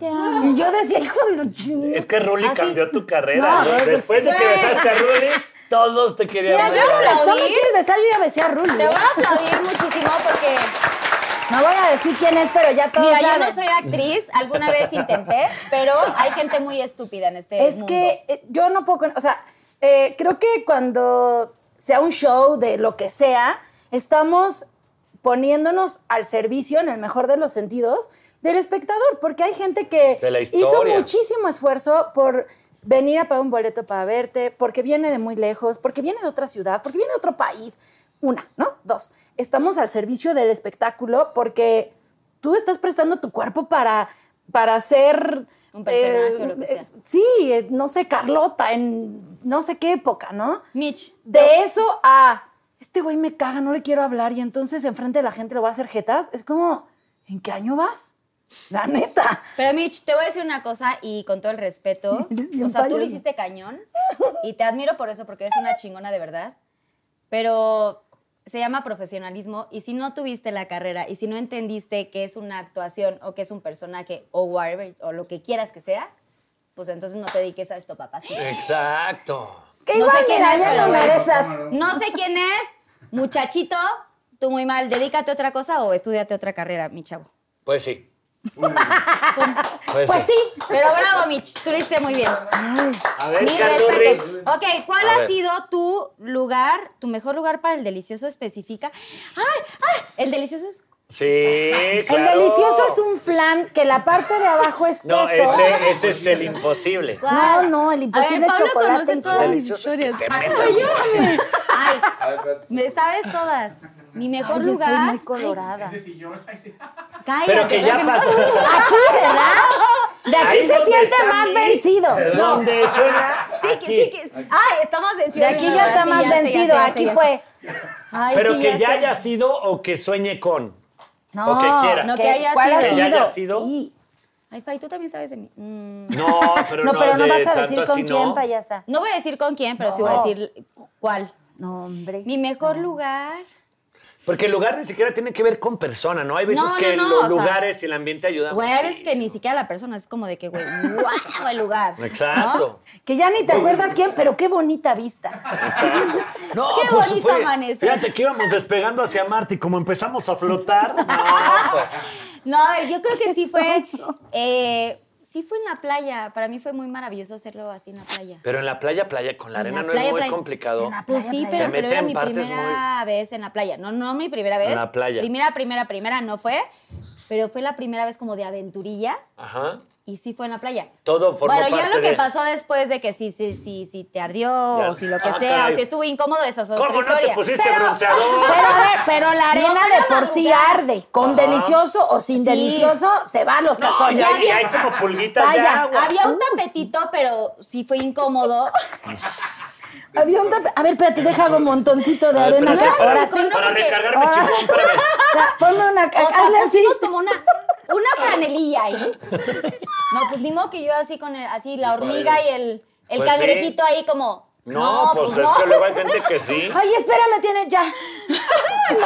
Speaker 3: Y yo decía, hijo de los chingos.
Speaker 4: Es que Ruli cambió tu carrera. ¿no? Después de que besaste a Ruli, todos te querían
Speaker 2: Mira,
Speaker 4: ver.
Speaker 2: yo no la-
Speaker 3: ¿Cómo quieres besar? Yo ya besé a Ruli. ¿eh?
Speaker 2: Te voy a aplaudir muchísimo porque,
Speaker 3: No voy a decir quién es, pero ya todos
Speaker 2: mira, yo
Speaker 3: saben.
Speaker 2: no soy actriz, alguna vez intenté, pero hay gente muy estúpida en este
Speaker 3: Es
Speaker 2: mundo.
Speaker 3: que eh, yo no puedo... con- O sea, eh, creo que cuando sea un show de lo que sea, estamos poniéndonos al servicio, en el mejor de los sentidos, del espectador, porque hay gente que
Speaker 4: De la
Speaker 3: hizo
Speaker 4: historia.
Speaker 3: muchísimo esfuerzo por venir a pagar un boleto para verte, porque viene de muy lejos, porque viene de otra ciudad, porque viene de otro país. Una, ¿no? Dos. Estamos al servicio del espectáculo porque tú estás prestando tu cuerpo para, para ser...
Speaker 2: Un personaje o lo que sea.
Speaker 3: Sí, eh, no sé, Carlota, en no sé qué época, ¿no?
Speaker 2: Mitch,
Speaker 3: De eso a, este güey me caga, no le quiero hablar y entonces enfrente de la gente le voy a hacer jetas, es como, ¿en qué año vas? La neta.
Speaker 2: pero Mitch, te voy a decir una cosa y con todo el respeto,
Speaker 3: <laughs> Eres bien
Speaker 2: o sea, tú
Speaker 3: payaso.
Speaker 2: lo hiciste cañón y te admiro por eso porque eres una chingona de verdad, pero se llama profesionalismo y si no tuviste la carrera y si no entendiste que es una actuación o que es un personaje o whatever o lo que quieras que sea, pues entonces no te dediques a esto, papá. Sí.
Speaker 4: Exacto.
Speaker 2: <laughs>
Speaker 3: Que
Speaker 2: No
Speaker 3: igual,
Speaker 2: sé quién
Speaker 3: mira,
Speaker 2: es,
Speaker 3: ya
Speaker 2: pero
Speaker 3: no
Speaker 2: bueno.
Speaker 3: mereces.
Speaker 2: No sé quién es, muchachito, tú muy mal, dedícate a otra cosa o estudiate otra carrera, mi chavo.
Speaker 4: Pues sí.
Speaker 3: Pues sí,
Speaker 2: Pero bravo, Mitch, tú lo hiciste muy bien.
Speaker 4: A ver,
Speaker 2: Mil
Speaker 4: Carlos
Speaker 2: respetos.
Speaker 4: Ruiz.
Speaker 2: Ok, ¿cuál
Speaker 4: A
Speaker 2: ha
Speaker 4: ver.
Speaker 2: sido tu lugar, tu mejor lugar para el delicioso especifica? ¡Ay, ay! El delicioso es...
Speaker 4: Sí, claro.
Speaker 3: el delicioso es un flan que la parte de abajo es queso.
Speaker 4: No, ese, ese es el imposible.
Speaker 3: No, no, el imposible
Speaker 2: A ver, Pablo
Speaker 3: chocolate
Speaker 2: conoce
Speaker 3: y
Speaker 2: todas
Speaker 3: flan.
Speaker 2: mis
Speaker 4: Delicioso es que
Speaker 2: historias.
Speaker 4: te
Speaker 2: Ay,
Speaker 4: metan.
Speaker 2: ayúdame. Ay,
Speaker 6: A ver, espérate.
Speaker 2: me sabes todas. Mi mejor
Speaker 3: Ay, yo estoy
Speaker 2: lugar...
Speaker 3: muy colorada.
Speaker 6: Ese sillón.
Speaker 2: Cállate.
Speaker 4: Pero que ya
Speaker 2: Pepe.
Speaker 4: pasó.
Speaker 3: Aquí, ¿verdad? De aquí
Speaker 4: Ahí
Speaker 3: se
Speaker 4: donde
Speaker 3: siente
Speaker 4: está
Speaker 3: más
Speaker 4: Mitch,
Speaker 3: vencido.
Speaker 4: Donde suena.
Speaker 2: Sí, que, sí, que... Ay, está más vencido.
Speaker 3: De aquí ya está más vencido, aquí fue.
Speaker 2: Ay,
Speaker 4: Pero
Speaker 2: sí,
Speaker 4: que ya
Speaker 2: sé.
Speaker 4: haya sido o que sueñe con.
Speaker 3: No,
Speaker 4: O que quiera.
Speaker 2: no, que haya
Speaker 3: ¿cuál
Speaker 2: sido.
Speaker 3: ha
Speaker 2: Que
Speaker 4: ya haya sido.
Speaker 3: Sí.
Speaker 2: Ay, Fay, tú también sabes de mí. Mm.
Speaker 4: No, pero
Speaker 3: No,
Speaker 4: no,
Speaker 3: pero no
Speaker 4: de
Speaker 3: vas a decir
Speaker 4: tanto
Speaker 3: con
Speaker 4: así
Speaker 3: quién,
Speaker 4: no.
Speaker 3: payasa.
Speaker 2: No voy a decir con quién, pero sí voy a
Speaker 3: No.
Speaker 2: decir cuál.
Speaker 3: No, hombre.
Speaker 2: Mi mejor lugar.
Speaker 4: Porque el lugar ni siquiera tiene que ver con persona, ¿no? Hay veces
Speaker 2: No, no,
Speaker 4: que
Speaker 2: no, o
Speaker 4: los
Speaker 2: sea,
Speaker 4: lugares y el ambiente ayudan.
Speaker 2: Güey, a veces que ni
Speaker 4: muchísimo.
Speaker 2: siquiera la persona es como de que, güey, <laughs> guau, el lugar. ¿no?
Speaker 4: Exacto.
Speaker 3: Que ya ni te acuerdas quién, pero qué bonita
Speaker 4: <laughs>
Speaker 3: vista.
Speaker 2: <laughs>
Speaker 4: No,
Speaker 2: Qué
Speaker 4: pues,
Speaker 2: bonito amanecer.
Speaker 4: Fíjate que íbamos despegando hacia Marte y como empezamos a flotar. No, pues,
Speaker 2: No, yo creo que sí fue. eh, sí fue en la playa. Para mí fue muy maravilloso hacerlo así en la playa.
Speaker 4: pero en la playa, playa, con la
Speaker 2: En
Speaker 4: arena
Speaker 2: la
Speaker 4: no
Speaker 2: playa,
Speaker 4: es muy
Speaker 2: playa.
Speaker 4: complicado.
Speaker 2: Pues sí,
Speaker 4: playa.
Speaker 2: pero,
Speaker 4: Se
Speaker 2: pero
Speaker 4: meten
Speaker 2: era mi
Speaker 4: partes
Speaker 2: primera vez en la playa. No, no mi primera vez.
Speaker 4: En la playa.
Speaker 2: Primera, primera, primera no fue. Pero fue la primera vez como de aventurilla
Speaker 4: Ajá.
Speaker 2: y sí fue en la playa.
Speaker 4: Todo formó
Speaker 2: Bueno, ya
Speaker 4: parte
Speaker 2: lo que
Speaker 4: de-
Speaker 2: pasó después de que sí, sí, sí, sí te ardió
Speaker 4: Ya.
Speaker 2: o si lo que
Speaker 4: Ah,
Speaker 2: sea,
Speaker 4: caray.
Speaker 2: o si estuvo incómodo, eso es otra
Speaker 4: ¿Cómo no te
Speaker 2: historia.
Speaker 4: pusiste
Speaker 3: Pero-
Speaker 2: <laughs>
Speaker 4: bronceador?
Speaker 3: Pero a ver, pero la arena
Speaker 2: pero
Speaker 3: de por sí
Speaker 2: madrugar.
Speaker 3: arde. Con delicioso o sin
Speaker 2: Sí.
Speaker 3: delicioso, se van los
Speaker 4: No,
Speaker 3: calzones.
Speaker 4: y
Speaker 2: ya
Speaker 4: hay, y
Speaker 2: había-
Speaker 4: hay como pulguitas de
Speaker 3: Vaya,
Speaker 4: agua.
Speaker 2: Ah, Había un tapetito, pero sí fue incómodo.
Speaker 3: Había un tape- A ver, espérate, deja hago un montoncito de
Speaker 4: A ver,
Speaker 3: arena.
Speaker 4: espérate,
Speaker 3: acá. Ahora
Speaker 4: para,
Speaker 3: sí.
Speaker 2: con-
Speaker 4: para
Speaker 2: no, porque-
Speaker 4: recargarme,
Speaker 3: Ah.
Speaker 4: chingón, espérame.
Speaker 3: Ya, Ponme una.
Speaker 2: O sea,
Speaker 3: hazle así.
Speaker 2: pusimos como una, una franelilla ahí. No, pues ni modo que yo así con el, así la hormiga y el, el
Speaker 4: Pues sí.
Speaker 2: cangrejito ahí como.
Speaker 4: No, pues es
Speaker 2: <laughs>
Speaker 4: que luego hay gente que sí.
Speaker 3: Ay, espérame, tiene ya.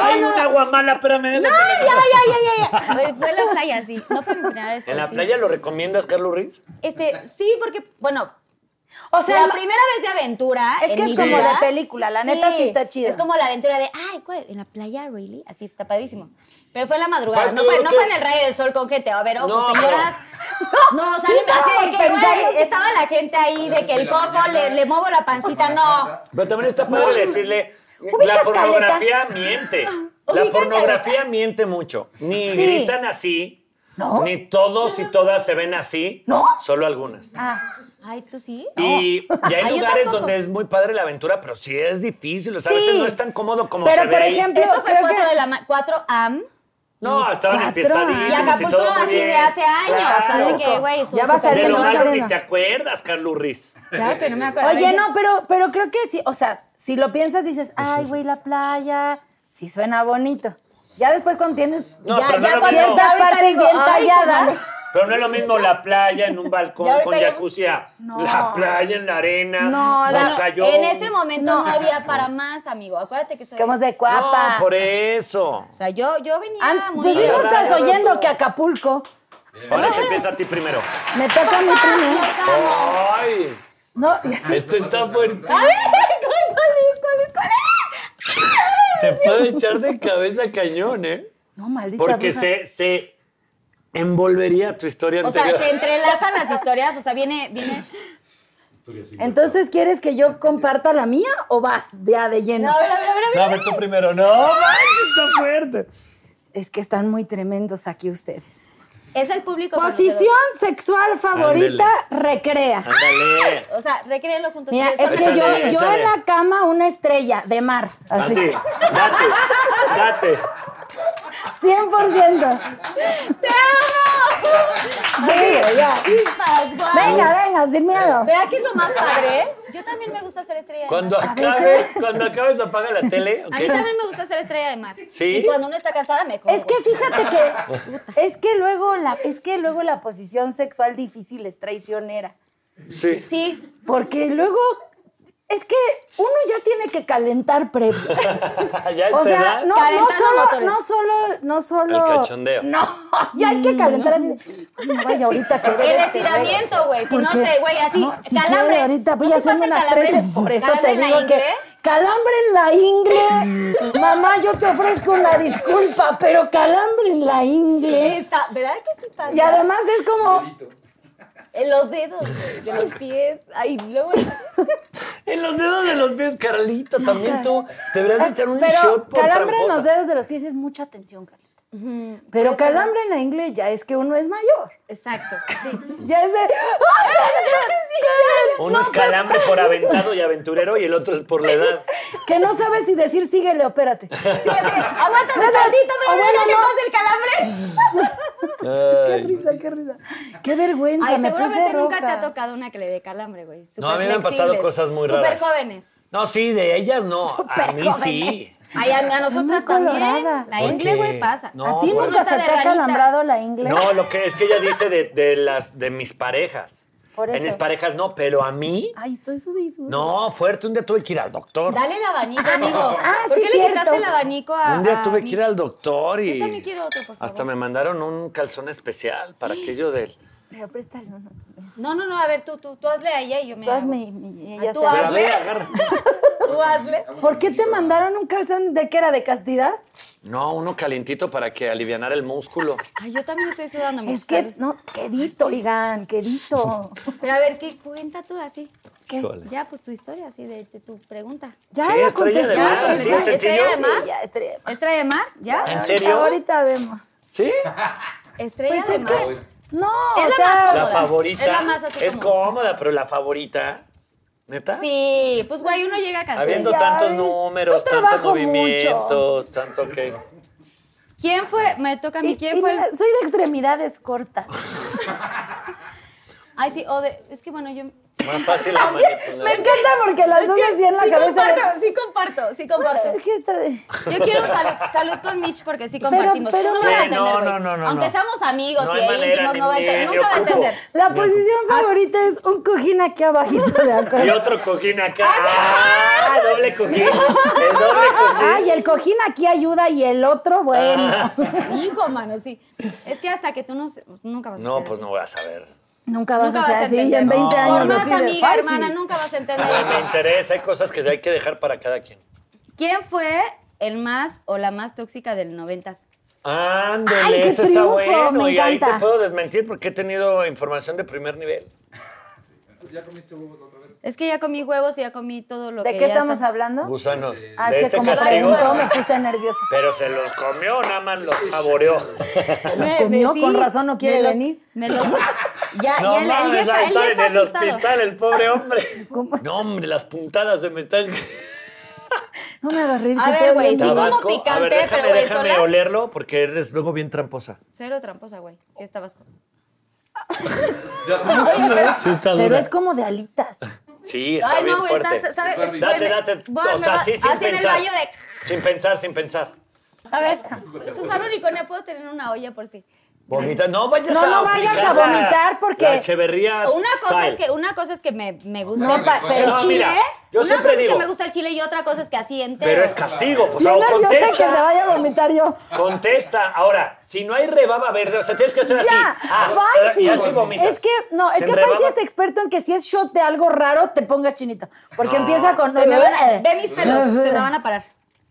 Speaker 4: Hay un agua mala,
Speaker 2: No,
Speaker 4: espérame.
Speaker 2: ya, ya, ya, ya,
Speaker 4: <laughs>
Speaker 2: ya. Fue en la playa, sí. No fue mi primera vez.
Speaker 4: ¿En
Speaker 2: pero
Speaker 4: la
Speaker 2: sí.
Speaker 4: playa lo recomiendas, Carlos Ruiz?
Speaker 2: Este, sí, porque, bueno,
Speaker 3: O sea,
Speaker 2: la primera vez de aventura.
Speaker 3: Es que
Speaker 2: en
Speaker 3: es
Speaker 2: mi
Speaker 3: como
Speaker 2: vida,
Speaker 3: de película, la neta sí está chido.
Speaker 2: Es como la aventura de, ay, ¿cuál? ¿En la playa, really? Así, está padrísimo. Pero fue en la madrugada,
Speaker 4: Pues,
Speaker 2: no
Speaker 4: yo
Speaker 2: fue,
Speaker 4: creo
Speaker 2: no
Speaker 4: que-
Speaker 2: fue en el rayo del sol con gente. A ver, ojo,
Speaker 4: No, pero-
Speaker 3: <laughs>
Speaker 2: señoras. No, o sea,
Speaker 3: Sí,
Speaker 2: me hace de
Speaker 3: no,
Speaker 2: que,
Speaker 3: pensando
Speaker 2: güey,
Speaker 3: que-
Speaker 2: estaba la gente ahí de que el
Speaker 6: la
Speaker 2: coco
Speaker 6: mañana.
Speaker 2: le, le muevo la
Speaker 4: <laughs>
Speaker 2: pancita, no.
Speaker 4: Pero también está padre decirle, la
Speaker 3: Ubicas,
Speaker 4: pornografía
Speaker 3: <gasps>
Speaker 4: miente. La
Speaker 2: Ubica,
Speaker 4: pornografía miente mucho. Ni
Speaker 3: Sí.
Speaker 4: gritan así,
Speaker 3: ¿No?
Speaker 4: ni todos y todas se ven así,
Speaker 3: ¿No?
Speaker 4: solo algunas.
Speaker 3: Ah,
Speaker 2: Ay, ¿tú sí?
Speaker 4: Y, y
Speaker 3: <laughs>
Speaker 4: hay
Speaker 2: Ay, yo
Speaker 4: lugares
Speaker 2: tampoco.
Speaker 4: donde es muy padre la aventura, pero sí es difícil. O sea, a
Speaker 3: Sí.
Speaker 4: veces no es tan cómodo como
Speaker 3: Pero,
Speaker 4: se
Speaker 3: por
Speaker 4: ve ahí.
Speaker 3: ejemplo-
Speaker 2: Esto fue
Speaker 3: creo
Speaker 2: 4
Speaker 3: que-
Speaker 2: de la ma- 4 AM.
Speaker 4: No, estaban
Speaker 3: Cuatro.
Speaker 4: empistadísimos
Speaker 2: Y Acapulco
Speaker 4: todo muy
Speaker 2: así
Speaker 4: bien.
Speaker 2: de hace años,
Speaker 4: Claro.
Speaker 2: o sea, de que, güey, su
Speaker 3: Ya vas a
Speaker 2: super-
Speaker 4: De lo
Speaker 3: no,
Speaker 4: malo ni
Speaker 3: no.
Speaker 4: te acuerdas, Carlos Ruiz.
Speaker 2: Claro que no me acuerdo.
Speaker 3: Oye, no, pero, pero creo que sí. O sea, si lo piensas, dices, ay, güey, la playa. Sí suena bonito. Ya después cuando tienes
Speaker 4: No,
Speaker 2: Ya,
Speaker 4: pero
Speaker 2: ya
Speaker 4: no lo
Speaker 2: cuando
Speaker 4: mismo.
Speaker 2: ahorita
Speaker 3: ciertas partes
Speaker 2: digo,
Speaker 3: bien
Speaker 2: "Ay,
Speaker 3: talladas,
Speaker 2: comadre".
Speaker 4: Pero no es lo mismo la playa en un balcón
Speaker 2: Y ahorita <laughs>
Speaker 4: con
Speaker 2: ya-
Speaker 4: jacuzzi. a
Speaker 3: No.
Speaker 4: La playa en la arena. nos
Speaker 3: No, la-
Speaker 4: cayó
Speaker 2: en
Speaker 4: un-
Speaker 2: ese momento no, había para más, amigo. Acuérdate que soy.
Speaker 3: Que hemos de
Speaker 4: No,
Speaker 3: cuapa.
Speaker 4: por eso.
Speaker 2: O sea, yo, yo venía
Speaker 3: An-
Speaker 2: muy.
Speaker 3: pues sí, no
Speaker 4: Ahora-
Speaker 3: estás oyendo que Acapulco
Speaker 4: Ahora te empieza a ti primero.
Speaker 3: me toca mi primo.
Speaker 2: Los amo.
Speaker 4: ¡Ay!
Speaker 3: No, ya sé.
Speaker 4: Esto está fuerte.
Speaker 2: A ver,
Speaker 3: Oh.
Speaker 2: ¿cuál, cuál es? ¿Cuál es? ¿Cuál
Speaker 4: Te puedo echar de cabeza cañón, ¿eh?
Speaker 3: No, maldita
Speaker 4: Porque
Speaker 3: bruja.
Speaker 4: se, se envolvería tu historia
Speaker 2: es? O sea,
Speaker 4: anterior.
Speaker 2: se entrelazan las historias, o sea, viene, viene.
Speaker 3: Entonces, ¿quieres que yo comparta la mía o vas ya de lleno?
Speaker 2: No, a ver, a ver, a ver, a ver.
Speaker 4: No, a ver tú primero. No, man, está fuerte.
Speaker 3: Es que están muy tremendos aquí ustedes.
Speaker 2: Es el público.
Speaker 3: Posición sexual favorita, recrea.
Speaker 4: Ándale.
Speaker 2: conocedor. O sea, recréelo juntos.
Speaker 3: Mira,
Speaker 2: ustedes.
Speaker 3: es que
Speaker 4: Ah. Échale,
Speaker 3: yo, yo
Speaker 4: échale. Ah,
Speaker 3: en la cama una estrella de mar. Así.
Speaker 4: Así, date, date.
Speaker 2: <laughs>
Speaker 3: 100%. Sí, ya.
Speaker 2: Chispas, guau.
Speaker 3: Venga, venga, sin miedo.
Speaker 2: Vea que es lo más padre, ¿eh? Yo también me gusta ser estrella de
Speaker 4: Cuando
Speaker 2: mar.
Speaker 4: acabes, cuando acabes apaga la tele.
Speaker 2: A
Speaker 4: ¿ok?
Speaker 2: mí también me gusta ser estrella de mar.
Speaker 4: ¿Sí?
Speaker 2: Y cuando uno está casada, mejor.
Speaker 3: Es que
Speaker 2: güey.
Speaker 3: fíjate que es que luego la es que luego la posición sexual difícil es traicionera,
Speaker 4: Sí.
Speaker 2: Sí.
Speaker 3: porque luego es que uno ya tiene que calentar
Speaker 2: <laughs>
Speaker 3: previo.
Speaker 4: ya
Speaker 3: O
Speaker 4: está,
Speaker 3: sea, no, no
Speaker 2: Calentando
Speaker 3: solo,
Speaker 2: motores.
Speaker 3: no solo, no solo.
Speaker 4: El cachondeo.
Speaker 3: No, ya hay que calentar así. de, "Ay, No vaya ahorita que este,
Speaker 2: El estiramiento, güey. Si no te, güey, así.
Speaker 3: si
Speaker 2: calambre.
Speaker 3: quiere, ahorita voy
Speaker 2: ¿No
Speaker 3: a
Speaker 2: te
Speaker 3: hacerme
Speaker 2: pasa
Speaker 3: las
Speaker 2: calambre?
Speaker 3: tres. Por eso
Speaker 2: ¿Calambre
Speaker 3: te
Speaker 2: en la
Speaker 3: digo que.
Speaker 2: ingle?
Speaker 3: Calambre en la ingle. Mamá, yo te ofrezco una disculpa, pero calambre en la ingle.
Speaker 2: Está- ¿Verdad que sí pasa?
Speaker 3: Y además es como.
Speaker 2: En los dedos, güey, de
Speaker 3: <laughs>
Speaker 2: los pies. Ay, luego.
Speaker 4: En los dedos de los pies, Carlita, también tú deberías de echar un
Speaker 3: Pero
Speaker 4: shot por
Speaker 3: calambre en
Speaker 4: tramposa.
Speaker 3: los dedos de los pies es mucha atención, Carlita. Pero calambre en la ingle ya es que uno es mayor.
Speaker 2: Exacto, sí.
Speaker 3: Ya es de.
Speaker 2: <laughs>
Speaker 4: Uno es calambre
Speaker 3: <laughs>
Speaker 4: por aventado y aventurero y el otro es por la edad.
Speaker 3: Que no sabes si decir
Speaker 4: <laughs>
Speaker 3: síguele, opérate.
Speaker 2: Sí, así es. Aguántame tantito,
Speaker 3: o
Speaker 2: pero
Speaker 3: bueno,
Speaker 2: no que
Speaker 3: no.
Speaker 2: pase el calambre.
Speaker 3: Qué risa, qué risa. Qué vergüenza.
Speaker 2: Ay,
Speaker 3: me
Speaker 2: seguramente
Speaker 3: puse
Speaker 2: nunca te
Speaker 3: roja.
Speaker 2: ha tocado una que le dé calambre, güey.
Speaker 4: No, a mí me han
Speaker 2: Superflexibles,
Speaker 4: pasado cosas muy
Speaker 2: Súper
Speaker 4: raras.
Speaker 2: jóvenes.
Speaker 4: No, sí, de ellas no. A mí sí.
Speaker 2: Ay, a, a nosotras también.
Speaker 3: colorada.
Speaker 2: La
Speaker 4: ¿Por
Speaker 2: ingle, güey,
Speaker 4: qué?
Speaker 2: pasa.
Speaker 4: No,
Speaker 3: ¿A ti
Speaker 4: pues-
Speaker 2: Uno
Speaker 3: nunca
Speaker 2: está
Speaker 3: se
Speaker 2: de
Speaker 3: te ha
Speaker 2: ranita.
Speaker 3: calambrado la ingle?
Speaker 4: No, lo que es que ella dice de, de las de mis parejas.
Speaker 3: Por
Speaker 4: En
Speaker 3: eso.
Speaker 4: mis parejas no, pero a mí.
Speaker 3: Ay, estoy sudí, sudí.
Speaker 4: No, fuerte. Un día tuve que ir al doctor.
Speaker 2: Dale el abanico, amigo.
Speaker 3: Ah,
Speaker 2: ¿Por
Speaker 3: sí,
Speaker 2: qué le
Speaker 3: cierto.
Speaker 2: quitaste el abanico a.
Speaker 4: Un día
Speaker 2: a
Speaker 4: tuve que
Speaker 2: Michi?
Speaker 4: ir al doctor y.
Speaker 2: Yo también quiero otro, por favor.
Speaker 4: Hasta me mandaron un calzón especial para aquello del.
Speaker 3: Pero préstale uno.
Speaker 2: No, no, no, a ver, tú, tú, tú hazle a ella y yo me.
Speaker 3: Tú
Speaker 2: hago.
Speaker 3: hazme mi...
Speaker 2: Ah,
Speaker 3: ya
Speaker 2: tú
Speaker 3: sé.
Speaker 4: Pero a ver,
Speaker 2: hazle.
Speaker 4: agarra.
Speaker 2: Tú hazle.
Speaker 3: ¿Por qué te mandaron un calzón de qué era? ¿De castidad?
Speaker 4: No, uno calientito para que alivianara el músculo.
Speaker 2: Ay, yo también estoy sudando, me
Speaker 3: Es
Speaker 2: gusta.
Speaker 3: que, no, quedito,
Speaker 4: <laughs>
Speaker 3: oigan, quedito.
Speaker 2: Pero a ver, ¿qué cuenta tú así? ¿Qué?
Speaker 4: Híjole.
Speaker 2: Ya, pues tu historia, así, de, de tu pregunta.
Speaker 3: Ya
Speaker 4: Sí,
Speaker 3: la
Speaker 4: estrella de
Speaker 3: contesté.
Speaker 4: mar,
Speaker 3: ya,
Speaker 4: así
Speaker 2: de
Speaker 3: contesté.
Speaker 2: sencillo.
Speaker 3: Sí, ya, estrella de mar.
Speaker 2: ¿Estrella de mar? ¿Ya?
Speaker 4: ¿En serio?
Speaker 3: Ahorita vemos.
Speaker 4: ¿Sí?
Speaker 2: Estrella
Speaker 3: Pues
Speaker 2: de
Speaker 6: Ah,
Speaker 3: es
Speaker 2: mar.
Speaker 3: que... No,
Speaker 2: Es
Speaker 3: o
Speaker 2: la
Speaker 3: sea,
Speaker 2: más
Speaker 4: La
Speaker 2: Cómoda.
Speaker 4: favorita.
Speaker 2: Es la más así
Speaker 4: Es
Speaker 2: como-
Speaker 4: cómoda, pero la favorita. ¿Neta?
Speaker 2: Sí, pues güey, uno llega cansado.
Speaker 4: Habiendo
Speaker 3: ya
Speaker 4: tantos
Speaker 3: ves,
Speaker 4: números,
Speaker 3: yo
Speaker 4: tantos
Speaker 3: trabajo
Speaker 4: movimientos, tanto que.
Speaker 2: ¿Quién fue? Me toca a mí.
Speaker 3: y-
Speaker 2: ¿Quién
Speaker 3: y
Speaker 2: fue?
Speaker 3: mira,
Speaker 2: el-
Speaker 3: soy de extremidades
Speaker 4: <laughs>
Speaker 3: cortas.
Speaker 2: Ay, sí, o de... Es que bueno, yo...
Speaker 4: Más fácil la
Speaker 3: Me
Speaker 4: manipulación.
Speaker 3: encanta porque las dos así en la
Speaker 2: sí
Speaker 3: cabeza. de-
Speaker 2: comparto, sí comparto, sí comparto.
Speaker 3: Es que está de-
Speaker 2: Yo quiero salud, salud con Mitch porque sí compartimos.
Speaker 3: pero-
Speaker 2: Tú no vas a
Speaker 4: Sí, no,
Speaker 2: entender, güey.
Speaker 4: no, no, no,
Speaker 2: Aunque
Speaker 4: no.
Speaker 2: seamos amigos
Speaker 4: No
Speaker 2: y
Speaker 4: hay manera,
Speaker 2: íntimos,
Speaker 4: ni
Speaker 2: no va a entender.
Speaker 4: medio
Speaker 2: Nunca va a
Speaker 4: cupo.
Speaker 2: entender.
Speaker 3: La posición favorita es un cojín aquí abajito de
Speaker 4: <laughs> Y
Speaker 3: acá.
Speaker 4: otro cojín acá. ¡Ah! Doble
Speaker 3: <laughs>
Speaker 4: cojín. El doble cojín.
Speaker 3: Ay, el cojín aquí ayuda y el otro, bueno.
Speaker 2: Ah. Hijo, mano, sí. Es que hasta que tú no... se- Nunca vas a
Speaker 4: No,
Speaker 2: ser
Speaker 4: pues
Speaker 2: así.
Speaker 4: no voy a saber.
Speaker 3: Nunca vas
Speaker 2: Nunca
Speaker 3: a ser así y en 20 años.
Speaker 2: Por más
Speaker 3: así de
Speaker 2: amiga,
Speaker 3: fácil.
Speaker 2: hermana, nunca vas a
Speaker 4: No me
Speaker 2: entender.
Speaker 4: interesa. Hay cosas que hay que dejar para cada quien.
Speaker 2: ¿Quién fue el más o la más tóxica del 90?
Speaker 3: Ay,
Speaker 4: Ándele,
Speaker 3: qué
Speaker 4: eso
Speaker 3: triunfo,
Speaker 4: está bueno.
Speaker 3: me
Speaker 4: y ahí te
Speaker 3: encanta.
Speaker 4: puedo desmentir porque he tenido información de primer nivel.
Speaker 6: ¿Ya comiste huevos otra vez?
Speaker 2: Es que ya comí huevos y ya comí todo lo que
Speaker 3: ¿De
Speaker 2: ya
Speaker 3: qué estamos
Speaker 2: está-
Speaker 3: hablando?
Speaker 4: Gusanos.
Speaker 3: Ah,
Speaker 4: Pues, de
Speaker 3: es que
Speaker 4: este
Speaker 3: como
Speaker 4: castigo.
Speaker 3: preguntó me puse nerviosa.
Speaker 4: Pero se los comió, nada más los
Speaker 2: <laughs>
Speaker 4: saboreó.
Speaker 3: los
Speaker 2: Me-
Speaker 3: comió,
Speaker 2: me-
Speaker 3: con
Speaker 2: sí,
Speaker 3: razón no quiere
Speaker 2: me los-
Speaker 3: venir.
Speaker 2: me los- Ya,
Speaker 4: No
Speaker 2: ya él- él, ya
Speaker 4: mames,
Speaker 2: está,
Speaker 4: ahí
Speaker 2: él ya
Speaker 4: está en
Speaker 2: está
Speaker 4: el
Speaker 2: asustado.
Speaker 4: hospital el
Speaker 2: <laughs>
Speaker 4: pobre hombre. No, hombre, las puntadas se me están... <laughs>
Speaker 3: No me hagas reír.
Speaker 2: A
Speaker 3: que
Speaker 2: ver,
Speaker 3: todo
Speaker 2: güey,
Speaker 3: bien.
Speaker 2: sí, como
Speaker 4: Tabasco. A ver,
Speaker 2: picante,
Speaker 4: déjame,
Speaker 2: pero, güey,
Speaker 4: déjame
Speaker 2: sola.
Speaker 4: olerlo porque eres luego
Speaker 2: <laughs>
Speaker 4: bien tramposa.
Speaker 2: Cero tramposa, güey. Sí, está vasco.
Speaker 6: Ya se
Speaker 4: Sí, está
Speaker 3: Pero es como de alitas.
Speaker 4: Sí, está
Speaker 2: Ay,
Speaker 4: bien
Speaker 2: no, güey,
Speaker 4: fuerte.
Speaker 2: estás, ¿sabes?
Speaker 4: Date,
Speaker 6: Date,
Speaker 2: Güey, me-
Speaker 4: date.
Speaker 2: voy a-
Speaker 4: o sea,
Speaker 2: me-
Speaker 4: sí, sin
Speaker 2: así en el
Speaker 4: pensar.
Speaker 2: baño de...
Speaker 4: Sin pensar, sin pensar. <laughs>
Speaker 2: A ver, Susana Unicornia, ¿puedo tener una olla por si?
Speaker 4: Vomita. No vayas
Speaker 3: No,
Speaker 4: a
Speaker 3: no vayas
Speaker 4: aplicar
Speaker 3: a
Speaker 4: la-
Speaker 3: vomitar porque-
Speaker 4: la Echeverría.
Speaker 2: Una cosa,
Speaker 4: style.
Speaker 2: es que, una cosa es que me, me gusta
Speaker 3: No,
Speaker 2: el-
Speaker 3: pa-
Speaker 2: el
Speaker 3: pero
Speaker 4: Ah, No,
Speaker 2: chile.
Speaker 4: mira, yo
Speaker 2: una
Speaker 4: siempre
Speaker 2: cosa es que
Speaker 4: digo-
Speaker 2: me gusta el chile y otra cosa es que así entero.
Speaker 4: Pero es castigo, pues
Speaker 3: Bien
Speaker 4: ahora
Speaker 3: nerviosa de que se
Speaker 4: contesta.
Speaker 3: vaya a vomitar yo.
Speaker 4: Contesta. Ahora, si no hay rebaba verde, o sea, tienes que hacer así. Ah,
Speaker 3: Ya, Faisy.
Speaker 4: ya sí vomitas.
Speaker 3: es que, no, es
Speaker 4: Se
Speaker 3: que
Speaker 4: enrebaba.
Speaker 3: Faisy es experto en que si es shot de algo raro, te pongas chinita. Porque
Speaker 4: No.
Speaker 3: empieza con...
Speaker 2: Se me van a- ve mis pelos, se me van a parar.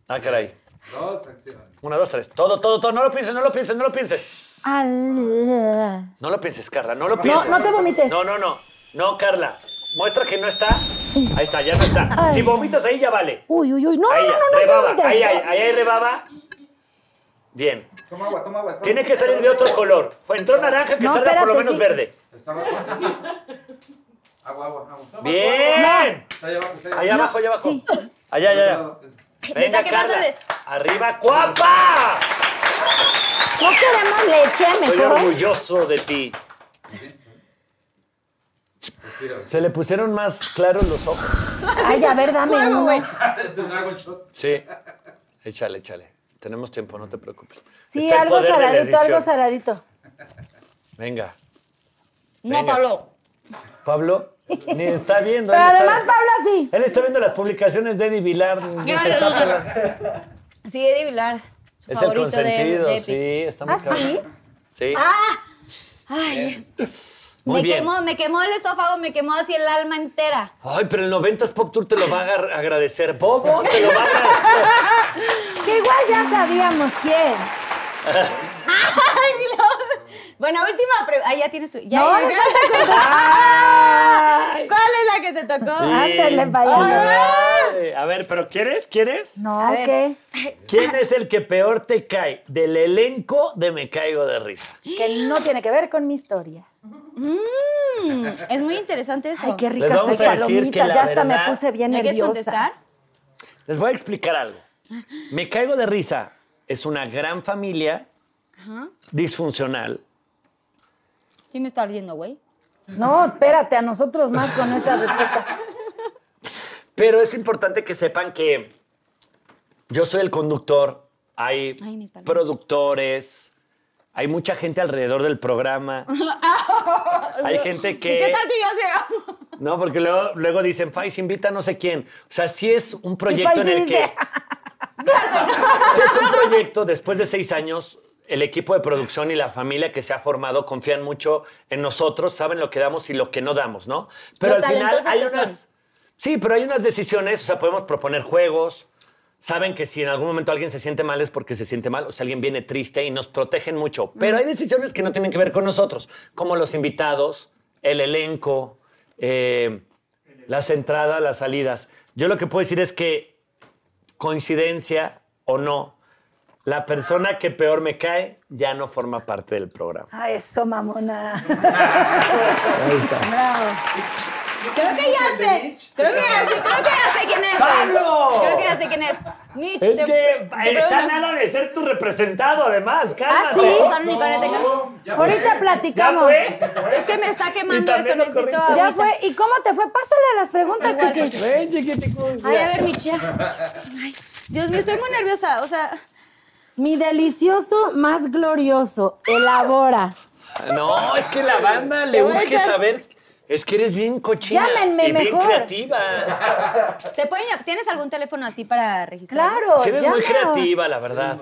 Speaker 4: Ah, caray.
Speaker 6: Dos, acción.
Speaker 4: Una, dos, tres. Todo, todo, todo. No lo pienses, no lo pienses, no lo pienses.
Speaker 3: Al-
Speaker 4: No lo pienses, Carla, no lo pienses.
Speaker 3: no te vomites.
Speaker 4: No, no, no. No, Carla. Muestra que no está. Ahí está, ya no está. Si vomitas ahí ya vale.
Speaker 3: Uy, uy, uy. No,
Speaker 4: ahí
Speaker 3: no,
Speaker 4: ya,
Speaker 3: no, no, te
Speaker 4: rebaba.
Speaker 3: vomites.
Speaker 4: ahí, hay, ahí hay rebaba. Bien.
Speaker 6: Toma agua, toma agua. está-
Speaker 4: Tiene que salir de otro color. Fue- Entró naranja, que
Speaker 3: No,
Speaker 4: salga por lo
Speaker 3: espérate,
Speaker 4: menos
Speaker 3: sí.
Speaker 4: verde.
Speaker 6: Está abajo. Agua, agua, agua.
Speaker 4: Bien.
Speaker 6: Está allá abajo, está allá
Speaker 4: Allá
Speaker 6: abajo.
Speaker 4: abajo, allá abajo.
Speaker 3: sí.
Speaker 4: Allá, allá, allá.
Speaker 2: Le está
Speaker 4: Venga,
Speaker 2: quemando
Speaker 4: Carla.
Speaker 2: el-
Speaker 4: Arriba, guapa.
Speaker 3: No queremos leche,
Speaker 4: Estoy
Speaker 3: mejor.
Speaker 4: orgulloso de ti.
Speaker 6: <laughs>
Speaker 4: Se le pusieron más claros los ojos.
Speaker 3: Ay, a ver, dame uno.
Speaker 6: Se me hago el shot.
Speaker 4: Sí. Échale, échale. Tenemos tiempo, no te preocupes.
Speaker 3: Sí,
Speaker 4: Está el
Speaker 3: algo
Speaker 4: poder de la
Speaker 3: saladito, algo
Speaker 4: edición.
Speaker 3: saladito.
Speaker 4: Venga.
Speaker 2: No,
Speaker 4: Venga.
Speaker 2: Pablo.
Speaker 4: Pablo ni está viendo.
Speaker 3: Pero
Speaker 4: él está-
Speaker 3: además, Pablo, sí.
Speaker 4: Él está viendo las publicaciones de Eddie Vilar. ni se está pela-
Speaker 2: Sí, Eddie Vilar. Su
Speaker 4: Es el
Speaker 2: favorito de-
Speaker 4: consentido,
Speaker 2: de Epic. Ah.
Speaker 4: sí. Está muy
Speaker 3: ¿Ah,
Speaker 4: cabrón.
Speaker 3: sí?
Speaker 4: Sí.
Speaker 2: Ay,
Speaker 4: Muy
Speaker 2: me
Speaker 4: bien.
Speaker 2: quemó, me quemó el esófago, me quemó así el alma entera. <laughs>
Speaker 4: Ay, pero el 90s Pop Tour te lo va a agar- agradecer. Bobo, te lo va a agradecer.
Speaker 3: Que igual ya sabíamos quién.
Speaker 2: Ay, sí, lo- Bueno, última pregunta. Ah, ya tienes tu. Ya,
Speaker 3: No,
Speaker 2: ya-
Speaker 3: no
Speaker 4: Ay.
Speaker 2: ¿Cuál es la que te tocó?
Speaker 3: Ándale,
Speaker 4: Sí,
Speaker 3: vaya.
Speaker 4: chingada. A ver, pero ¿quieres? ¿Quieres?
Speaker 3: No, ¿qué?
Speaker 4: ¿Quién es el que peor te cae del elenco de Me Caigo de Risa?
Speaker 3: Que no tiene que ver con mi historia.
Speaker 2: Mm, es muy interesante eso.
Speaker 3: Ay, qué
Speaker 4: Les
Speaker 3: ricas
Speaker 4: vamos
Speaker 3: tus
Speaker 4: a decir que la
Speaker 3: palomitas. Ya hasta me
Speaker 4: verdad-
Speaker 3: puse bien
Speaker 2: ¿Me quieres
Speaker 3: nerviosa.
Speaker 2: contestar?
Speaker 4: Les voy a explicar algo. Me Caigo de Risa es una gran familia disfuncional.
Speaker 2: Sí me está ardiendo, güey.
Speaker 3: No, espérate, a nosotros más con esta respuesta.
Speaker 4: Pero es importante que sepan que yo soy el conductor, hay
Speaker 2: Ay, mis palomitas.
Speaker 4: productores, hay mucha gente alrededor
Speaker 2: <laughs>
Speaker 4: del programa. hay gente que...
Speaker 2: Ah. ¿Qué tal que ya
Speaker 4: Eh,
Speaker 2: llegamos?
Speaker 4: No, porque luego, luego dicen, Fais, invita a no sé quién. O sea, sí es un proyecto en
Speaker 3: Fais
Speaker 4: el que.
Speaker 3: dice.
Speaker 4: <laughs> Sí es un proyecto, después de seis años, el equipo de producción y la familia que se ha formado confían mucho en nosotros, saben lo que damos y lo que no damos, ¿no? Pero
Speaker 2: Lo
Speaker 4: al final
Speaker 2: talentosos
Speaker 4: hay
Speaker 2: que
Speaker 4: unas.
Speaker 2: son.
Speaker 4: Sí, pero hay unas decisiones, o sea, podemos proponer juegos. Saben que si en algún momento alguien se siente mal es porque se siente mal, o si alguien viene triste y nos protegen mucho. Pero
Speaker 2: Mm.
Speaker 4: hay decisiones que no tienen que ver con nosotros, como los invitados, el elenco, eh, las entradas, las salidas. Yo lo que puedo decir es que, coincidencia o no, la persona que peor me cae ya no forma parte del programa.
Speaker 3: Ah, eso, mamona.
Speaker 2: Creo que ya sé. Creo que ya sé. Creo que ya sé quién es. güey.
Speaker 4: ¡Pablo!
Speaker 2: Creo que ya sé quién es. Mitch,
Speaker 4: Es
Speaker 2: te-
Speaker 4: que eh,
Speaker 2: te
Speaker 4: está
Speaker 2: pregunto.
Speaker 4: nada de ser tu representado, además, cálmate.
Speaker 3: Ah, ¿sí?
Speaker 2: Susana Nicolete,
Speaker 6: Ya fue.
Speaker 3: Ahorita
Speaker 4: ¿Ya
Speaker 3: platicamos.
Speaker 4: fue?
Speaker 2: Es que me está
Speaker 4: Y
Speaker 2: quemando
Speaker 4: también
Speaker 2: esto,
Speaker 4: lo
Speaker 2: necesito
Speaker 4: corriste.
Speaker 3: Ya
Speaker 2: agüita.
Speaker 3: fue. ¿Y cómo te fue? Pásale las preguntas,
Speaker 2: Igual.
Speaker 3: chiquis.
Speaker 4: Ven, chiquiticos.
Speaker 2: Ay, a ver, Mitch, ya. Ay, Dios mío, estoy muy nerviosa. O sea,
Speaker 3: Mi delicioso más glorioso. Elabora.
Speaker 4: No, es que la banda le
Speaker 3: Te voy a
Speaker 4: urge
Speaker 3: echar-
Speaker 4: saber. Es que eres bien cochina.
Speaker 3: Llámenme
Speaker 4: y bien
Speaker 3: mejor.
Speaker 4: creativa.
Speaker 2: ¿te pueden, ¿tienes algún teléfono así para registrar?
Speaker 3: Claro.
Speaker 4: Sí, eres
Speaker 3: Pues ya.
Speaker 4: muy creativa, la verdad.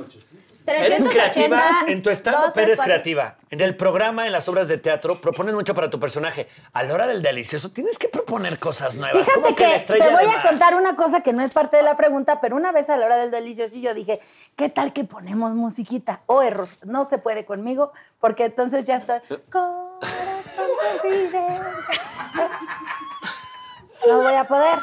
Speaker 4: Eres
Speaker 2: 380.
Speaker 4: creativa en tu stand
Speaker 2: dos,
Speaker 4: pero
Speaker 2: tres,
Speaker 4: eres
Speaker 2: cuatro.
Speaker 4: creativa. En el programa, en las obras de teatro, propones mucho para tu personaje. A la hora del delicioso tienes que proponer cosas nuevas.
Speaker 3: Fíjate
Speaker 4: Como la
Speaker 3: que,
Speaker 4: estrella
Speaker 3: te voy
Speaker 4: de
Speaker 3: a
Speaker 4: mar.
Speaker 3: contar una cosa que no es parte de la pregunta, pero una vez a la hora del delicioso yo dije, ¿qué tal que ponemos musiquita? Oh, error, no se puede conmigo, porque entonces ya estoy...
Speaker 4: Eh.
Speaker 3: Corazón que vive. No voy a poder.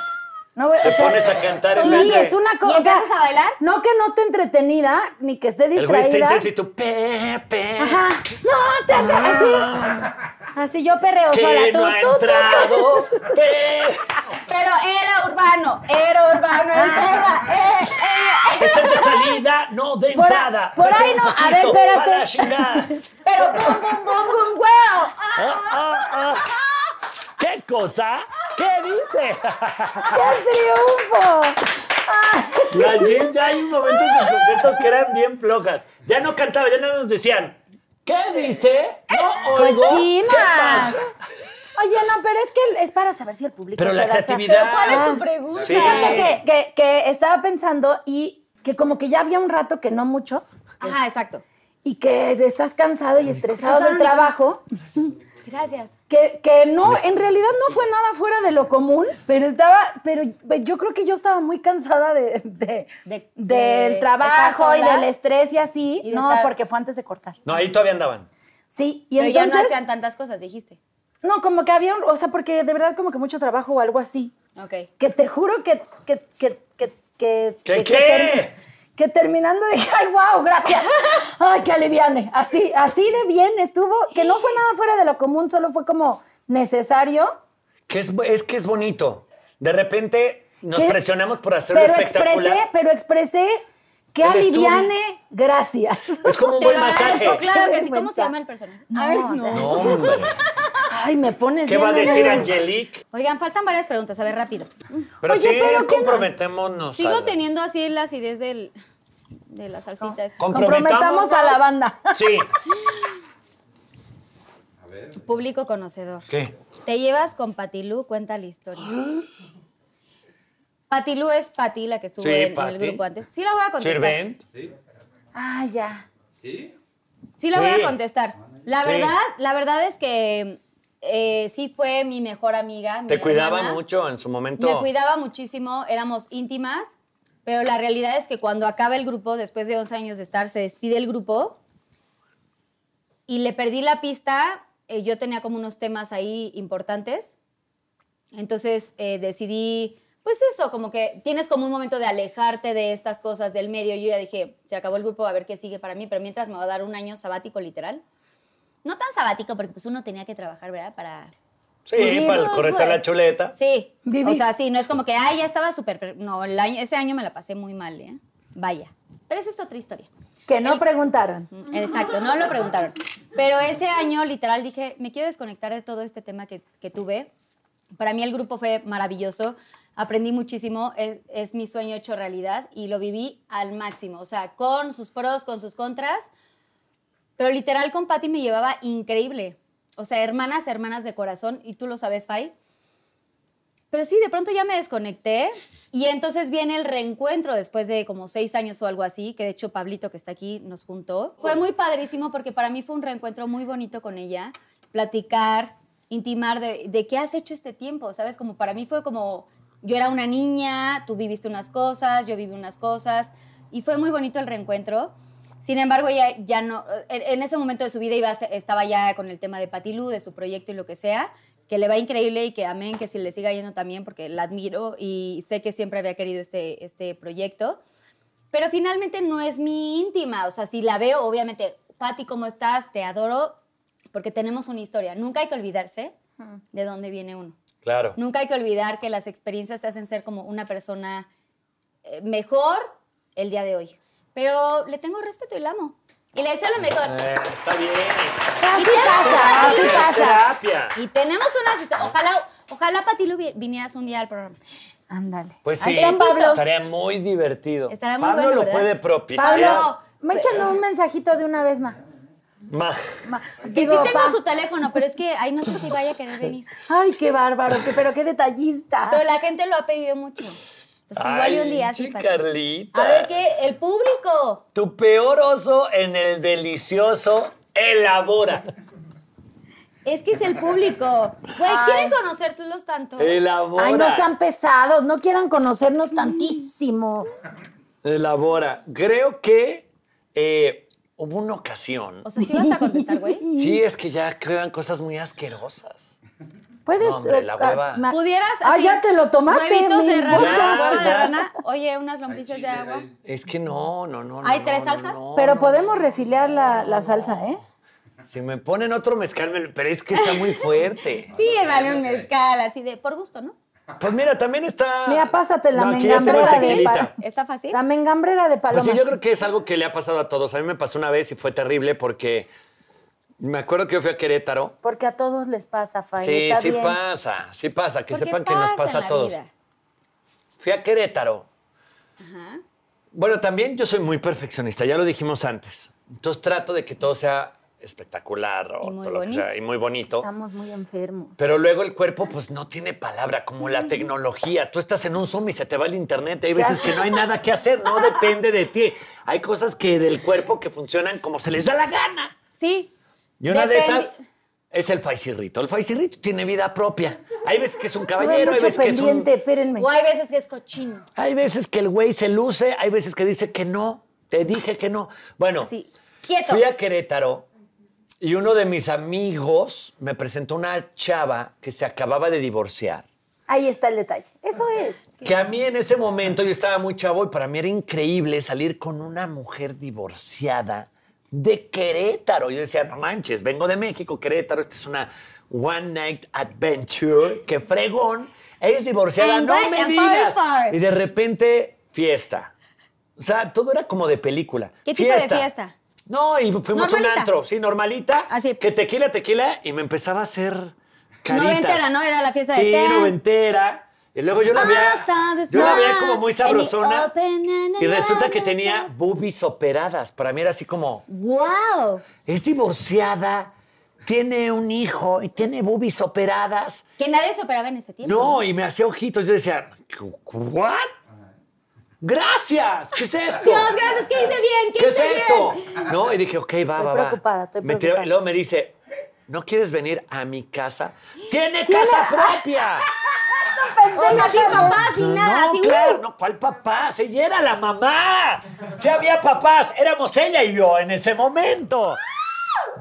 Speaker 3: No voy,
Speaker 4: Te
Speaker 3: o sea,
Speaker 4: pones a cantar en
Speaker 3: Sí,
Speaker 4: vez de-
Speaker 3: es una cosa...
Speaker 2: ¿Y empiezas a bailar?
Speaker 3: No que no esté entretenida, ni que esté
Speaker 4: El güey está
Speaker 3: distraída.
Speaker 4: intenso y tú, Pepe.
Speaker 3: Ajá. No, te hace así. Así yo perreo sola.
Speaker 4: Ah. Que
Speaker 3: Tú,
Speaker 4: no ha
Speaker 3: tú, tú, tú. <laughs>
Speaker 4: entrado. Pepe.
Speaker 2: Pero era urbano, era urbano el
Speaker 4: Ah.
Speaker 2: tema. Eh, eh, eh.
Speaker 4: Esa es de salida, no de
Speaker 3: Por a-
Speaker 4: entrada.
Speaker 3: por
Speaker 4: Vete
Speaker 3: ahí
Speaker 4: un
Speaker 3: no- a
Speaker 4: poquito
Speaker 3: ver, espérate.
Speaker 4: para chingar.
Speaker 2: Pero bum, bum, bum, bum, huevo. Ah,
Speaker 4: Ah, ah, ah. ¿Qué cosa? ¿Qué dice? <laughs>
Speaker 3: ¡Qué triunfo!
Speaker 4: Las Jeans, ya hay momentos de sus conciertos que eran bien flojas. Ya no cantaba, ya no nos decían. ¿Qué dice? No oigo.
Speaker 3: ¡Cochinas!
Speaker 4: ¿Qué pasa?
Speaker 3: Oye, no, pero es que es para saber si el público
Speaker 4: Pero
Speaker 3: se
Speaker 4: la
Speaker 3: da esa-
Speaker 4: creatividad.
Speaker 2: Pero ¿cuál es
Speaker 3: Ah.
Speaker 2: tu pregunta?
Speaker 4: Sí.
Speaker 3: Fíjate que, que- que estaba pensando y que como que ya había un rato que no mucho
Speaker 2: Ajá, exacto.
Speaker 3: y que de- estás cansado y estresado
Speaker 2: Susana,
Speaker 3: del trabajo,
Speaker 2: Gracias.
Speaker 3: que, que no, en realidad no fue nada fuera de lo común, pero estaba, pero yo creo que yo estaba muy cansada de, de-
Speaker 2: De-
Speaker 3: del
Speaker 2: de estar
Speaker 3: trabajo
Speaker 2: sola
Speaker 3: y del estrés y así.
Speaker 2: y de
Speaker 3: no,
Speaker 2: estar-
Speaker 3: porque fue antes de cortar.
Speaker 4: No, ahí todavía andaban.
Speaker 3: Sí, y
Speaker 2: Pero ya
Speaker 3: entonces...
Speaker 2: no hacían tantas cosas, dijiste.
Speaker 3: No, como que había un, o sea, porque de verdad como que mucho trabajo o algo así.
Speaker 2: Ok.
Speaker 3: Que te juro que, que, que, que, que,
Speaker 4: ¿Qué,
Speaker 3: que,
Speaker 4: qué?
Speaker 3: ter- que terminando dije, <laughs> ay, wow, gracias. Ay, que aliviane. Así, así de bien estuvo, que no fue nada fuera de lo común, solo fue como necesario.
Speaker 4: Que es, es que es bonito. De repente nos
Speaker 3: ¿Qué?
Speaker 4: presionamos por hacerlo
Speaker 3: Pero
Speaker 4: espectacular.
Speaker 3: expresé, pero expresé que
Speaker 4: Eres tú.
Speaker 3: aliviane, gracias.
Speaker 4: Es como un
Speaker 2: Te
Speaker 4: buen
Speaker 2: lo
Speaker 4: masaje.
Speaker 2: agradezco, claro que sí.
Speaker 3: Vergüenza.
Speaker 2: ¿Cómo se llama el personaje?
Speaker 3: No,
Speaker 4: No, hombre.
Speaker 3: Ay, me pones
Speaker 4: ¿Qué va a
Speaker 3: bien
Speaker 4: decir
Speaker 3: nerviosa.
Speaker 4: Angelique?
Speaker 2: Oigan, faltan varias preguntas. A ver, rápido.
Speaker 4: Pero
Speaker 3: Oye,
Speaker 4: sí,
Speaker 3: pero ¿qué no?
Speaker 4: comprometémonos.
Speaker 2: Sigo
Speaker 4: algo.
Speaker 2: teniendo así la acidez del, de la salsita. esta.
Speaker 3: Comprometamos
Speaker 4: Comprometámonos.
Speaker 3: a la banda.
Speaker 4: Sí.
Speaker 6: A ver.
Speaker 2: Público conocedor.
Speaker 4: ¿Qué?
Speaker 2: Te llevas con Patilú, cuenta la historia. Patilú es Pati, la que estuvo
Speaker 4: Sí,
Speaker 2: en- en,
Speaker 4: Pati.
Speaker 2: el grupo antes. Sí la voy a contestar.
Speaker 4: ¿Sirven?
Speaker 6: ¿Sí?
Speaker 3: Ah, ya.
Speaker 6: ¿Sí?
Speaker 2: Sí la voy
Speaker 4: Sí.
Speaker 2: a contestar. La
Speaker 4: Sí.
Speaker 2: verdad, la verdad es que eh, sí fue mi mejor amiga. mi
Speaker 4: ¿Te cuidaba
Speaker 2: hermana.
Speaker 4: mucho en su momento?
Speaker 2: Me cuidaba muchísimo, éramos íntimas, pero la realidad es que cuando acaba el grupo, después de 11 años de estar, se despide el grupo y le perdí la pista. eh, yo tenía como unos temas ahí importantes. Entonces eh, decidí, pues eso, como que tienes como un momento de alejarte de estas cosas del medio. Yo ya dije, se acabó el grupo, a ver qué sigue para mí, pero mientras me va a dar un año sabático literal. No tan sabático, porque pues uno tenía que trabajar, ¿verdad? Para
Speaker 4: Sí, para el correte a
Speaker 2: pues.
Speaker 4: la chuleta.
Speaker 2: Sí.
Speaker 3: Viví.
Speaker 2: O sea, sí, no es como que, ay, ya estaba súper. per- No, el año, ese año me la pasé muy mal, ¿eh? Vaya. Pero esa es otra historia. Mm,
Speaker 3: Que no preguntaron.
Speaker 2: Exacto, no lo preguntaron. Pero ese año, literal, dije, me quiero desconectar de todo este tema que, que tuve. Para mí el grupo fue maravilloso, aprendí muchísimo, es, es mi sueño hecho realidad y lo viví al máximo, o sea, con sus pros, con sus contras, pero literal con Patty me llevaba increíble. O sea, hermanas, hermanas de corazón, y tú lo sabes, Fai. Pero sí, de pronto ya me desconecté y entonces viene el reencuentro después de como seis años o algo así, que de hecho Pablito que está aquí nos juntó. Fue muy padrísimo porque para mí fue un reencuentro muy bonito con ella, platicar, intimar de, de qué has hecho este tiempo, ¿sabes? Como para mí fue como, yo era una niña, tú viviste unas cosas, yo viví unas cosas y fue muy bonito el reencuentro. Sin embargo, ella ya no, en, en ese momento de su vida iba a ser- estaba ya con el tema de Patilú, de su proyecto y lo que sea, que le va increíble y que amén, que si le siga yendo también, porque la admiro y sé que siempre había querido este, este proyecto. Pero finalmente no es mi íntima, o sea, si la veo, obviamente, Pati, ¿cómo estás? Te adoro, porque tenemos una historia. Nunca hay que olvidarse de dónde viene uno.
Speaker 4: Claro.
Speaker 2: Nunca hay que olvidar que las experiencias te hacen ser como una persona eh, mejor el día de hoy. Pero le tengo respeto y la amo. Y le deseo lo mejor.
Speaker 4: Eh, está bien.
Speaker 3: Así pasa, así
Speaker 4: Terapia,
Speaker 3: pasa.
Speaker 4: terapia.
Speaker 2: Y tenemos unas historias. Ojalá, ojalá Patilu vi- vinieras un día al programa.
Speaker 3: Ándale.
Speaker 4: Pues
Speaker 2: Ahí
Speaker 4: sí,
Speaker 2: está Pablo.
Speaker 4: estaría muy divertido.
Speaker 2: Estaría muy
Speaker 4: Pablo
Speaker 2: bueno,
Speaker 4: lo
Speaker 2: ¿verdad?
Speaker 4: puede propiciar.
Speaker 3: Pablo,
Speaker 2: pero-
Speaker 3: échanos un mensajito de una vez más.
Speaker 4: Ma-
Speaker 2: Que sí tengo
Speaker 3: pa-
Speaker 2: su teléfono, pero es que ahí no sé si vaya a querer venir.
Speaker 3: Ay, qué bárbaro, qué- pero qué detallista.
Speaker 2: Pero la gente lo ha pedido mucho. Entonces igual y
Speaker 4: Ay,
Speaker 2: un día sí,
Speaker 4: che,
Speaker 2: Pati.
Speaker 4: Carlita.
Speaker 2: A ver qué, el público.
Speaker 4: Tu peor oso en el delicioso elabora.
Speaker 2: Es que es el público. Güey, ¿quieren conocerlos tanto?
Speaker 4: Elabora.
Speaker 3: Ay, no sean pesados, no quieran conocernos tantísimo.
Speaker 4: Elabora. Creo que eh, hubo una ocasión.
Speaker 2: O sea, ¿sí vas a contestar, güey?
Speaker 4: sí, es que ya quedan cosas muy asquerosas.
Speaker 3: Puedes.
Speaker 4: No, hombre,
Speaker 3: eh,
Speaker 4: la
Speaker 3: ah,
Speaker 4: hueva.
Speaker 3: ma-
Speaker 2: Pudieras.
Speaker 3: Ah,
Speaker 2: así,
Speaker 3: ya te lo tomaste,
Speaker 2: Huevitos
Speaker 3: mi
Speaker 2: de rana,
Speaker 4: vodka.
Speaker 2: huevo de
Speaker 4: Ya.
Speaker 3: <laughs>
Speaker 2: rana. Oye, unas lombrices
Speaker 6: Ay,
Speaker 2: de
Speaker 6: chile,
Speaker 2: agua.
Speaker 6: ay.
Speaker 4: Es que no, no, no. no,
Speaker 2: ¿Hay
Speaker 4: no,
Speaker 2: tres
Speaker 4: no,
Speaker 2: salsas?
Speaker 4: no,
Speaker 3: Pero
Speaker 4: no.
Speaker 3: podemos refiliar la, la salsa, ¿eh?
Speaker 4: Si me ponen otro mezcal, me lo- pero es que está
Speaker 2: <laughs>
Speaker 4: muy fuerte.
Speaker 2: Sí, vale un mezcal, así de por gusto, ¿no?
Speaker 4: Pues mira, también está.
Speaker 3: Mira, pásate la
Speaker 4: aquí está
Speaker 3: mengambrera
Speaker 4: la
Speaker 3: de
Speaker 4: tequilita.
Speaker 3: para-
Speaker 2: Está fácil.
Speaker 3: La mengambrera de
Speaker 4: Pues
Speaker 3: palomas.
Speaker 4: sí, yo creo que es algo que le ha pasado a todos. A mí me pasó una vez y fue terrible porque me acuerdo que yo fui a Querétaro.
Speaker 3: Porque a todos les pasa, Fay.
Speaker 4: Sí,
Speaker 3: está
Speaker 4: sí
Speaker 3: bien.
Speaker 4: pasa, sí pasa, que
Speaker 2: Porque
Speaker 4: sepan que nos
Speaker 2: pasa
Speaker 4: pasa
Speaker 2: en
Speaker 4: a
Speaker 2: la
Speaker 4: todos.
Speaker 2: vida.
Speaker 4: Fui a Querétaro. Bueno, también yo soy muy perfeccionista, ya lo dijimos antes. Entonces trato de que todo sea espectacular o
Speaker 2: Y muy
Speaker 4: todo lo que sea, y muy bonito.
Speaker 3: Estamos muy enfermos.
Speaker 4: Pero luego el cuerpo, pues no tiene palabra, como la tecnología. Tú estás en un Zoom y se te va el internet. Hay veces que no hay nada que hacer, no depende de ti. Hay cosas que del cuerpo que funcionan como se les da la gana.
Speaker 2: Sí.
Speaker 4: Y una de
Speaker 2: Depende-
Speaker 4: esas es el faisirrito. El faisirrito tiene vida propia. Hay veces que es un
Speaker 3: Tuve
Speaker 4: caballero, hay
Speaker 3: mucho
Speaker 4: veces que es un.
Speaker 3: pendiente, espérenme.
Speaker 2: O hay veces que es cochino.
Speaker 4: Hay veces que el güey se luce, hay veces que dice que no. Te dije que no. Bueno,
Speaker 2: Así. Quieto.
Speaker 4: fui a Querétaro y uno de mis amigos me presentó una chava que se acababa de divorciar.
Speaker 3: Ahí está el detalle. Eso
Speaker 4: <laughs>
Speaker 3: es.
Speaker 4: Que a mí en ese momento yo estaba muy chavo y para mí era increíble salir con una mujer divorciada de Querétaro. Yo decía, no manches, vengo de México, Querétaro, esta es una One Night Adventure, que fregón, es divorciada,
Speaker 2: En
Speaker 4: no me
Speaker 2: Washington,
Speaker 4: digas.
Speaker 2: Park.
Speaker 4: Y de repente, fiesta. O sea, todo era como de película.
Speaker 2: ¿Qué tipo de fiesta?
Speaker 4: No, y fuimos a un
Speaker 2: Normalita.
Speaker 4: antro, sí, normalita.
Speaker 2: Así.
Speaker 4: Que tequila, tequila, y me empezaba a hacer caritas.
Speaker 2: Noventera, ¿no? Era la fiesta de
Speaker 4: Sí,
Speaker 2: té.
Speaker 4: noventera. Y luego yo la
Speaker 2: Ah,
Speaker 4: veía, yo la veía como muy
Speaker 2: Any
Speaker 4: sabrosona.
Speaker 2: open and
Speaker 4: Y resulta que
Speaker 2: another
Speaker 4: tenía
Speaker 2: side.
Speaker 4: boobies operadas. Para mí era así como,
Speaker 2: ¡Wow!
Speaker 4: es divorciada, tiene un hijo y tiene boobies operadas.
Speaker 2: Que nadie se operaba en ese tiempo.
Speaker 4: No, y me hacía ojitos. Yo decía, ¿what? Gracias, ¿qué es esto?
Speaker 2: Dios, gracias, ¿qué hice bien? ¿Qué,
Speaker 4: ¿Qué es
Speaker 2: hice
Speaker 4: esto?
Speaker 2: bien?
Speaker 4: No, y dije, ok, va,
Speaker 3: Estoy
Speaker 4: va, va.
Speaker 3: preocupada, estoy
Speaker 4: Me tiró-
Speaker 3: preocupada.
Speaker 4: y luego me dice, ¿no quieres venir a mi casa?
Speaker 2: <laughs>
Speaker 4: ¡Tiene casa propia!
Speaker 2: O sea, sin papá, sin nada, uh.
Speaker 4: no,
Speaker 2: sin
Speaker 4: claro, no, ¿cuál papás? Ella era la mamá. Si había papás, éramos ella y yo en ese momento.
Speaker 2: ¡Ah!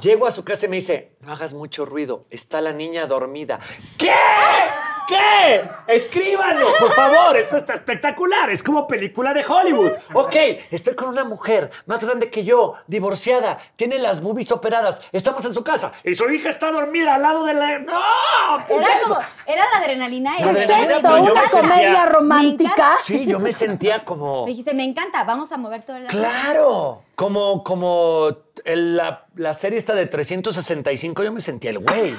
Speaker 4: Llego a su casa y me dice, no hagas mucho ruido, está la niña dormida. ¿Qué? ¿Qué? Escríbanlo, por favor, esto está espectacular, es como película de Hollywood. Ok, estoy con una mujer más grande que yo, divorciada, tiene las boobies operadas, estamos en su casa y su hija está dormida al lado de la... ¡No! ¿qué es
Speaker 2: Era
Speaker 4: eso?
Speaker 2: como, era la adrenalina.
Speaker 4: La
Speaker 3: ¿Qué
Speaker 2: era-
Speaker 3: es
Speaker 4: adrenalina,
Speaker 3: esto?
Speaker 4: pero yo
Speaker 3: ¿Una
Speaker 4: me sentía-
Speaker 3: comedia
Speaker 2: Me
Speaker 3: romántica?
Speaker 2: encanta.
Speaker 4: Sí, yo me sentía como...
Speaker 2: Me dijiste, me encanta, vamos a mover todo el...
Speaker 4: Claro, como, como el- la, la serie esta de 365, yo me sentía el güey.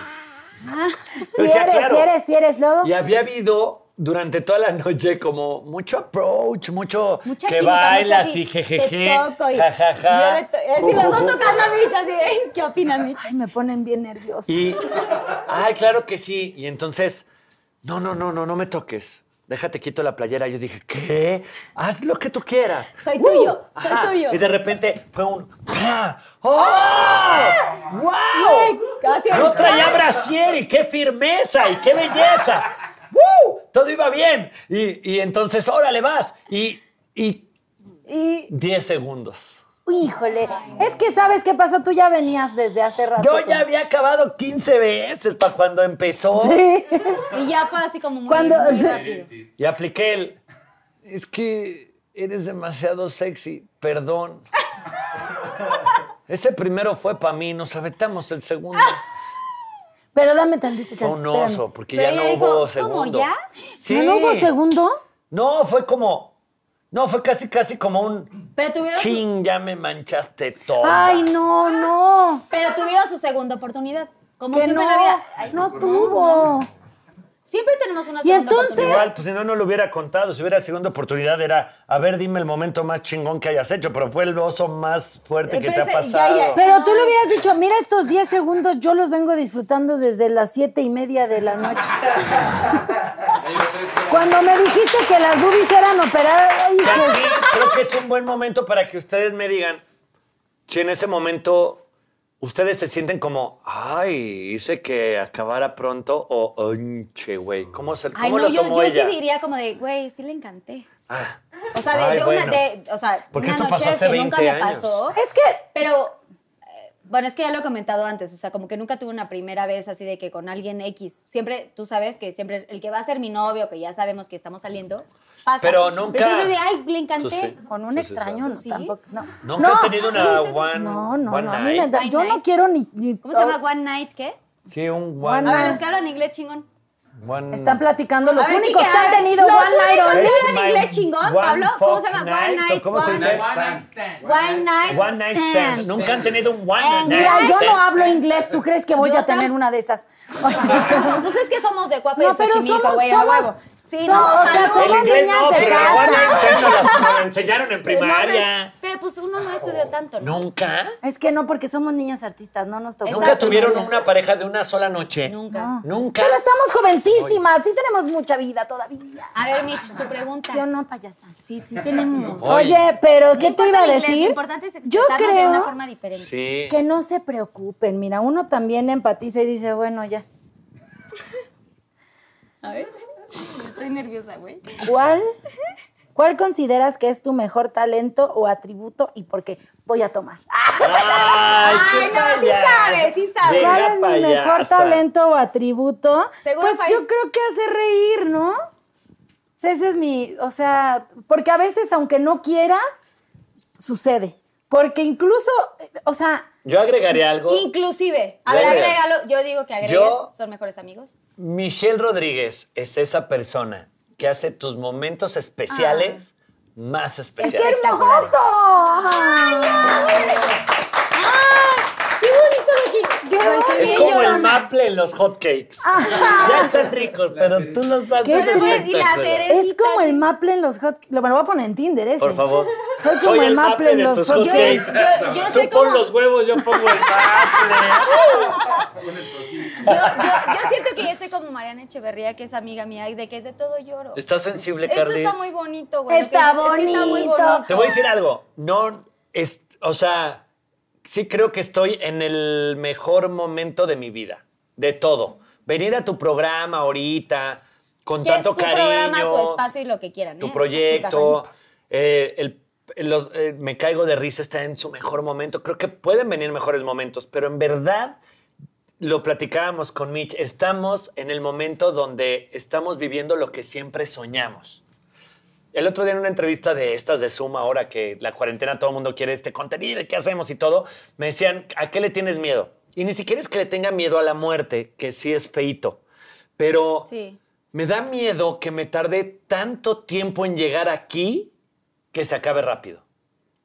Speaker 2: Ah,
Speaker 3: Si
Speaker 4: O sea,
Speaker 3: eres,
Speaker 4: claro.
Speaker 3: si eres, si eres, luego.
Speaker 4: Y había habido durante toda la noche como mucho approach, mucho
Speaker 2: Mucha
Speaker 4: que
Speaker 2: química,
Speaker 4: bailas
Speaker 2: mucho así,
Speaker 4: y jejeje,
Speaker 2: Te toco y...
Speaker 4: jajaja,
Speaker 2: Yo le to-
Speaker 4: ju,
Speaker 2: y los dos
Speaker 4: ju, ju.
Speaker 2: tocando a Mitch, así, ¿eh? ¿qué opinas, Mitch?
Speaker 3: Ay, me ponen bien nerviosa.
Speaker 4: Y, ay, claro que sí. Y entonces, no, no, no, no, no me toques. Déjate quito la playera. Yo dije, ¿qué? Haz lo que tú quieras.
Speaker 2: Soy tuyo, soy tuyo.
Speaker 4: Y de repente fue un. ¡Ah!
Speaker 2: ¡Ah!
Speaker 4: ¡Oh! ¡Wow!
Speaker 2: Casi
Speaker 4: No traía brasier y qué firmeza y qué belleza. ¡Woo! Todo iba bien. Y, y entonces, órale, vas. Y, y
Speaker 2: Y
Speaker 4: 10 segundos.
Speaker 3: Híjole, es que sabes qué pasó, tú ya venías desde hace rato.
Speaker 4: Yo
Speaker 3: con-
Speaker 4: ya había acabado 15 veces para cuando empezó.
Speaker 3: Sí. <laughs>
Speaker 2: y ya fue así como muy,
Speaker 3: Cuando-
Speaker 2: muy rápido.
Speaker 4: Y apliqué el. Es que eres demasiado sexy, <laughs> perdón. Ese primero fue para mí, nos aventamos el segundo.
Speaker 3: Pero dame tantito
Speaker 4: Fue
Speaker 3: chance.
Speaker 4: un
Speaker 3: espérame.
Speaker 4: oso, porque
Speaker 2: Ah, Pero
Speaker 4: ya no
Speaker 2: ella dijo,
Speaker 4: hubo
Speaker 2: ¿cómo,
Speaker 4: segundo.
Speaker 2: ya?
Speaker 4: Sí.
Speaker 3: ¿No, ¿No hubo segundo?
Speaker 4: No, fue como. No, fue casi, casi como un.
Speaker 2: Pero tuvieron, su,
Speaker 4: Ching, ya me manchaste todo.
Speaker 3: Ay, no, no.
Speaker 2: pero tuvieron su segunda oportunidad. Como
Speaker 3: Que
Speaker 2: siempre
Speaker 3: no,
Speaker 2: en la vida. Ay,
Speaker 3: no tuvo.
Speaker 2: Siempre tenemos una
Speaker 3: Y
Speaker 2: segunda
Speaker 3: entonces-
Speaker 2: oportunidad.
Speaker 4: Igual, pues si no, no lo hubiera contado. Si hubiera segunda oportunidad, era, a ver, dime el momento más chingón que hayas hecho, pero fue el oso más fuerte
Speaker 2: Eh,
Speaker 4: que te
Speaker 2: pero
Speaker 4: ha
Speaker 2: ese- ya,
Speaker 4: pasado.
Speaker 2: ya.
Speaker 3: Pero tú le hubieras dicho, mira estos 10 segundos, yo los vengo disfrutando desde las siete y media de la noche.
Speaker 2: <laughs>
Speaker 3: Cuando me dijiste que las boobies eran operadas, ay,
Speaker 4: Y
Speaker 3: hijo,
Speaker 4: aquí creo que es un buen momento para que ustedes me digan si en ese momento ustedes se sienten como, ay, hice que acabara pronto o, "Onche, güey, ¿cómo, se,
Speaker 2: Ay,
Speaker 4: cómo
Speaker 2: no,
Speaker 4: lo
Speaker 2: yo,
Speaker 4: tomó
Speaker 2: yo sí
Speaker 4: ella?
Speaker 2: diría como de, güey, sí le encanté.
Speaker 4: Ah.
Speaker 2: O sea, de,
Speaker 4: Ay,
Speaker 2: de
Speaker 4: bueno.
Speaker 2: una, de, o sea,
Speaker 4: Porque
Speaker 2: una
Speaker 4: esto
Speaker 2: noche
Speaker 4: pasó hace
Speaker 2: que nunca
Speaker 4: 20
Speaker 2: me
Speaker 4: años.
Speaker 2: pasó.
Speaker 3: es que
Speaker 2: Pero, eh, bueno, es que ya lo he comentado antes, o sea, como que nunca tuve una primera vez así de que con alguien X. Siempre, tú sabes que siempre el que va a ser mi novio, que ya sabemos que estamos saliendo, pasa.
Speaker 4: Pero nunca-
Speaker 2: Entonces, de, ay, le
Speaker 4: Tú
Speaker 2: encanté.
Speaker 4: sí.
Speaker 3: con un
Speaker 4: Sí, sí,
Speaker 3: extraño
Speaker 4: sí.
Speaker 3: no,
Speaker 2: ¿Sí?
Speaker 3: tampoco. No.
Speaker 4: Nunca
Speaker 3: No,
Speaker 4: he tenido una
Speaker 2: ¿Tuviste-
Speaker 4: one,
Speaker 3: No, no,
Speaker 4: one
Speaker 3: no, a mí
Speaker 4: night.
Speaker 3: me da-
Speaker 2: One
Speaker 3: yo no
Speaker 2: night.
Speaker 3: quiero ni, ni-
Speaker 2: ¿Cómo se llama One Night qué?
Speaker 4: Sí, un
Speaker 3: One
Speaker 4: one,
Speaker 2: A ver,
Speaker 3: night.
Speaker 2: los que hablan inglés chingón.
Speaker 4: one-
Speaker 3: Están platicando los
Speaker 2: A ver,
Speaker 3: únicos
Speaker 2: Kike,
Speaker 3: que
Speaker 2: a
Speaker 3: han
Speaker 2: ver,
Speaker 3: tenido
Speaker 2: los
Speaker 3: One Night
Speaker 2: únicos
Speaker 3: Only.
Speaker 2: que-
Speaker 4: Es
Speaker 2: hablan
Speaker 4: my
Speaker 2: inglés chingón, Pablo?
Speaker 4: one
Speaker 2: ¿Cómo se llama?
Speaker 4: fuck
Speaker 2: One
Speaker 4: night,
Speaker 2: night,
Speaker 4: ¿o ¿Cómo se
Speaker 2: one
Speaker 4: dice?
Speaker 6: night stand.
Speaker 2: One Night,
Speaker 4: One night stand. Nunca han tenido un one
Speaker 2: Eh,
Speaker 4: night
Speaker 3: Mira, yo
Speaker 4: stand.
Speaker 3: no hablo inglés, ¿tú crees que voy
Speaker 2: Yo
Speaker 3: a tener
Speaker 2: tam-
Speaker 3: una de esas? <laughs>
Speaker 2: Pues es que somos de Cuapa y
Speaker 3: No,
Speaker 2: de
Speaker 3: pero
Speaker 2: Xochimilco,
Speaker 3: somos-
Speaker 2: güey, a
Speaker 3: somos-
Speaker 2: huevo. Sí,
Speaker 3: somos-
Speaker 2: no,
Speaker 3: o sea,
Speaker 2: salud.
Speaker 3: somos-
Speaker 4: El inglés
Speaker 3: niñas
Speaker 4: no,
Speaker 3: de
Speaker 4: pero la one
Speaker 3: casa.
Speaker 4: night stand nos la nos la enseñaron en
Speaker 2: Entonces,
Speaker 4: primaria.
Speaker 2: Pero, Pero pues uno no estudió tanto, ¿no?
Speaker 4: ¿Nunca?
Speaker 3: Es que no, porque somos niñas artistas, no nos tocó.
Speaker 4: ¿Nunca tuvieron una pareja de una sola noche?
Speaker 2: Nunca.
Speaker 3: No.
Speaker 4: ¿Nunca?
Speaker 3: Pero estamos jovencísimas, sí tenemos mucha vida todavía.
Speaker 2: A ver, Mitch, tu pregunta.
Speaker 3: ¿Sí o no, payasa?
Speaker 2: Sí, sí tenemos.
Speaker 4: Oye.
Speaker 3: Oye, pero
Speaker 2: No
Speaker 3: ¿qué
Speaker 2: importa
Speaker 3: te iba a
Speaker 2: el inglés, Lo
Speaker 3: decir?
Speaker 2: importante es
Speaker 3: Yo
Speaker 2: expresarnos de
Speaker 3: creo
Speaker 2: una forma diferente.
Speaker 4: Sí.
Speaker 3: que no se preocupen. Mira, uno también empatiza y dice, bueno, ya.
Speaker 2: A ver. Estoy nerviosa, güey.
Speaker 3: ¿Cuál, ¿Cuál consideras que es tu mejor talento o atributo y por qué? Voy a tomar.
Speaker 4: Ay,
Speaker 2: Ay, no, sí sabe, sí sabe.
Speaker 4: Venga,
Speaker 3: ¿Cuál es mi mejor
Speaker 4: payasa.
Speaker 3: talento o atributo?
Speaker 2: Seguro
Speaker 3: pues
Speaker 2: fue-
Speaker 3: yo creo que hacer reír, ¿no? O sea, ese es mi, o sea, porque a veces aunque no quiera, sucede. Porque incluso, eh, o sea,
Speaker 4: Yo agregaré algo.
Speaker 2: Inclusive. A ver,
Speaker 4: Venga.
Speaker 2: agrégalo. Yo digo que agregues.
Speaker 4: Yo-
Speaker 2: Son mejores amigos.
Speaker 4: Michelle Rodríguez es esa persona que hace tus momentos
Speaker 2: Ah.
Speaker 4: especiales más
Speaker 3: es que
Speaker 4: especiales.
Speaker 3: hermoso. ¡Ah!
Speaker 2: ¡Qué bonito lo que
Speaker 3: ¡Qué bonito!
Speaker 4: Es como el maple en los hotcakes. Ya están ricos, pero tú los haces.
Speaker 3: Qué rico.
Speaker 2: Y la
Speaker 4: espectacular.
Speaker 2: cereza.
Speaker 3: Es como el maple en los hot... Lo, me lo voy a poner en Tinder, ese.
Speaker 4: Por favor.
Speaker 3: Soy como el maple en
Speaker 4: de
Speaker 3: los
Speaker 4: tus
Speaker 3: hot
Speaker 4: hotcakes.
Speaker 2: Yo- yo- yo
Speaker 4: Tú
Speaker 2: estoy
Speaker 4: pon
Speaker 2: como-
Speaker 4: los huevos, yo
Speaker 2: <laughs>
Speaker 4: pongo el maple.
Speaker 2: Yo, yo- yo siento que yo estoy como Mariana Echeverría, que es amiga mía, y de que de todo lloro.
Speaker 4: ¿Estás sensible,
Speaker 2: Esto
Speaker 4: Carly?
Speaker 2: está muy bonito, güey.
Speaker 3: Está
Speaker 2: Es que está muy
Speaker 3: bonito.
Speaker 4: Te voy a decir algo. No, es, o sea, sí creo que estoy en el mejor momento de mi vida, de todo. Venir a tu programa ahorita, con
Speaker 2: Que es
Speaker 4: tanto
Speaker 2: su
Speaker 4: cariño.
Speaker 2: programa, su espacio y lo que quieran. ¿eh?
Speaker 4: Tu
Speaker 2: Su
Speaker 4: proyecto.
Speaker 2: casa.
Speaker 4: eh, el- los- eh, me caigo de risa, está en su mejor momento. Creo que pueden venir mejores momentos, pero en verdad lo platicábamos con Mitch. Estamos en el momento donde estamos viviendo lo que siempre soñamos. El otro día en una entrevista de estas de Zoom, ahora que la cuarentena todo el mundo quiere este contenido y qué hacemos y todo, me decían, ¿a qué le tienes miedo? Y ni siquiera es que le tenga miedo a la muerte, que sí es feito, pero
Speaker 2: Sí.
Speaker 4: me da miedo que me tarde tanto tiempo en llegar aquí que se acabe rápido.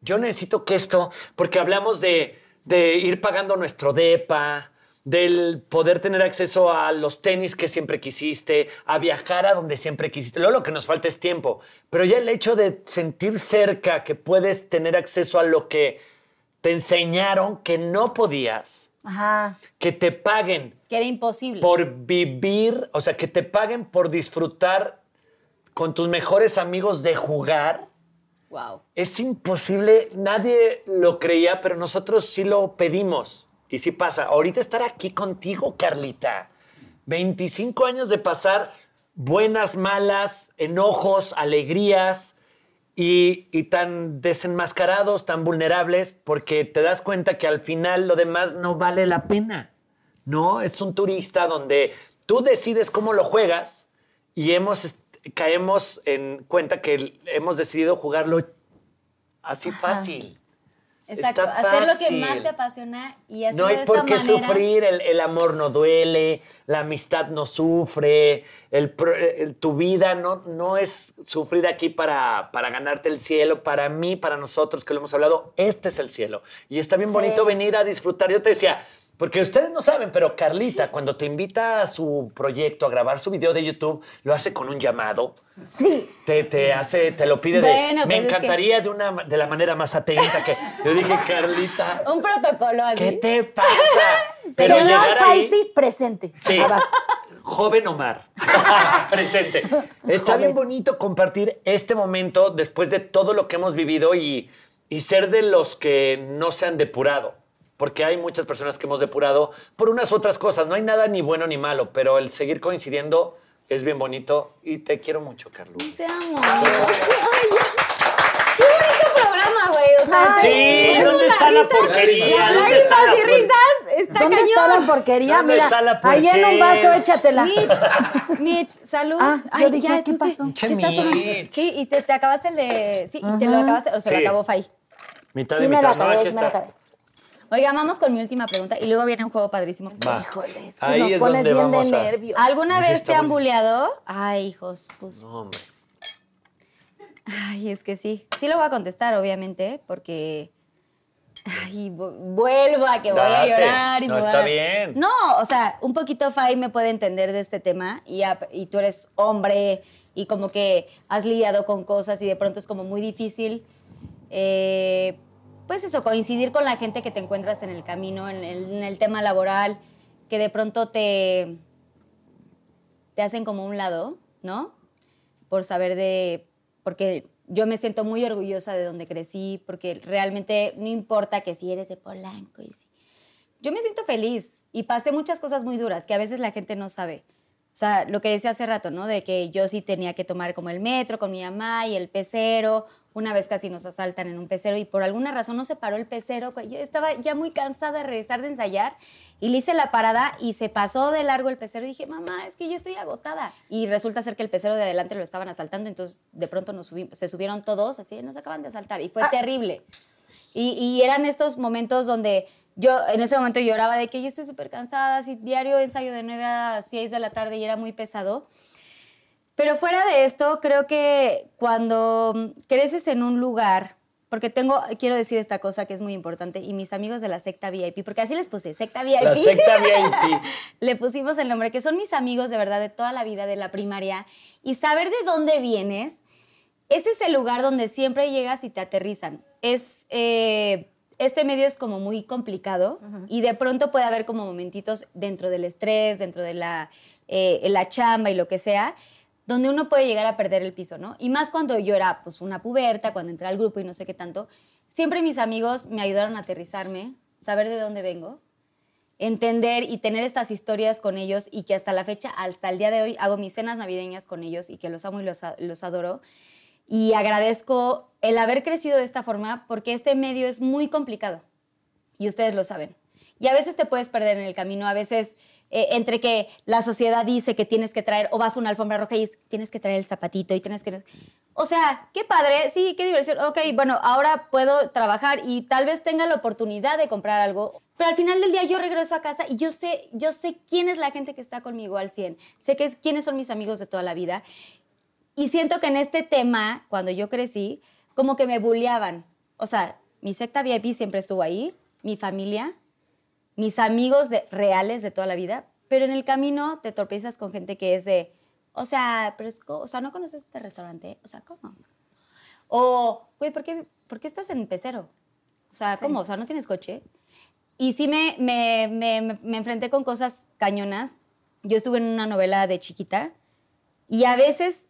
Speaker 4: Yo necesito que esto, porque hablamos de, de ir pagando nuestro DEPA, del poder tener acceso a los tenis que siempre quisiste, a viajar a donde siempre quisiste. Luego lo que nos falta es tiempo, pero ya el hecho de sentir cerca que puedes tener acceso a lo que te enseñaron que no podías,
Speaker 3: Ajá.
Speaker 4: que te paguen
Speaker 2: Que era imposible.
Speaker 4: por vivir, o sea, que te paguen por disfrutar con tus mejores amigos de jugar.
Speaker 2: Wow.
Speaker 4: Es imposible, nadie lo creía, pero nosotros sí lo pedimos. Y sí pasa. Ahorita estar aquí contigo, Carlita. 25 años de pasar buenas, malas, enojos, alegrías y, y tan desenmascarados, tan vulnerables, porque te das cuenta que al final lo demás no vale la pena. No, es un turista donde tú decides cómo lo juegas y hemos est- caemos en cuenta que el- hemos decidido jugarlo así fácil.
Speaker 2: Exacto.
Speaker 4: Está
Speaker 2: Hacer lo que
Speaker 4: fácil.
Speaker 2: más te apasiona y hacerlo
Speaker 4: No
Speaker 2: de
Speaker 4: hay
Speaker 2: esta
Speaker 4: por qué
Speaker 2: manera.
Speaker 4: sufrir, el, el amor no duele, la amistad no sufre, el pro- el- tu vida no, no es sufrir aquí para, para ganarte el cielo. Para mí, para nosotros que lo hemos hablado, este es el cielo. Y está bien
Speaker 3: Sí.
Speaker 4: bonito venir a disfrutar. Yo te decía, porque ustedes no saben, pero Carlita, cuando te invita a su proyecto a grabar su video de YouTube, lo hace con un llamado.
Speaker 3: Sí.
Speaker 4: Te, te hace, te lo pide de.
Speaker 2: Mm. Bueno,
Speaker 4: me
Speaker 2: pues es que-
Speaker 4: encantaría de una de la manera más atenta que. Yo dije, Carlita.
Speaker 2: Un protocolo así.
Speaker 4: ¿Qué te pasa?
Speaker 3: <laughs>
Speaker 4: Pero
Speaker 3: Señor
Speaker 4: llegar ahí,
Speaker 3: Faisy, presente.
Speaker 4: sí,
Speaker 3: Abajo.
Speaker 4: joven Omar, <laughs> presente. Está bien
Speaker 3: Joven.
Speaker 4: bonito compartir este momento después de todo lo que hemos vivido y, y ser de los que no se han depurado. Porque hay muchas personas que hemos depurado por unas u otras cosas. No hay nada ni bueno ni malo, pero el seguir coincidiendo es bien bonito y te quiero mucho, Carlos.
Speaker 2: Te amo. Ay, Qué bonito programa, güey. O sea,
Speaker 3: Ay,
Speaker 4: Sí,
Speaker 2: es
Speaker 4: ¿dónde
Speaker 2: una
Speaker 4: está la
Speaker 2: risa,
Speaker 4: porquería? ¿Dónde
Speaker 2: Lágrimas
Speaker 4: está la
Speaker 2: y
Speaker 4: por-
Speaker 2: risas. Está
Speaker 3: ¿Dónde
Speaker 2: cañón.
Speaker 3: está la porquería?
Speaker 4: ¿Dónde
Speaker 3: Mira,
Speaker 4: está la
Speaker 3: ahí en un vaso
Speaker 4: porquería?
Speaker 3: échatela.
Speaker 2: Mitch, Mitch, salud.
Speaker 3: Ah, yo dije, ¿qué
Speaker 2: ¿tú
Speaker 3: pasó?
Speaker 4: Che,
Speaker 2: qué estás tomando?
Speaker 4: Mitch.
Speaker 2: Sí, y te, te acabaste el de. Sí, y te lo acabaste. O se lo
Speaker 4: Sí.
Speaker 2: acabó Fai.
Speaker 4: Mitad de
Speaker 3: Sí, me la
Speaker 4: mitad. No,
Speaker 3: acabé,
Speaker 4: aquí
Speaker 3: sí me la
Speaker 4: está.
Speaker 3: acabé.
Speaker 2: Oiga, vamos con mi última pregunta y luego viene un juego padrísimo.
Speaker 4: Va.
Speaker 3: Híjole, es que
Speaker 4: Ahí
Speaker 3: nos
Speaker 4: es
Speaker 3: pones
Speaker 4: donde
Speaker 3: bien de
Speaker 4: vamos a-
Speaker 3: nervios.
Speaker 2: ¿Alguna
Speaker 4: Oye,
Speaker 2: vez te
Speaker 4: está
Speaker 2: han
Speaker 4: bueno.
Speaker 2: buleado? Ay, hijos, pues.
Speaker 4: No, hombre.
Speaker 2: Ay, es que sí. Sí lo voy a contestar, obviamente, porque. Ay, vu- vuelvo a que voy a
Speaker 4: Date.
Speaker 2: llorar. Y
Speaker 4: No,
Speaker 2: me voy a
Speaker 4: está
Speaker 2: dar-
Speaker 4: bien.
Speaker 2: No, o sea, un poquito Fai me puede entender de este tema y, ap- y tú eres hombre y como que has lidiado con cosas y de pronto es como muy difícil eh, pues eso, coincidir con la gente que te encuentras en el camino, en el, en el tema laboral, que de pronto te, te hacen como un lado, ¿no? Por saber de, porque yo me siento muy orgullosa de donde crecí, porque realmente no importa que si eres de Polanco y si... Yo me siento feliz y pasé muchas cosas muy duras que a veces la gente no sabe. O sea, lo que decía hace rato, ¿no? De que yo sí tenía que tomar como el metro con mi mamá y el pecero. Una vez casi nos asaltan en un pecero y por alguna razón no se paró el pecero. Yo estaba ya muy cansada de regresar de ensayar y le hice la parada y se pasó de largo el pecero. Y dije, mamá, es que yo estoy agotada. Y resulta ser que el pecero de adelante lo estaban asaltando, entonces de pronto nos subimos, se subieron todos, así, nos acaban de asaltar. Y fue ah. terrible. Y, y eran estos momentos donde yo en ese momento lloraba de que yo estoy súper cansada, así diario ensayo de 9 a 6 de la tarde y era muy pesado. Pero fuera de esto, creo que cuando creces en un lugar, porque tengo, quiero decir esta cosa que es muy importante, y mis amigos de la secta VIP, porque así les puse, secta VIP.
Speaker 4: La
Speaker 3: <laughs>
Speaker 4: secta VIP.
Speaker 2: Le pusimos el nombre, que son mis amigos de verdad de toda la vida, de la primaria, y saber de dónde vienes, ese es el lugar donde siempre llegas y te aterrizan. Es... Eh, este medio es como muy complicado uh -huh. y de pronto puede haber como momentitos dentro del estrés, dentro de la, eh, la chamba y lo que sea, donde uno puede llegar a perder el piso, ¿no? Y más cuando yo era pues una puberta, cuando entré al grupo y no sé qué tanto, siempre mis amigos me ayudaron a aterrizarme, saber de dónde vengo, entender y tener estas historias con ellos y que hasta la fecha, hasta el día de hoy, hago mis cenas navideñas con ellos y que los amo y los, los adoro y agradezco el haber crecido de esta forma porque este medio es muy complicado y ustedes lo saben. Y a veces te puedes perder en el camino, a veces eh, entre que la sociedad dice que tienes que traer o vas a una alfombra roja y tienes que traer el zapatito y tienes que... O sea, qué padre, sí, qué diversión. Ok, bueno, ahora puedo trabajar y tal vez tenga la oportunidad de comprar algo. Pero al final del día yo regreso a casa y yo sé, yo sé quién es la gente que está conmigo al 100. Sé que es, quiénes son mis amigos de toda la vida. Y siento que en este tema, cuando yo crecí, como que me bulleaban. O sea, mi secta VIP siempre estuvo ahí, mi familia, mis amigos de, reales de toda la vida, pero en el camino te torpezas con gente que es de, o sea, pero es, o sea, no conoces este restaurante, o sea, ¿cómo? O, güey, ¿por qué, ¿por qué, estás en el pecero? O sea, sí. ¿cómo? O sea, ¿no tienes coche? Y sí me, me, me, me enfrenté con cosas cañonas. Yo estuve en una novela de chiquita y a veces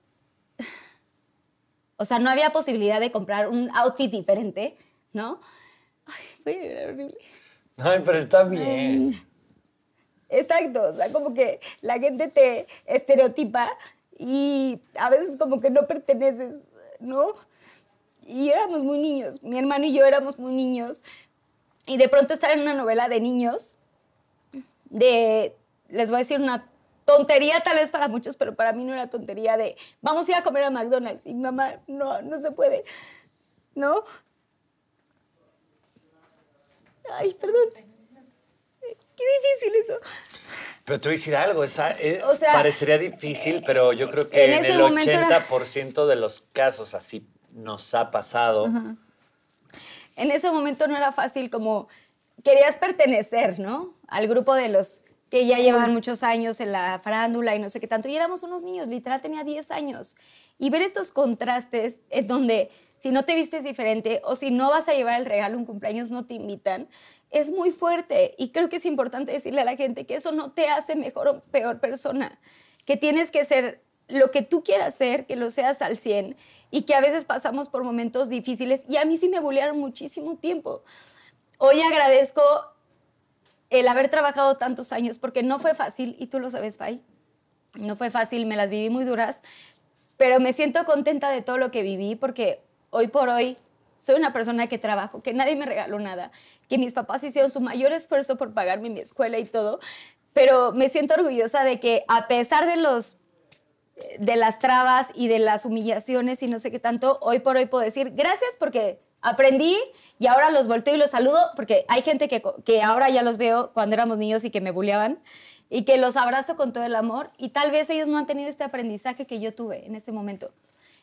Speaker 2: o sea, no había posibilidad de comprar un outfit diferente, ¿no? Ay, voy a llorar horrible.
Speaker 4: Ay, pero está bien.
Speaker 7: Exacto, o sea, como que la gente te estereotipa y a veces como que no perteneces, ¿no? Y éramos muy niños, mi hermano y yo éramos muy niños. Y de pronto estar en una novela de niños, de, les voy a decir una tontería tal vez para muchos, pero para mí no era tontería de vamos a ir a comer a McDonald's y mamá, no, no se puede, ¿no? Ay, perdón. Qué difícil eso.
Speaker 4: Pero te voy a decir algo, esa, eh, o sea, parecería difícil, pero yo creo que en, en el 80% era... de los casos así nos ha pasado. Uh -huh.
Speaker 7: En ese momento no era fácil, como querías pertenecer, ¿no? Al grupo de los que ya llevaban muchos años en la farándula y no sé qué tanto. Y éramos unos niños, literal tenía 10 años. Y ver estos contrastes en donde si no te vistes diferente o si no vas a llevar el regalo un cumpleaños no te invitan, es muy fuerte. Y creo que es importante decirle a la gente que eso no te hace mejor o peor persona, que tienes que ser lo que tú quieras ser, que lo seas al 100 y que a veces pasamos por momentos difíciles. Y a mí sí me bullearon muchísimo tiempo. Hoy agradezco el haber trabajado tantos años, porque no fue fácil, y tú lo sabes, Fay, no fue fácil, me las viví muy duras, pero me siento contenta de todo lo que viví, porque hoy por hoy soy una persona que trabajo, que nadie me regaló nada, que mis papás hicieron su mayor esfuerzo por pagarme mi escuela y todo, pero me siento orgullosa de que a pesar de los de las trabas y de las humillaciones y no sé qué tanto, hoy por hoy puedo decir gracias porque aprendí y ahora los volteo y los saludo porque hay gente que, que, ahora ya los veo cuando éramos niños y que me bulleaban y que los abrazo con todo el amor y tal vez ellos no han tenido este aprendizaje que yo tuve en ese momento.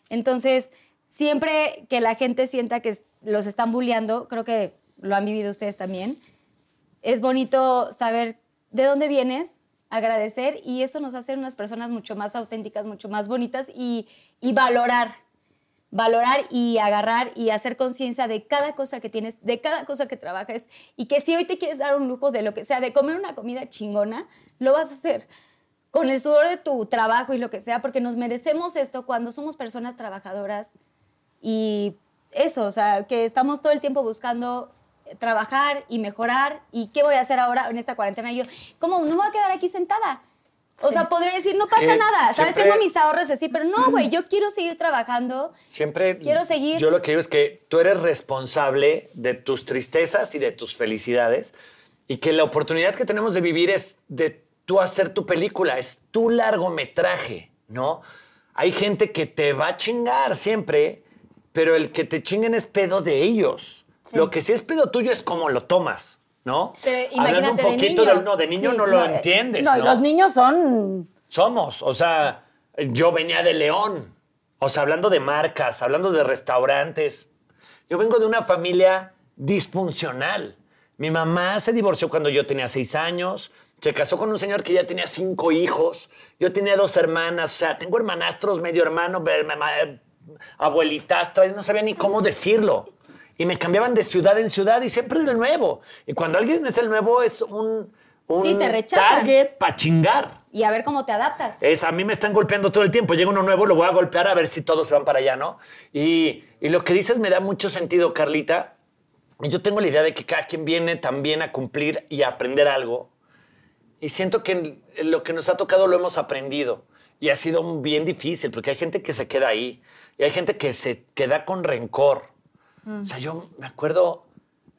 Speaker 7: Entonces, siempre que la gente sienta que los están bulleando, creo que lo han vivido ustedes también, es bonito saber de dónde vienes, agradecer y eso nos hace unas personas mucho más auténticas, mucho más bonitas y, y valorar valorar y agarrar y hacer conciencia de cada cosa que tienes, de cada cosa que trabajes y que si hoy te quieres dar un lujo de lo que sea, de comer una comida chingona, lo vas a hacer con el sudor de tu trabajo y lo que sea, porque nos merecemos esto cuando somos personas trabajadoras y eso, o sea, que estamos todo el tiempo buscando trabajar y mejorar y qué voy a hacer ahora en esta cuarentena. Y yo, ¿cómo no me voy a quedar aquí sentada? O sí. sea, podría decir, no pasa eh, nada, ¿sabes? Siempre, Tengo mis ahorros así, pero no, güey, yo quiero seguir trabajando.
Speaker 4: Siempre.
Speaker 7: Quiero seguir.
Speaker 4: Yo lo que digo es que tú eres responsable de tus tristezas y de tus felicidades y que la oportunidad que tenemos de vivir es de tú hacer tu película, es tu largometraje, ¿no? Hay gente que te va a chingar siempre, pero el que te chinguen es pedo de ellos. Sí. Lo que sí es pedo tuyo es cómo lo tomas. ¿no?
Speaker 7: Pero Hablando un poquito
Speaker 4: de niño, de, no, de niño sí, no lo no, entiendes. No,
Speaker 3: no, los niños son.
Speaker 4: Somos. O sea, yo venía de León. O sea, hablando de marcas, hablando de restaurantes. Yo vengo de una familia disfuncional. Mi mamá se divorció cuando yo tenía seis años. Se casó con un señor que ya tenía cinco hijos. Yo tenía dos hermanas. O sea, tengo hermanastros, medio hermano, abuelitas. No sabía ni cómo decirlo y me cambiaban de ciudad en ciudad y siempre era el nuevo. Y cuando alguien es el nuevo es un, un
Speaker 7: sí, te
Speaker 4: target para chingar.
Speaker 7: Y a ver cómo te adaptas.
Speaker 4: Es, a mí me están golpeando todo el tiempo. Llega uno nuevo, lo voy a golpear a ver si todos se van para allá, ¿no? Y, y lo que dices me da mucho sentido, Carlita. Y yo tengo la idea de que cada quien viene también a cumplir y a aprender algo. Y siento que lo que nos ha tocado lo hemos aprendido. Y ha sido bien difícil, porque hay gente que se queda ahí. Y hay gente que se queda con rencor. O sea, yo me acuerdo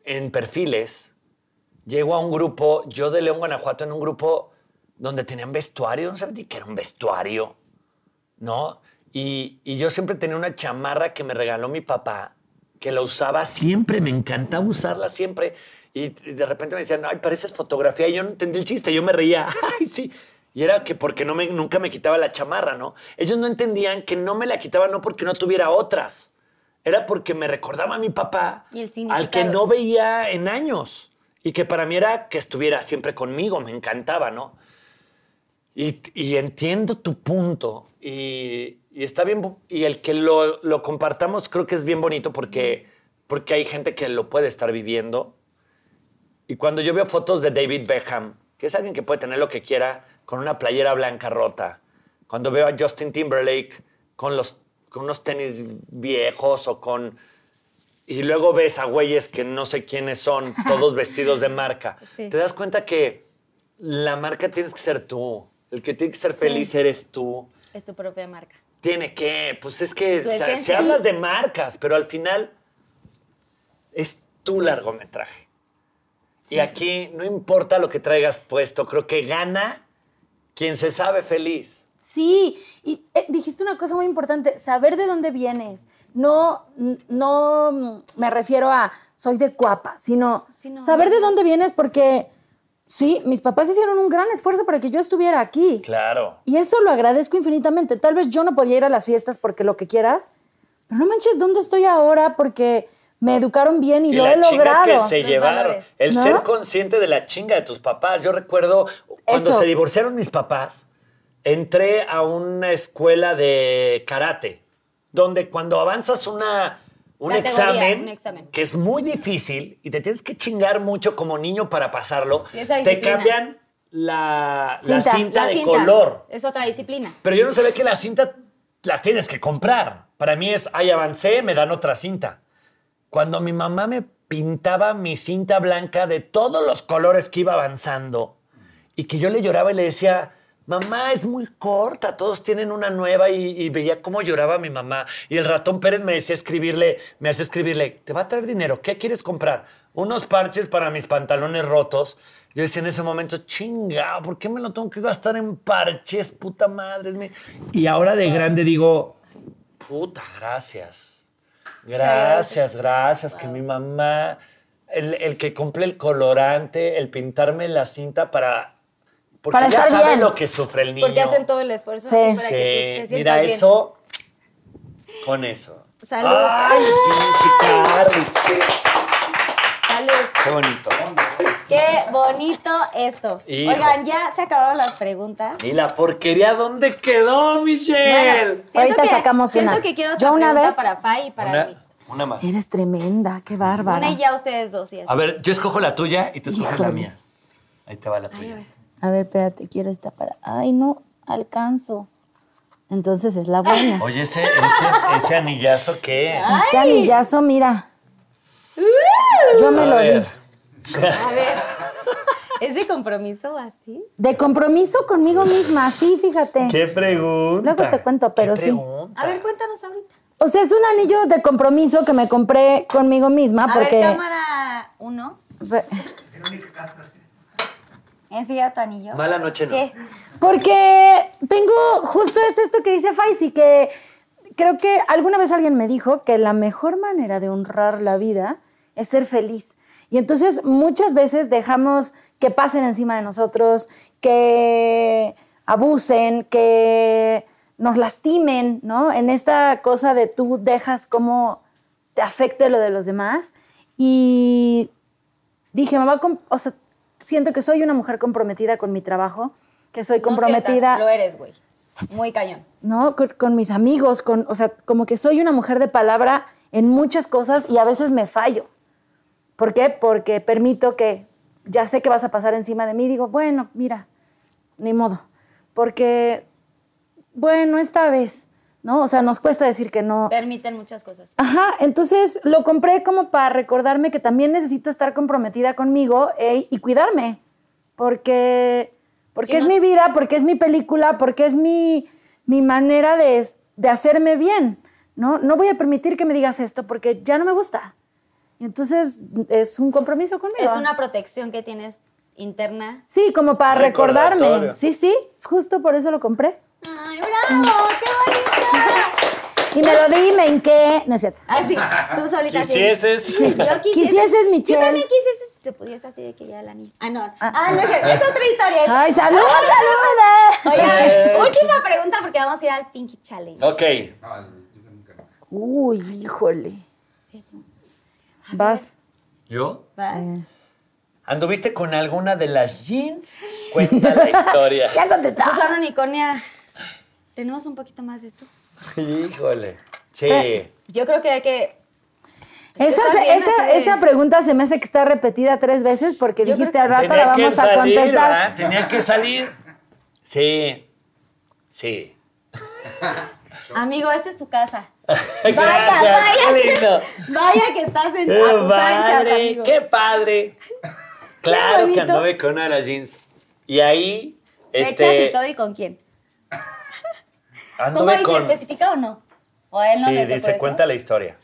Speaker 4: en perfiles, llego a un grupo, yo de León, Guanajuato, en un grupo donde tenían vestuario, no sabía ni qué era un vestuario, ¿no? Y, y, yo siempre tenía una chamarra que me regaló mi papá, que la usaba siempre, me encantaba usarla siempre. Y de repente me decían, ay, pareces fotografía. Y yo no entendí el chiste, yo me reía, <laughs> ay, sí. Y era que porque no me, nunca me quitaba la chamarra, ¿no? Ellos no entendían que no me la quitaba, no porque no tuviera otras era porque me recordaba a mi papá, al que no veía en años, y que para mí era que estuviera siempre conmigo, me encantaba, ¿no? Y, y entiendo tu punto, y, y, está bien, y el que lo, lo, compartamos creo que es bien bonito porque, porque hay gente que lo puede estar viviendo. Y cuando yo veo fotos de David Beckham, que es alguien que puede tener lo que quiera, con una playera blanca rota, cuando veo a Justin Timberlake con los con unos tenis viejos o con... Y luego ves a güeyes que no sé
Speaker 7: <laughs>
Speaker 4: quiénes son, todos vestidos de marca. Sí. Te das cuenta que la marca tienes que ser tú. El que tiene que ser sí. feliz eres tú.
Speaker 7: Es tu propia marca.
Speaker 4: Tiene que, pues es que se, se hablas de marcas, pero al final es tu largometraje. Sí. Y aquí no importa lo que traigas puesto, creo que gana quien se sabe feliz.
Speaker 3: Sí, y eh, dijiste una cosa muy importante, saber de dónde vienes. No, no me refiero a soy de cuapa, sino, sí, no. saber de dónde vienes porque sí, mis papás hicieron un gran esfuerzo para que yo estuviera aquí.
Speaker 4: Claro.
Speaker 3: Y eso lo agradezco infinitamente. Tal vez yo no podía ir a las fiestas porque lo que quieras, pero no manches dónde estoy ahora porque me educaron bien y, y lo
Speaker 4: la
Speaker 3: he logrado.
Speaker 4: Chinga que se Los llevaron. Valores. El ¿No? ser consciente de la chinga de tus papás. Yo recuerdo cuando eso. se divorciaron mis papás entré a una escuela de karate, donde cuando avanzas una, un, examen,
Speaker 7: un, examen,
Speaker 4: que es muy difícil y te tienes que chingar mucho como niño para pasarlo, sí, te cambian la cinta, la cinta la de cinta. color.
Speaker 7: Es otra disciplina.
Speaker 4: Pero yo no sabía que la cinta la tienes que comprar. Para mí es, ay, avancé, me dan otra cinta. Cuando mi mamá me pintaba mi cinta blanca de todos los colores que iba avanzando y que yo le lloraba y le decía, mamá, es muy corta, todos tienen una nueva y, y, veía cómo lloraba mi mamá. Y el ratón Pérez me decía escribirle, me hace escribirle, te va a traer dinero, ¿qué quieres comprar? Unos parches para mis pantalones rotos. Yo decía en ese momento, chinga, ¿por qué me lo tengo que gastar en parches, puta madre? Y ahora de grande digo, puta, gracias. Gracias, gracias, que mi mamá, el, el que cumple el colorante, el pintarme la cinta para porque
Speaker 3: para
Speaker 4: ya
Speaker 3: saben bien.
Speaker 4: lo que sufre el niño.
Speaker 7: Porque hacen todo el esfuerzo sí. para sí. que tú te sientas
Speaker 4: Mira,
Speaker 7: bien.
Speaker 4: eso con eso.
Speaker 7: Salud. <laughs>
Speaker 4: Ay,
Speaker 7: Salud.
Speaker 4: Qué, Salud. qué bonito.
Speaker 7: Qué
Speaker 2: bonito esto.
Speaker 4: Hijo.
Speaker 2: Oigan, ya se acabaron las preguntas.
Speaker 4: ¿Y la porquería dónde quedó, Michelle?
Speaker 2: Siento
Speaker 3: Ahorita
Speaker 2: que-
Speaker 3: sacamos una.
Speaker 2: Siento que quiero otra
Speaker 3: Yo una
Speaker 2: pregunta
Speaker 3: vez-
Speaker 2: para Fai y para mí.
Speaker 4: Una, una más.
Speaker 3: Eres tremenda, qué bárbara.
Speaker 2: Una y ya ustedes dos. Y así.
Speaker 4: A ver, yo escojo la tuya y tú escoges la
Speaker 3: Híjole.
Speaker 4: mía. Ahí te va la tuya.
Speaker 3: A ver, espérate, quiero esta para. Ay, no, alcanzo. Entonces es la buena.
Speaker 4: Oye, ese, ese, ese anillazo, ¿qué?
Speaker 3: Este anillazo, mira.
Speaker 2: Uh.
Speaker 3: Yo me
Speaker 4: A
Speaker 3: lo
Speaker 4: ver.
Speaker 3: di.
Speaker 2: <laughs> ¿Es de compromiso así?
Speaker 3: De compromiso conmigo misma, sí, fíjate.
Speaker 4: ¿Qué pregunta?
Speaker 3: Luego te cuento, pero
Speaker 4: ¿Qué
Speaker 3: sí.
Speaker 4: pregunta?
Speaker 2: A ver, cuéntanos ahorita.
Speaker 3: O sea, es un anillo de compromiso que me compré conmigo misma
Speaker 2: A
Speaker 3: Ah, porque.
Speaker 2: ver, cámara uno.
Speaker 3: fue-
Speaker 2: Enseguida tu anillo.
Speaker 4: Mala noche no.
Speaker 2: ¿Qué?
Speaker 3: Porque tengo, justo es esto que dice Faisy, que creo que alguna vez alguien me dijo que la mejor manera de honrar la vida es ser feliz. Y entonces muchas veces dejamos que pasen encima de nosotros, que abusen, que nos lastimen, ¿no? En esta cosa de tú dejas cómo te afecte lo de los demás. Y dije, me voy a com- o sea, siento que soy una mujer comprometida con mi trabajo, que soy
Speaker 2: No
Speaker 3: comprometida,
Speaker 2: sientas, lo eres, güey. Muy cañón.
Speaker 3: ¿no? Con, con mis amigos, con, o sea, como que soy una mujer de palabra en muchas cosas y a veces me fallo. ¿Por qué? Porque permito que ya sé que vas a pasar encima de mí, digo, bueno, mira, ni modo. Porque bueno, esta vez, ¿no? O sea, nos cuesta decir que no.
Speaker 2: Permiten muchas cosas.
Speaker 3: Ajá, entonces lo compré como para recordarme que también necesito estar comprometida conmigo e- y cuidarme, porque, porque
Speaker 2: Sí,
Speaker 3: es
Speaker 2: ¿no?
Speaker 3: mi vida, porque es mi película, porque es mi, mi manera de, es- de hacerme bien, ¿no? No voy a permitir que me digas esto porque ya no me gusta. Y entonces es un compromiso conmigo.
Speaker 2: Es una protección que tienes interna.
Speaker 3: Sí, como para recordarme.
Speaker 4: Recordatorio.
Speaker 3: Sí, sí, justo por eso lo compré.
Speaker 2: ¡Ay, bravo! ¡Qué bonita!
Speaker 3: Y me lo di y me hinqué, no es cierto.
Speaker 2: Así, tú solita así.
Speaker 4: Quisieses.
Speaker 2: Yo
Speaker 3: Quisieses, Michelle.
Speaker 2: Yo también quisieses si se pudiese así de que ya la niña. Ah, no. Ah, no es cierto. Es otra historia. es-
Speaker 3: ¡Ay, salud, salud!
Speaker 4: Eh.
Speaker 2: Oigan, última pregunta porque vamos a ir al Pinky Challenge.
Speaker 4: Ok.
Speaker 3: Uy, híjole. Vas.
Speaker 4: ¿Yo?
Speaker 2: ¿va?
Speaker 4: ¿Anduviste con alguna de las jeans? Cuenta la historia.
Speaker 3: Ya contestaba.
Speaker 2: Susana Unicornia, ¿tenemos un poquito más de esto?
Speaker 4: <laughs> Híjole. Sí.
Speaker 2: Yo creo que hay que...
Speaker 3: Esa,
Speaker 2: Está
Speaker 3: se-
Speaker 2: bien,
Speaker 3: esa,
Speaker 2: así de-
Speaker 3: esa pregunta se me hace que está repetida tres veces porque
Speaker 2: Yo
Speaker 3: dijiste
Speaker 2: creo
Speaker 3: al rato
Speaker 4: Tenía
Speaker 3: la vamos
Speaker 4: que salir,
Speaker 3: a contestar.
Speaker 4: ¿verdad? Tenía que salir. Sí. Sí.
Speaker 2: Amigo, esta es tu casa.
Speaker 4: <laughs> Gracias,
Speaker 2: vaya
Speaker 4: qué
Speaker 2: que-
Speaker 4: lindo.
Speaker 2: Vaya que estás en
Speaker 4: ¡Qué
Speaker 2: a tus anchas,
Speaker 4: padre!
Speaker 2: amigo.
Speaker 4: ¡Qué padre!
Speaker 2: Qué
Speaker 4: Claro que
Speaker 2: bonito.
Speaker 4: anduve con una de las jeans. Y ahí.
Speaker 2: Fechas
Speaker 4: Este,
Speaker 2: y todo y con quién. ¿Cómo
Speaker 4: anduve
Speaker 2: dice?
Speaker 4: con.
Speaker 2: ¿Especifica o no? O a él no
Speaker 4: sí,
Speaker 2: le tocó
Speaker 4: dice,
Speaker 2: eso?
Speaker 4: cuenta la historia.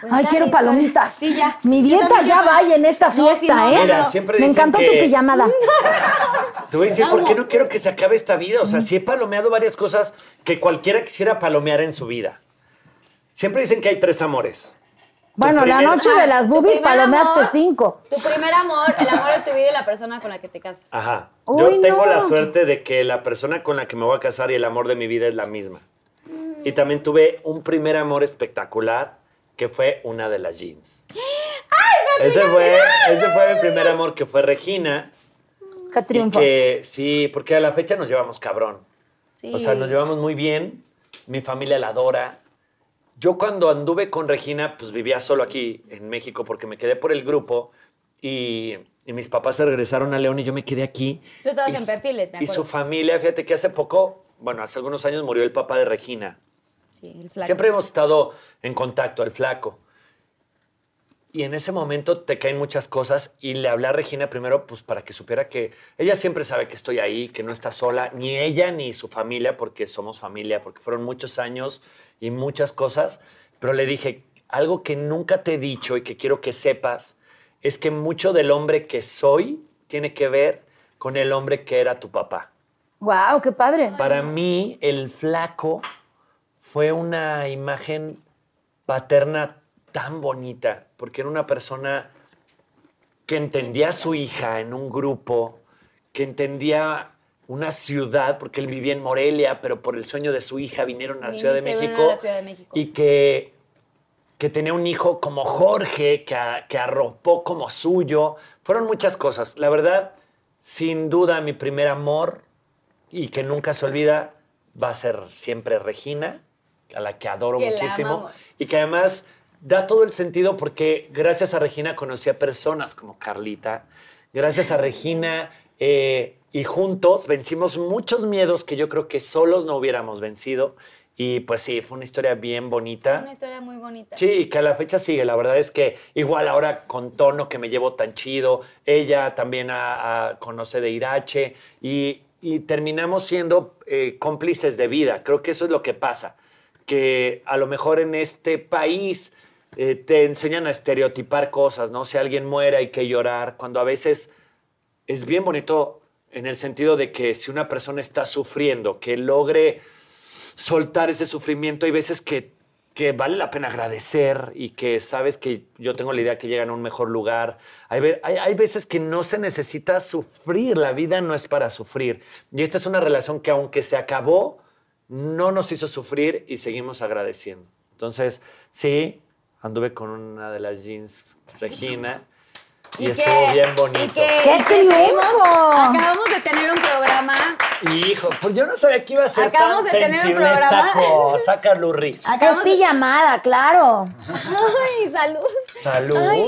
Speaker 2: Cuenta
Speaker 3: Ay, quiero
Speaker 2: la historia.
Speaker 3: palomitas.
Speaker 2: Sí, ya.
Speaker 3: Mi
Speaker 2: Yo
Speaker 3: dieta
Speaker 2: también
Speaker 3: ya
Speaker 2: quiero-
Speaker 3: va y en esta
Speaker 2: No, sí, no,
Speaker 3: fiesta, ¿eh?
Speaker 4: Mira, siempre
Speaker 3: me
Speaker 4: dicen
Speaker 3: encantó tu
Speaker 4: que-
Speaker 2: <laughs>
Speaker 3: pijamada.
Speaker 4: Te voy a decir, ¿por qué no quiero que se acabe esta vida? O sea, sí he palomeado varias cosas que cualquiera quisiera palomear en su vida. Siempre dicen que hay tres amores.
Speaker 3: Bueno, la
Speaker 4: primer-
Speaker 3: noche
Speaker 2: Ah,
Speaker 3: de las
Speaker 2: tu
Speaker 3: boobies
Speaker 2: primer
Speaker 3: palomeaste
Speaker 2: amor,
Speaker 3: cinco.
Speaker 2: Tu primer amor, el amor de tu vida y la persona con la que te casas.
Speaker 4: Ajá.
Speaker 3: Uy,
Speaker 4: Yo tengo
Speaker 3: no.
Speaker 4: la suerte de que la persona con la que me voy a casar y el amor de mi vida es la misma. Y también tuve un primer amor espectacular que fue una de las jeans. ese, fue, ese fue mi primer amor que fue Regina.
Speaker 3: Qué
Speaker 4: y
Speaker 3: triunfo.
Speaker 4: que Eh, sí, porque a la fecha nos llevamos cabrón.
Speaker 2: Sí.
Speaker 4: O sea, nos llevamos muy bien. Mi familia la adora. Yo cuando anduve con Regina, pues vivía solo aquí en México porque me quedé por el grupo y, y mis papás se regresaron a León y yo me quedé aquí.
Speaker 2: Tú estabas
Speaker 4: Y
Speaker 2: en
Speaker 4: s-
Speaker 2: Perfiles, me
Speaker 4: Y su
Speaker 2: acuerdo.
Speaker 4: familia, fíjate que hace poco, bueno, hace algunos años murió el papá de Regina.
Speaker 2: Sí, el flaco.
Speaker 4: Siempre hemos estado en contacto, el flaco. Y en ese momento te caen muchas cosas y le hablé a Regina primero pues para que supiera que ella siempre sabe que estoy ahí, que no está sola, ni ella ni su familia, porque somos familia, porque fueron muchos años y muchas cosas, pero le dije algo que nunca te he dicho y que quiero que sepas, es que mucho del hombre que soy tiene que ver con el hombre que era tu papá.
Speaker 3: Wow, qué padre.
Speaker 4: Para mí, el flaco fue una imagen paterna tan bonita, porque era una persona que entendía a su hija en un grupo, que entendía una ciudad, porque él vivía en Morelia, pero por el sueño de su hija vinieron a la
Speaker 2: Vin-
Speaker 4: Ciudad de
Speaker 2: se vinieron a
Speaker 4: México.
Speaker 2: la Ciudad de México.
Speaker 4: Y que que tenía un hijo como Jorge, que, a- que arropó como suyo. Fueron muchas cosas. La verdad, sin duda, mi primer amor y que nunca se olvida va a ser siempre Regina, a la que adoro
Speaker 2: Que la
Speaker 4: muchísimo.
Speaker 2: amamos.
Speaker 4: Y que además da todo el sentido porque gracias a Regina conocí a personas como Carlita. Gracias a Regina eh, y juntos vencimos muchos miedos que yo creo que solos no hubiéramos vencido. Y pues sí, fue una historia bien bonita.
Speaker 2: Una historia muy bonita.
Speaker 4: Sí, y que a la fecha sigue. La verdad es que igual ahora con Tono, que me llevo tan chido, ella también a- a- conoce de Irache y, y terminamos siendo eh, cómplices de vida. Creo que eso es lo que pasa, que a lo mejor en este país eh, te enseñan a estereotipar cosas, ¿no? Si alguien muere hay que llorar, cuando a veces es bien bonito en el sentido de que si una persona está sufriendo, que logre soltar ese sufrimiento. Hay veces que, que vale la pena agradecer y que sabes que yo tengo la idea que llegan a un mejor lugar. Hay, ve- hay- hay veces que no se necesita sufrir, la vida no es para sufrir. Y esta es una relación que aunque se acabó, no nos hizo sufrir y seguimos agradeciendo. Entonces, sí, anduve con una de las jeans
Speaker 2: <laughs>
Speaker 4: Regina y,
Speaker 2: que-
Speaker 4: estuvo bien bonito.
Speaker 2: y que-
Speaker 3: ¡Qué
Speaker 2: que
Speaker 3: triunfo!
Speaker 2: seguimos- Acabamos de tener un programa.
Speaker 4: Hijo, pues yo no sabía que iba a ser
Speaker 2: Acabamos
Speaker 4: tan
Speaker 2: de tener un
Speaker 4: sensible esta
Speaker 2: programa.
Speaker 4: cosa, Carlos Ruiz.
Speaker 2: Acabamos de-
Speaker 3: llamada, claro.
Speaker 2: ¡Ay, salud!
Speaker 4: ¡Salud!
Speaker 2: Ay,